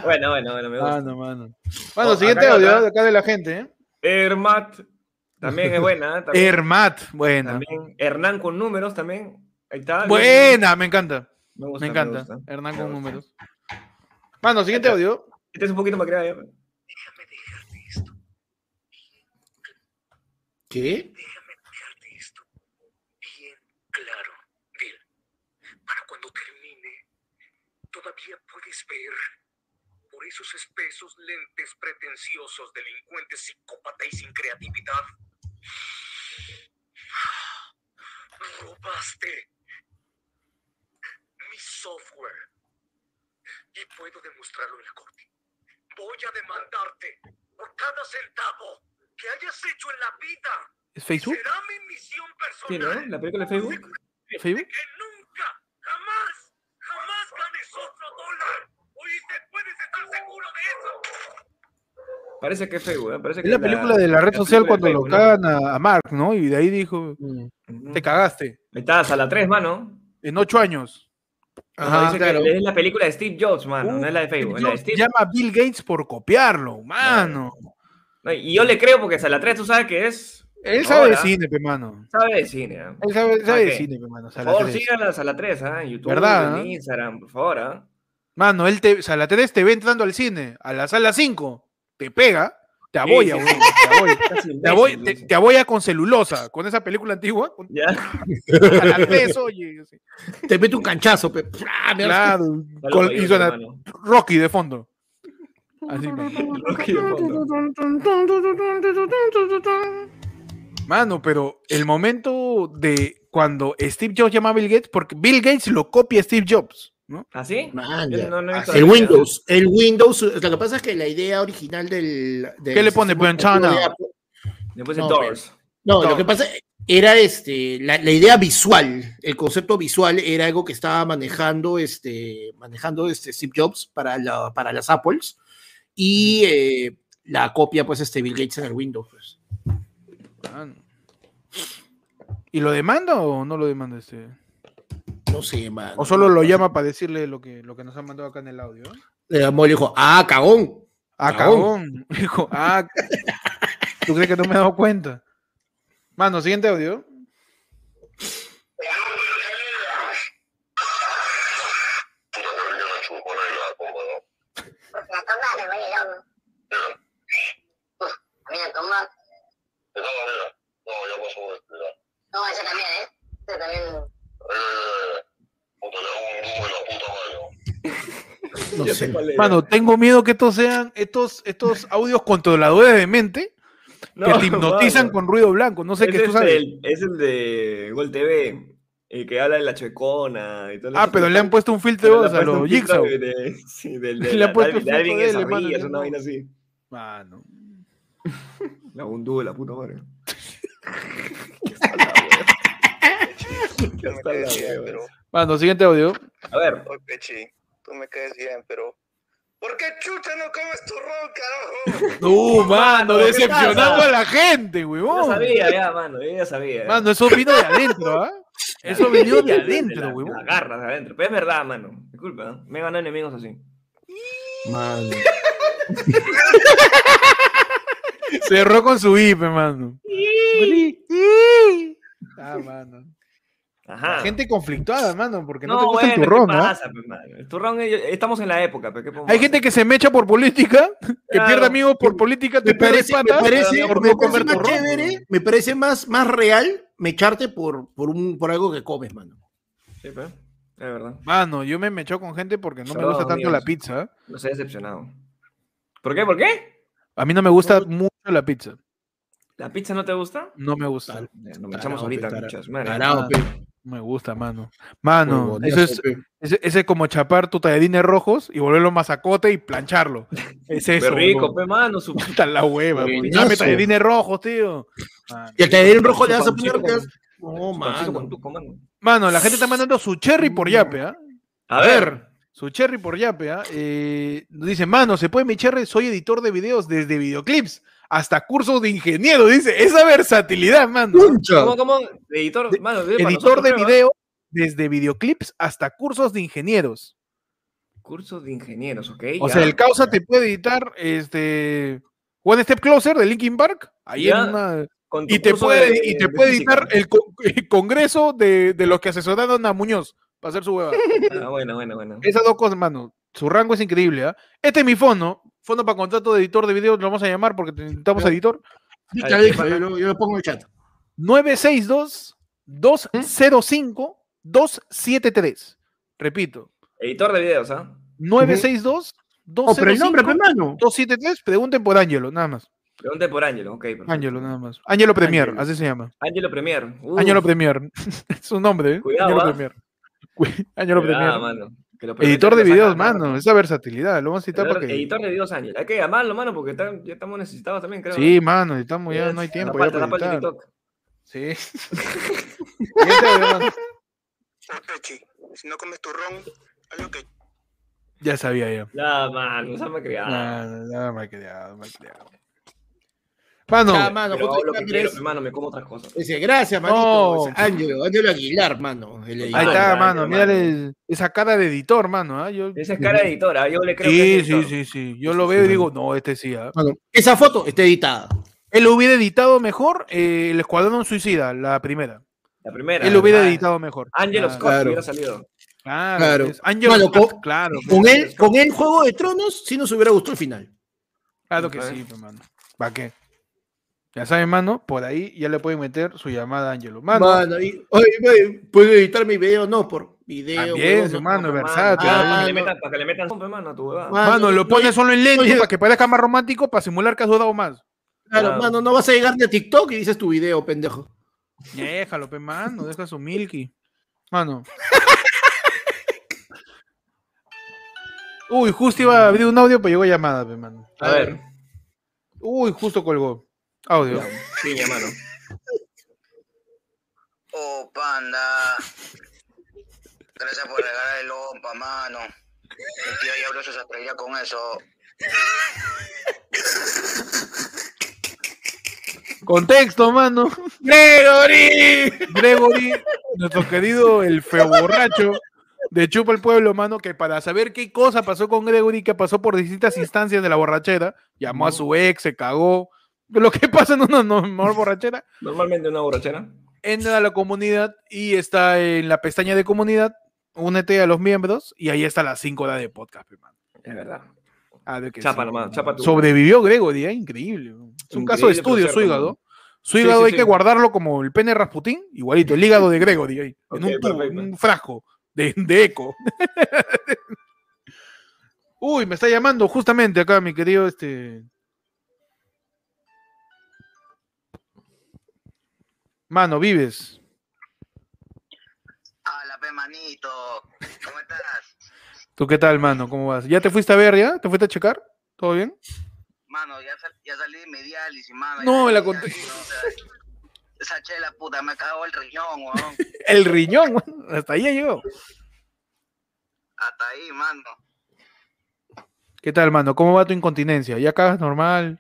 S2: bueno, bueno, bueno, me gusta.
S3: Mano, mano. Mano,
S2: Oh,
S3: siguiente
S2: acá hay
S3: audio
S2: otra.
S3: de acá de la gente, ¿eh?
S2: Ermat. También es buena, ¿eh? También-
S3: Hermat, buena.
S2: También. Hernán con números también. Ahí está. bien.
S3: Buena, me encanta.
S2: Me, gusta,
S3: Me encanta.
S2: gusta.
S3: Hernán
S2: Me
S3: con
S2: gusta.
S3: números. Mano, siguiente audio.
S2: Este es un poquito más creado. ya, pero-
S4: ¿Qué?
S10: dejarte esto bien claro, Bill. Para cuando termine, todavía puedes ver por esos espesos lentes pretenciosos, delincuentes, psicópata y sin creatividad. Robaste mi software y puedo demostrarlo en la corte. Voy a demandarte por cada centavo que hayas hecho en la vida.
S3: ¿Es Facebook?
S10: Será mi misión
S2: Sí, ¿no?
S10: personal
S2: La película de Facebook.
S3: ¿Facebook?
S10: que nunca, jamás, jamás ganes otro dólar. Oíste, puedes estar seguro de eso.
S2: Parece que es Facebook. ¿eh? Parece que
S3: Es la película de la red social cuando lo cagan a, a Mark, ¿no? Y de ahí dijo, te
S2: Ahí
S3: cagaste.
S2: estás a la 3, mano.
S3: En ocho años.
S2: Cuando
S4: Ajá,
S2: dice que
S4: claro.
S2: Es la película de Steve Jobs, mano. Ah, no es la de Facebook. es la de
S3: Dios,
S2: Steve.
S3: llama a Bill Gates por copiarlo, mano.
S2: No, Y yo le creo porque a la 3 tú sabes que es.
S3: Él sabe de
S2: Ahora,
S3: cine, pe mano.
S2: Sabe de cine. ¿eh?
S3: Él sabe, sabe de
S2: Ok.
S3: cine, pe mano.
S2: Por
S3: Sala
S2: favor,
S3: 3.
S2: síganlas a la 3, ¿ah? En YouTube,
S3: ¿Verdad,
S2: en
S3: ah?
S2: Instagram, por favor, ¿ah?
S3: Mano, él te, Sala 3 te ve entrando al cine, a la sala 5, te pega, te aboya,
S2: sí,
S3: weón,
S2: [laughs]
S3: te aboya.
S2: Casi
S3: Te, aboy-
S2: imbécil,
S3: te-
S2: dice.
S3: te aboya con celulosa, con esa película antigua, con
S2: Ya.
S3: a la 3, oye. así.
S4: Te mete un canchazo,
S3: [laughs]
S4: pe. ¡Pra! Me das-
S3: Claro,
S2: Está
S3: con-
S2: loco,
S3: y
S2: yo,
S3: suena
S2: hermano.
S3: Rocky de fondo. Así, pe.
S2: Rocky de fondo.
S3: mano, pero el momento de cuando Steve Jobs llama a Bill Gates, porque Bill Gates lo copia a Steve Jobs, ¿no?
S2: ¿Así?
S4: Man,
S2: Yo
S4: ya.
S2: no- no he visto
S4: el
S2: la idea.
S4: Windows, el Windows, lo que pasa es que la idea original del, del
S3: ¿Qué le pone, pues,
S4: sistema
S3: Panchana?
S4: operativo de Apple-
S2: Le puse
S4: No,
S2: Doors.
S4: No,
S3: No.
S4: lo que pasa era este, la, la idea visual, el concepto visual era algo que estaba manejando este, manejando este Steve Jobs para, la, para las Apples y eh, la copia pues este Bill Gates en el Windows. pues.
S3: Mano. ¿Y lo demanda o no lo demanda este?
S6: No sé, man.
S3: O solo lo llama para decirle lo que, lo que nos han mandado acá en el audio. ¿eh?
S6: Le llamó y le dijo, ah, cagón.
S3: Ah,
S6: Cagón.
S3: cagón. Dijo, ah, ¿tú crees que no me he dado cuenta? Mano, siguiente audio.
S11: Pues, Me tomaron, oye, loco. Uf, me tomaron.
S10: este
S11: No, ese también, ¿eh? Ese también.
S6: No sé.
S3: Mano, tengo miedo que estos sean estos, estos audios controladores de mente que te
S2: [laughs]
S3: hipnotizan con ruido blanco. No sé
S2: Ese
S3: qué tú
S2: es, este
S3: sabes.
S2: el, es el de Gol TV, el que habla de la chuecona y todo
S3: Ah,
S2: eso.
S3: pero le han puesto un
S2: Pero
S3: filtro
S2: le
S3: o
S2: han
S3: sea,
S2: puesto
S3: los
S2: un filtro
S3: Jigsaw.
S2: de- sí,
S3: [laughs]
S2: del, de
S3: Le
S2: la-
S3: han puesto
S2: de
S3: el
S2: Alvin
S3: filtro de él,
S2: en
S3: hermano,
S2: Zorrilla, es
S3: ya
S2: una
S3: no.
S2: vaina así.
S3: Mano.
S2: La hundú de la puta
S3: [laughs]
S2: madre. [laughs]
S10: Tú me
S2: Está la
S10: caes bien,
S2: hueva.
S10: pero.
S3: Mano, siguiente audio.
S2: A ver,
S10: Oye, Pechi, tú me caes bien, pero. ¿Por qué chucha no comes turrón, carajo?
S3: No, mano, decepcionando
S2: pasa?
S3: a la gente,
S2: yo
S3: huevón.
S2: sabía ya, mano, yo ya sabía.
S3: Oh. Mano, eso vino de adentro, ¿ah? Eso vino de adentro,
S2: güey.
S3: huevón.
S2: Agarras de adentro. Pero es verdad, mano. Disculpa, ¿no? me he ganado enemigos así.
S6: Mano.
S3: Cerró con su IP, mano. Ah, mano.
S2: Ajá.
S3: La gente conflictuada, mano, porque no,
S2: No,
S3: te gusta
S2: bueno,
S3: el turrón,
S2: ¿qué
S3: ¿no?
S2: pasa, pues, mano? El turrón, ellos- estamos en la época, pero ¿qué podemos
S3: Hay
S2: hacer?
S3: gente que se mecha por política, que
S2: Claro.
S3: pierde amigos por política, te
S6: Me
S3: pierde
S6: parece, me
S3: patas.
S6: parece,
S3: por
S6: me parece
S3: no comer
S6: más
S3: turrón.
S6: chévere, me parece más, más real mecharte por, por, un, por algo que comes, mano.
S2: Sí, pues, es verdad.
S3: Mano, yo me mecho con gente porque no me
S2: Saludos,
S3: gusta tanto
S2: amigos.
S3: la pizza. ¿eh?
S2: Los he decepcionado. ¿Por qué? ¿Por qué?
S3: A mí no me gusta mucho la pizza.
S2: ¿La pizza no te gusta?
S3: No me gusta.
S2: Ya, Nos
S6: Tarao,
S2: echamos ahorita,
S6: pe, tarao.
S2: muchas madres.
S6: Tarao, pe.
S3: Me gusta, mano.
S2: Ah,
S3: Mano,
S6: Huevonazo,
S3: eso es,
S6: pe.
S3: ese, ese es como chapar tu talladines rojos y volverlo masacote y plancharlo.
S2: [laughs]
S3: Es eso.
S2: Qué rico,
S3: huevón. [laughs]
S2: pe, mano. Su...
S3: Puta la hueva.
S6: Huevonazo.
S3: pues. Dame talladines rojos, tío. Mano.
S6: Y al tener el rojo le vas a
S2: Chupancito
S6: poner que
S2: con-
S6: has- No,
S2: Pancito con
S6: mano.
S2: tuco, mano.
S3: Mano, la gente está mandando su cherry por yape, ¿ah?
S2: A ver.
S3: Su cherry por yape, ¿ah? Eh, dice, mano, se puede mi cherry, soy editor de videos desde videoclips hasta cursos de ingeniero. Dice, esa versatilidad, mano.
S6: Concha.
S2: ¿Cómo, cómo? Editor, mano, para
S3: Editor
S2: nosotros,
S3: de
S2: creo, ¿ah?
S3: video desde videoclips hasta cursos de ingenieros.
S2: Cursos de ingenieros, ¿ok?
S3: O
S2: ya.
S3: sea, el causa te puede editar este One Step Closer de Linkin Park. Ahí
S2: Ya.
S3: en una-
S2: Con tu
S3: y te
S2: curso
S3: puede,
S2: de-
S3: y te
S2: de
S3: puede
S2: física.
S3: editar el, co- el [laughs] congreso de, de los que asesoraron a Muñoz para hacer su
S2: [laughs]
S3: hueva.
S2: Ah, bueno, bueno, bueno.
S3: Esas dos cosas, mano. Su rango es increíble, ¿ah? Este es mi fondo. Fondo para contrato de editor de videos, lo vamos a llamar porque te necesitamos editor.
S6: Ya
S2: Ay,
S6: dijo,
S2: pana.
S6: Yo lo- yo lo pongo en el chat.
S3: 962
S2: ¿Mm?
S3: 205 273. Repito,
S2: Editor de videos, ¿ah?
S3: 962
S6: Oh, pero el nombre, pe,
S3: 205
S6: mano.
S3: 273. Pregunten por Ángelo, nada más.
S2: Pregunte por Ángelo, ok. perfecto.
S3: Ángelo, nada más. Ángelo Premier,
S2: Ángelo.
S3: así se llama.
S2: Ángelo Premier. Uh. Uf,
S3: Ángelo Premier. [laughs] es su nombre, ¿eh?
S2: Cuidado,
S3: Ángelo
S2: ¿ah?
S3: Premier. Cu- [laughs]
S2: cuidado,
S3: Ángelo Premier.
S2: mano, que lo prometen
S3: Editor de
S2: que lo
S3: videos,
S2: sacan,
S3: mano. Esa versatilidad. Lo vamos a citar
S2: Editor,
S3: para que.
S2: editor de videos, Ángel. Hay que llamarlo, mano, porque está- ya estamos necesitados también, creo.
S3: Sí, mano, estamos ya,
S2: Ya
S3: no hay
S2: es-
S3: tiempo.
S2: nos
S3: ya
S2: falta- nos
S3: para
S2: falta
S3: editar.
S2: TikTok. [laughs]
S3: Sí. Siguiente audio, mano.
S10: Oye, Pechi, si no comes turrón, algo que
S3: ya sabía yo.
S2: Ya, mano, esa me
S3: Ah,
S2: creada.
S3: nada, mal creado, mal creado. Mano,
S6: Ya, mano,
S2: Pero
S6: justo
S2: hago lo
S6: ahí
S2: que
S6: está,
S2: quiero,
S6: mira,
S2: hermano, me como otras cosas.
S6: Dice, gracias,
S3: No.
S6: manito. Dice, Ángelo, Ángelo Aguilar, mano. el
S2: Ahí
S3: ahí
S6: editor.
S3: está,
S2: Ángelo,
S3: mano.
S2: Ángelo,
S3: Mírale esa cara de editor, mano. ¿ah? Yo,
S2: Esa es cara de editora, yo le Eh, creo que
S3: sí,
S2: es
S3: sí,
S2: editor.
S3: sí, sí. Yo lo veo y digo, no, este sí. ¿ah?
S6: Mano, Esa foto está editada.
S3: Él hubiera editado mejor eh, El Escuadrón Suicida, la primera.
S2: La primera.
S3: Él hubiera
S2: ah,
S3: editado mejor.
S2: Ángel
S3: Ah,
S2: Scott
S6: claro.
S2: hubiera salido.
S3: Claro.
S6: Claro.
S3: es Ángel
S6: Mano,
S3: Scott,
S6: con-
S3: claro. pues,
S6: Con él, con el Juego de Tronos, sí nos hubiera gustado el final.
S3: Claro que
S2: Ok.
S3: sí, hermano. ¿Para qué? Ya saben, mano, por ahí ya le pueden meter su llamada a Ángelo. Mano,
S6: Mano, y- oye, oye, ¿puedo editar mi video? No, por video.
S3: también,
S6: huevón, no.
S3: hermano,
S2: Mano,
S3: versátil.
S6: ah,
S2: para que le
S6: no.
S2: metan- Para que le metan sombra, mano, a tu huevada.
S6: Mano,
S3: Mano, lo
S6: no,
S3: pones solo en lento
S6: oye.
S3: para que parezca más romántico, para simular que has dudado más.
S6: Claro, mano, no vas a llegar ni a TikTok y dices tu video, pendejo.
S3: Déjalo, pe, mano, deja su milky. Ah, Mano. Uy, justo iba a abrir un audio, pero llegó llamada, pe, mano.
S2: A ver,
S3: Uy, justo colgó. Audio.
S2: piña, mano.
S5: Oh, panda. Gracias por regalar el lompa, mano. Mi tío ya abrió sus estrellas con eso.
S3: Contexto, mano.
S2: ¡Gregory!
S3: Gregory, nuestro querido el feo borracho de Chupa el Pueblo, mano, que para saber qué cosa pasó con Gregory, que pasó por distintas instancias de la borrachera, llamó a su ex, se cagó. Lo que pasa en una normal borrachera,
S2: Normalmente una borrachera.
S3: entra a la comunidad y está en la pestaña de comunidad, únete a los miembros y ahí está las 5 horas de podcast, pe, mano.
S2: Es verdad.
S3: A ver qué
S2: Chapa
S3: sí.
S2: nomás, chapa tú.
S3: Sobrevivió Gregory, ¿eh? increíble. weón. Es un
S2: Increíble,
S3: caso de
S2: pero
S3: estudio su
S2: cierto,
S3: hígado.
S2: ¿no?
S3: Su
S2: Sí,
S3: hígado
S2: sí,
S3: hay
S2: sí.
S3: que guardarlo como el pene Rasputín, igualito, el hígado de Gregory, ahí, en
S2: Ok,
S3: un tubo, en
S2: perfecto.
S3: un frasco de, de eco. [laughs] Uy, me está llamando justamente acá, mi querido este. Mano, vives.
S10: Hola, pe manito. ¿Cómo estás?
S3: ¿Tú qué tal, mano? ¿Cómo vas? ¿Ya te fuiste a ver ya? ¿Te fuiste a checar? ¿Todo bien?
S10: Mano, ya, sal- ya salí de mi diálisis, mano.
S3: No,
S10: Ya-
S3: me la
S10: ya-
S3: conté.
S10: o sea, Esa chela puta me cagó el riñón, weón.
S3: [laughs] El riñón, weón. hasta ahí ya llegó.
S10: Hasta ahí, mano.
S3: ¿Qué tal, mano? ¿Cómo va tu incontinencia? ¿Ya cagas normal?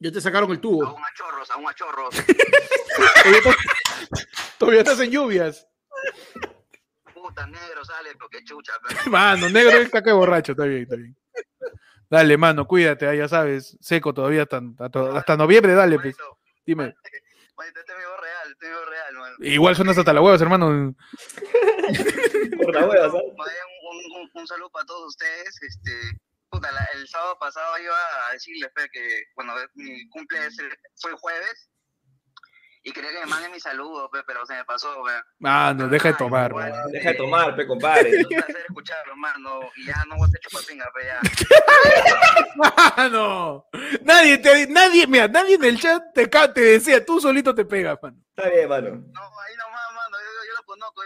S6: Ya te sacaron el
S3: Oh.
S6: tubo.
S10: Aún a chorros, aún a chorros.
S3: [laughs] Todavía estás en lluvias.
S10: Puta, negro, sale, porque chucha, pe.
S3: Mano, negro está que borracho, está bien, está bien. Dale, mano, cuídate, ah, ya sabes, seco todavía hasta, hasta- hasta noviembre, dale, pues.
S10: Manito,
S3: Dime.
S10: manito, este es mi voz real, este es mi voz real, mano.
S3: Igual suenas hasta la huevas, hermano.
S2: [laughs] Por la hueva, ¿sabes?
S10: Más bien, pues, Un, un- un saludo para todos ustedes. Este, puta, la- el sábado pasado iba a decirles fe, que, bueno, mi cumple es el- fue el jueves y quería que me manden mi saludo, fe, pero se me pasó. fe.
S3: Mano, Ah, deja de tomar,
S10: Igual,
S3: mano. [laughs]
S10: este,
S2: Deja de tomar, pe, [laughs] compadre.
S10: Un placer escucharlo, mano. Y ya no voy a hacer chupapinga, fe, ya.
S3: Mano, Ah, nadie te, nadie, mira, nadie en el chat te, ca- te decía, tú solito te pegas, mano. [laughs]
S2: Está bien, mano.
S10: No, ahí nomás, mano. Yo, yo, yo lo conozco.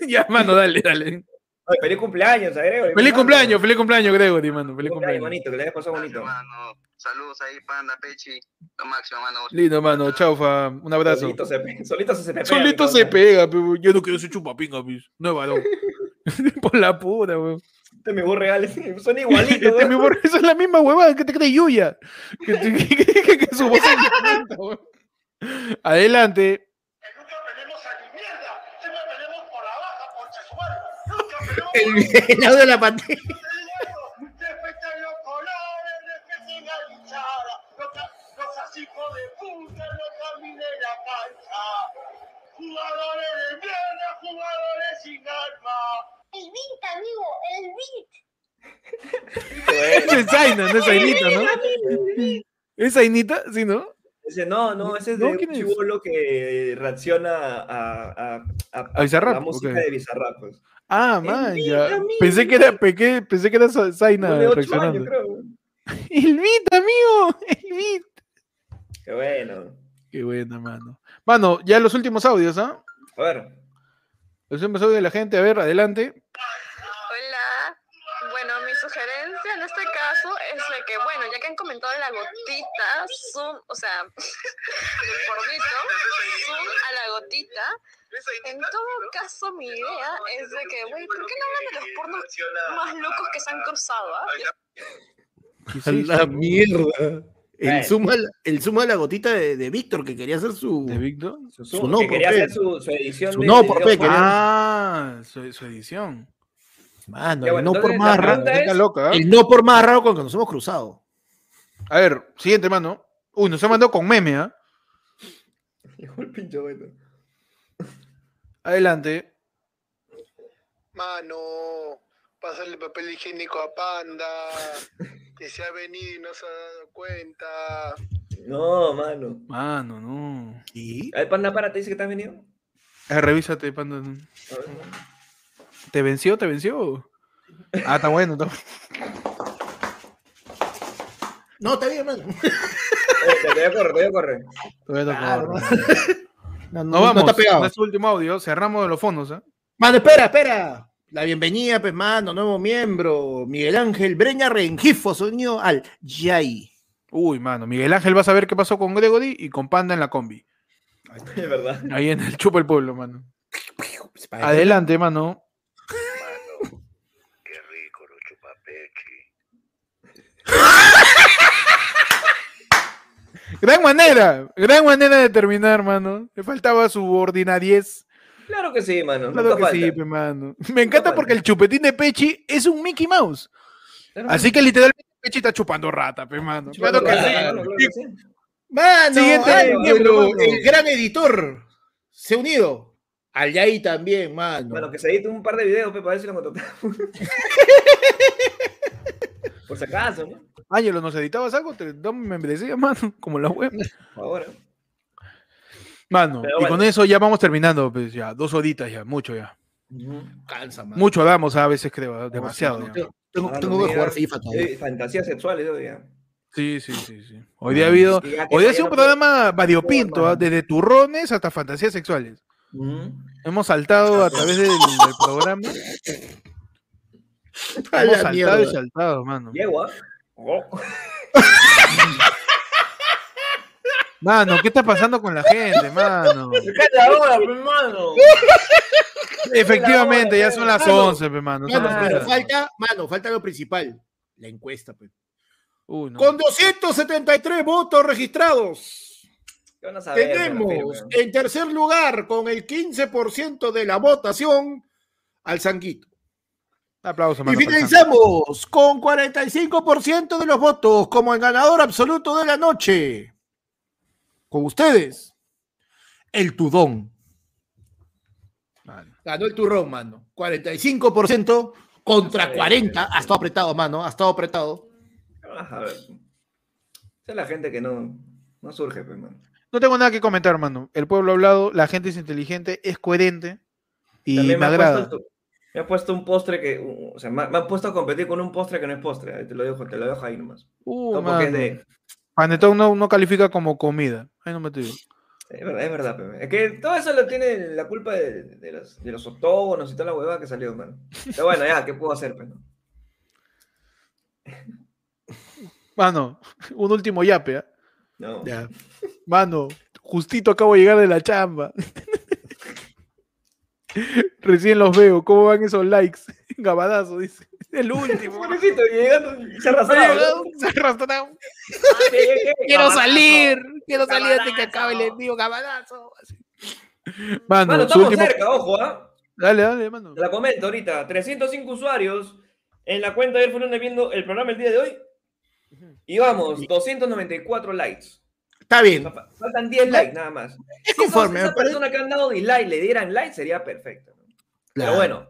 S10: ya.
S3: ya, mano, dale, dale.
S2: Ay, feliz cumpleaños, a Gregory,
S3: Feliz
S2: mano.
S3: cumpleaños, feliz cumpleaños, Gregory, mano,
S2: Feliz
S3: feliz
S2: cumpleaños,
S3: cumpleaños.
S2: bonito, que le hayas pasado
S10: Gracias,
S2: bonito.
S10: mano. Saludos ahí, panda, pechi. Lo máximo, mano.
S3: Lindo, mano, chaufa, un abrazo.
S2: Solito se, pe- solito se, se pega,
S3: Solito
S2: mi
S3: se
S2: causa.
S3: pega, pero yo no quiero ser chupapinga, pues. No es
S2: [laughs]
S3: varón. [laughs] Por la puta, weón.
S2: Este es mi burro real, son igualitos.
S3: Este
S2: ¿no?
S3: mi borracho, esa es la misma huevada que te cree Yuya. [laughs] Que, que- que- que- que su voz es distinta, weón. Adelante.
S5: Nunca peleemos a mi mierda, siempre peleemos por la baja, por sexual. Nunca peleemos
S6: El, [laughs] el audio de la pantalla.
S5: Respeten los colores, respeten la hinchada. No, ca- no seas hijo de puta, no camine la cancha. Jugadores de mierda, jugadores sin alma.
S13: El Vint, amigo, el Vint.
S3: Esa es Zaina, no es Zainita,
S2: [laughs]
S3: ¿no? ¿Es Zainita? Sí, ¿no?
S2: Dice, no, no, ese es
S3: ¿No?
S2: de
S3: ¿Quién
S2: un
S3: es?
S2: chivolo que reacciona a, a, a,
S3: ¿A Bizarrap?
S2: la música
S3: Ok.
S2: de Bizarrap. Pues.
S3: Ah, man,
S2: Elvita,
S3: ya.
S2: amigo.
S3: Pensé que era, pequé, pensé que era Za- Zaina
S2: No, de ocho años,
S3: reaccionando.
S2: creo.
S3: El beat, amigo, el beat.
S2: Qué bueno.
S3: Qué buena, mano. Mano, ya los últimos audios, ¿ah?
S2: A ver,
S3: Los últimos audios de la gente, a ver, adelante.
S13: Hola. Bueno, mi sugerencia en este caso es de que, bueno, ya que han comentado la gotita, zoom, o sea, [laughs] el gordito, zoom a la gotita, en todo caso mi idea es de que, güey, ¿por qué no hablan de los pornos más locos que se han cruzado? ah? Yo-
S6: A la mierda. El
S2: Bueno.
S6: suma, el suma de la gotita de, de Víctor, que quería hacer su.
S3: ¿De Víctor?
S2: su,
S6: Su
S2: su-
S6: no,
S2: que quería
S6: profe.
S2: hacer su, su edición.
S6: Su
S2: de-
S6: no,
S2: de
S6: profe,
S2: video [laughs]
S6: quería-
S2: fan.
S3: Ah, su, su edición.
S6: Mano,
S2: Ya,
S6: el
S2: bueno,
S6: no por
S2: entonces,
S6: más
S2: la
S6: raro.
S2: pregunta
S3: Está
S2: es-
S3: loca, ¿ah?
S6: El no por más raro con que nos hemos cruzado.
S3: A ver, siguiente, mano. Uy, nos ha mandado con meme, ¿ah?
S2: Llegó el pincho bueno.
S3: Adelante.
S5: Mano, pásale papel higiénico a Panda, que se ha venido y no se ha dado cuenta.
S2: No, mano.
S3: Mano, no.
S6: ¿Y?
S2: A ver, Panda, para, ¿te dice que te has venido?
S3: A ver, revísate, panda.
S2: A ver.
S3: ¿Te venció? ¿Te venció? Ah, está bueno, está bueno.
S6: No, está bien, mano.
S2: Oye, te- te voy a correr, te voy a correr.
S3: Todavía está
S2: Ah,
S6: Claro.
S3: bueno.
S6: Ah, No,
S3: Nos vamos.
S6: está pegado.
S3: Nuestro último audio. Cerramos de los fondos, ¿ah?
S6: Mano, espera, espera. La bienvenida, pues, mano, nuevo miembro. Miguel Ángel Breña Rengifo, sonido al Yay.
S3: Uy, mano. Miguel Ángel va a saber qué pasó con Gregory y con Panda en la combi.
S2: Es verdad.
S3: Ahí en el Chupa el Pueblo, mano. Adelante, mano.
S10: Mano, qué rico los chupapechi.
S3: Gran manera, gran manera de terminar, mano. Le faltaba subordinadiez.
S2: Claro que sí, mano.
S3: Claro
S2: nunca
S3: que sí,
S2: falta.
S3: pe, mano. Me encanta
S2: falta.
S3: porque el chupetín de Pechi es un Mickey Mouse.
S2: Claro
S3: Así que literalmente Pechi está chupando rata, pe, mano. Claro que
S2: Claro,
S3: sí.
S2: claro, claro que sí.
S4: Mano,
S3: Siguiente
S4: al
S2: miembro,
S4: miembro,
S2: mano.
S4: el gran editor se ha unido. Al Yai también, mano.
S2: Bueno, que se edite un par de videos, pe, para ver si lo contratamos. Por si acaso, ¿no?
S3: Ángelo, ¿nos editabas algo? Te damos membresía, mano, [laughs] como la web.
S2: Por favor. ¿eh?
S3: Mano,
S2: Pero
S3: y
S2: bueno.
S3: con eso ya vamos terminando, pues ya, dos horitas ya, mucho ya.
S4: Cansa, mano.
S3: Mucho damos a veces, creo, demasiado.
S4: Tengo-
S3: ya.
S4: Tengo,
S2: Mano,
S4: tengo que
S2: Ah, mira,
S4: jugar FIFA todavía.
S2: eh, Fantasías sexuales, hoy día.
S3: Sí, sí, sí, sí. Hoy día ha habido,
S2: Y ya que
S3: hoy día ha
S2: ya
S3: sido un
S2: no puedo-
S3: programa variopinto,
S2: mano.
S3: ¿ah? desde turrones hasta fantasías sexuales.
S2: Ujú.
S3: Hemos saltado a través del, del programa.
S4: [laughs] A
S3: Hemos
S4: la
S3: saltado y
S4: mierda.
S3: saltado, mano.
S2: Llego, ¿ah? Oh.
S3: Mano, ¿qué está pasando con la gente,
S4: [laughs]
S3: mano?
S2: [laughs]
S3: Efectivamente, ya son las
S4: Mano,
S3: 11, pe, mano. son
S4: Mano,
S3: las
S4: pero
S3: 11.
S4: falta, mano, falta lo principal. La encuesta, pues. pe.
S3: Uy, no.
S4: Con 273 votos registrados,
S2: ¿Qué van a saber, pe, la
S4: tenemos
S2: fe,
S4: en tercer lugar, con el 15% de la votación, al Sanguito.
S3: Un aplauso,
S4: Y
S3: mano. para el Santo.
S4: finalizamos con 45% de los votos como el ganador absoluto de la noche. Con ustedes, el Tudón.
S3: Mano.
S4: Ganó el turrón, mano. 45% contra 40. Ha estado apretado, mano. Ha estado apretado.
S2: ¿Qué van a saber? Esa es la gente que no, no surge, pe, mano.
S3: No tengo nada que comentar, mano. El pueblo ha hablado, la gente es inteligente, es coherente y
S2: También me,
S3: me
S2: ha
S3: agrada.
S2: puesto, me ha puesto un postre que. u- O sea, me, ha- me han puesto a competir con un postre que no es postre. ahí Te lo dejo, te lo dejo ahí nomás.
S3: Uh,
S2: Como que es
S3: mano.
S2: de-
S3: Panetón no, no califica como comida. Ahí no me estoy.
S2: Es verdad, es verdad, pe. Es que todo eso lo tiene la culpa de, de los, de los octógonos y toda la huevada que salió, mano. Pero bueno, ya, ¿qué puedo hacer, pe, no?
S3: Mano, [laughs] un último yape. ¿ah?
S2: No.
S4: Ya.
S3: Mano, justito acabo de llegar de la chamba. Recién los veo. ¿Cómo van esos likes? [laughs] Gabadazo, dice. El último. [laughs]
S2: Pobrecito, llegando, se arrasó.
S3: Ha llegado, se arrastraba.
S2: Quiero salir.
S13: Quiero salir antes que
S4: acabe
S13: el envío.
S3: Mano,
S2: Mano,
S3: su
S2: estamos
S3: último.
S2: cerca, ojo, ¿ah?
S3: Dale, dale, mano.
S2: Te la comento ahorita. 305 usuarios en la cuenta de Fueron viendo el programa el día de hoy. Y vamos, 294 likes.
S4: Está bien.
S2: Fal- Faltan 10 likes nada más.
S4: Es
S2: Si
S4: conforme.
S2: esas
S4: me parece-
S2: personas que han dado dislike le dieran like, sería perfecto. ¿no?
S4: Claro.
S2: Pero bueno,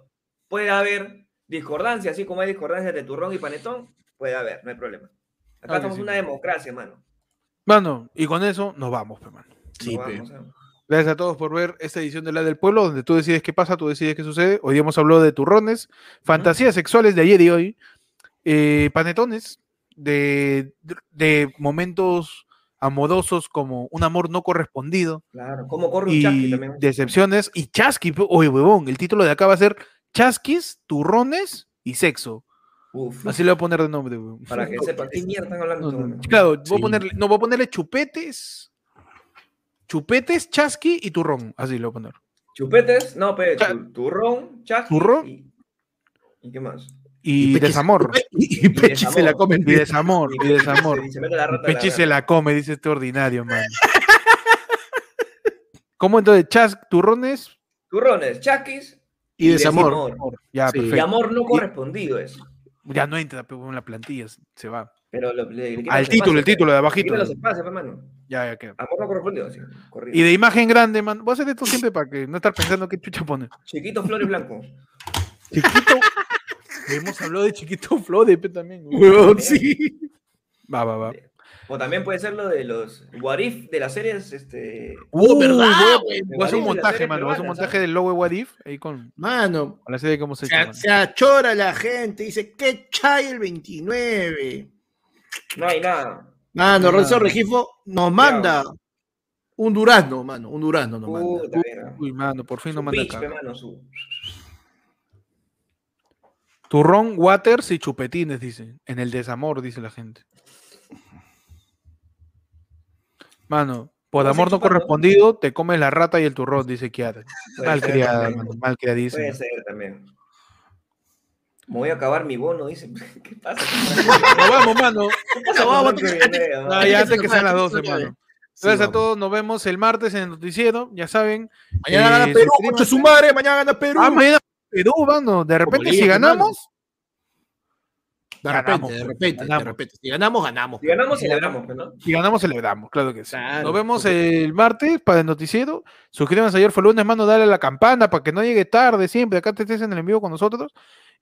S2: puede haber discordancia, así como hay discordancia de turrón y panetón, puede haber, no hay problema. Acá
S3: Claro que
S2: estamos
S3: sí.
S2: en una democracia, mano.
S3: Mano, y con eso nos vamos, pe, mano.
S4: Sí,
S2: Nos
S4: pe.
S2: vamos, ¿eh?
S3: Gracias a todos por ver esta edición de La del Pueblo, donde tú decides qué pasa, tú decides qué sucede. Hoy día hemos hablado de turrones, fantasías sexuales de ayer y hoy, eh, panetones, de, de momentos amorosos como un amor no correspondido
S2: Claro, como corre un chasqui
S3: y
S2: también.
S3: decepciones y chasqui. pe- Oye, huevón, el título de acá va a ser Chasquis, turrones y sexo.
S2: Uf,
S3: Así le voy a poner de nombre, huevón.
S2: para que sepan qué mierda están hablando.
S3: No,
S2: estos,
S3: no,
S2: mano?
S3: [laughs] Claro, voy
S4: Sí.
S3: a ponerle, no, voy a ponerle chupetes, chupetes, chasqui y turrón. Así le voy a poner.
S2: Chupetes, no, pe,
S3: Cha-
S2: tu- turrón, chasqui.
S3: Turrón.
S2: Y, ¿y qué más?
S3: Y,
S4: Pechi-
S3: desamor.
S4: [laughs] Y, y Pechi se la
S2: desamor.
S4: come el
S3: Y desamor, y
S2: [laughs]
S3: desamor.
S2: Se- se mete la rata a la
S3: Pechi se
S2: verga.
S3: la come, dice este ordinario, man. [laughs] ¿Cómo entonces? Chas, turrones.
S2: Turrones, chasquis
S4: Y desamor.
S3: Ya,
S4: Sí.
S2: Y
S3: perfecto.
S2: amor no correspondido es.
S3: Ya no entra pe, en la plantilla, se va.
S2: Pero lo- le- le quitan
S3: Al
S2: los
S3: título, el
S2: espacios, pe.
S3: título de
S2: Le
S3: abajito.
S2: quitan los espacios, pe, mano.
S3: Ya, ya queda.
S2: Amor no correspondido, sí. corrido.
S3: Y de imagen grande, man. Voy a hacer esto siempre para que no estar pensando qué chucha pone.
S2: Chiquito Flores Blanco.
S3: Chiquito. [laughs] Hemos hablado de chiquito Flores pe, también. güey.
S4: Huevón, sí.
S3: Va, va, va.
S2: O también puede ser lo de los What If de las series. Este,
S4: Uh, ¿verdad,
S2: de
S3: Voy a
S2: What
S3: hacer un
S2: If de las
S3: montaje,
S2: series
S3: mano. Voy a hacer un
S2: peruanas,
S3: montaje
S2: ¿sabes?
S3: del logo de Wadif ahí con,
S4: Mano,
S3: con la serie que hemos hecho.
S4: se,
S3: mano.
S4: se achora la gente. Dice, ¿qué chay el 29?
S2: No hay nada.
S4: Mano,
S3: Ah.
S4: Renzo Regifo nos manda un durazno, mano. Un durazno nos manda.
S2: Puta, verga.
S3: Uy, mano, por fin
S2: Su
S3: no manda
S2: pitch,
S3: acá.
S2: pe, mano, su-
S3: Turrón, waters y chupetines, dicen. En el desamor, dice la gente. Mano, por
S2: Así
S3: amor no
S2: chupando.
S3: correspondido, te comes la rata y el turrón, dice Kiara.
S2: Puede ser
S3: Malcriada,
S2: también.
S3: mano, malcriadísima.
S2: Puede ser también. Me voy a acabar mi bono, dice. [laughs] ¿Qué
S3: [laughs]
S2: pasa?
S3: pues. Nos vamos, mano.
S2: Pasa
S4: vamos,
S2: con Franco
S4: antes-
S2: Guinea,
S3: No,
S2: man?
S3: ya antes que sean las
S4: Sí,
S3: 12,
S4: sí,
S3: mano.
S4: Sí,
S3: Gracias a
S4: vamos.
S3: todos. Nos vemos el martes en el noticiero. Ya saben.
S4: Mañana gana
S3: Eh,
S4: Perú,
S3: suscríbanse.
S4: concha su madre, mañana gana Perú.
S3: Ah, mañana Perú, mano. De repente,
S4: Bolivia,
S3: si ganamos,
S4: de
S3: ganamos,
S4: repente, de repente,
S3: ganamos.
S4: de repente. Si ganamos, ganamos.
S2: Si ganamos, celebramos, pues, ¿no?
S3: si ganamos, celebramos. Claro que sí.
S4: Claro.
S3: Nos vemos el martes para el noticiero. Suscríbanse ayer fue lunes, mano. Dale a la campana para que no llegue tarde siempre. Acá te estés en el envío con nosotros.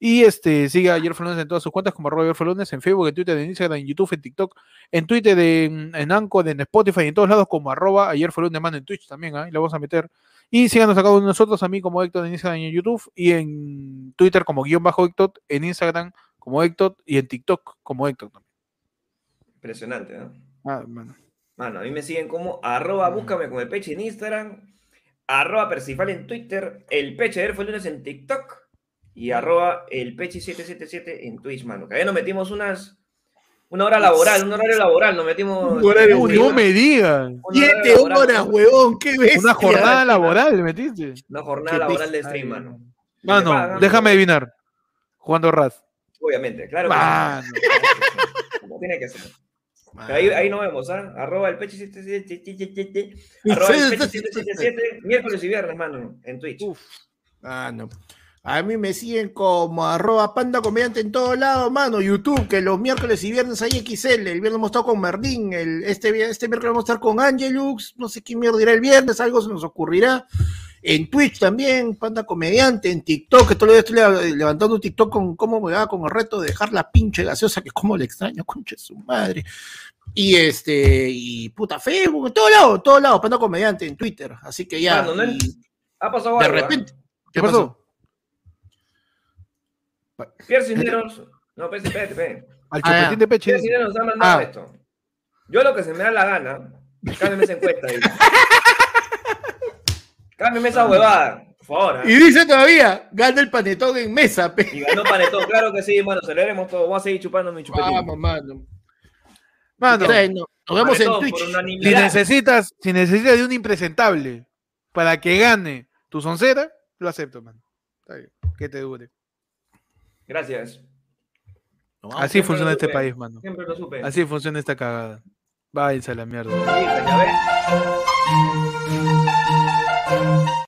S3: Y este, siga ayer fue lunes en todas sus cuentas, como arroba ayer fue lunes, en Facebook, en Twitter, en Instagram, en YouTube, en TikTok, en Twitter, en, en Anchor, en Spotify, en todos lados, como arroba ayer fue lunes, mano, en Twitch también, ¿ah? ahí la vamos a meter. Y síganos a cada uno de nosotros, a mí como Héctor en Instagram y en YouTube, y en Twitter como guión bajo Héctor, en Instagram como Héctor y en TikTok como Héctor también.
S2: Impresionante, ¿no?
S3: Ah, mano.
S2: Mano, a mí me siguen como arroba búscame con el peche en Instagram, arroba percifal en Twitter, el peche de fue lunes en TikTok y arroba el peche 777 en Twitch, mano. Que ahí nos metimos unas, una hora laboral, un horario laboral, nos metimos.
S4: Un horario-
S3: Uy,
S2: una-
S3: no
S2: una-
S3: me digan.
S2: una hora
S4: Siete
S2: laboral,
S4: horas,
S2: mano.
S4: huevón, qué bestia.
S3: Una jornada laboral, ¿me metiste?
S2: Una
S4: Qué
S2: jornada laboral de
S4: bestia,
S2: stream,
S4: mano.
S2: mano. Te
S3: Mano,
S2: pagan,
S3: déjame adivinar. Jugando Raz.
S2: Obviamente, claro. que sí.
S3: Mano.
S2: Como tiene que ser. Ahí, ahí nos vemos, ¿ah? Arroba el peche 777, arroba el peche 777, miércoles y viernes, mano, en Twitch.
S4: Ah, no. A mí me siguen como arroba panda comediante en todos lados, mano. YouTube, que los miércoles y viernes hay XL. El viernes hemos estado con Merdín. El, este, vi- este miércoles vamos a estar con Angelux. No sé quién mierda irá el viernes. Algo se nos ocurrirá. En Twitch también, panda comediante. En TikTok, que todavía estoy le- levantando un TikTok con cómo me va con el reto de dejar la pinche gaseosa, que como le extraño, concha de su madre. Y este, y puta Facebook, en todos lados, en todos lados, panda comediante en Twitter. Así que ya.
S2: Mano, no
S4: y-
S2: Ha pasado
S4: de
S2: algo, ¿ah?
S4: repente.
S3: ¿Qué pasó?
S2: Pierre Cisneros. No, espérate, espérate, espérate.
S3: Al
S4: Ah,
S3: chupetín de peche.
S2: Pierre
S3: dice.
S2: Cisneros nos ha mandado
S3: Ah.
S2: esto. Yo lo que se me da la gana, cámbiame esa encuesta. dice. cámbiame esa huevada, por favor. ¿ah?
S4: Y dice todavía, gana el panetón en mesa. pe.
S2: Y ganó Panetón, claro que sí, mano, celebremos todo. Voy a seguir chupando mi chupetín.
S4: Vamos, mano.
S3: Mano,
S4: Ya, no, nos vemos en
S2: Panetón,
S4: Twitch.
S2: Por
S3: si
S2: unanimidad.
S3: necesitas, si necesitas de un impresentable para que gane tu soncera, lo acepto, mano. Está bien. Que te dure.
S2: Gracias.
S3: Así
S2: siempre lo
S3: funciona este
S2: supe.
S3: país, mano.
S2: Siempre lo supe.
S3: Así funciona esta cagada. Váyanse a la mierda.
S2: Sí, ya ves.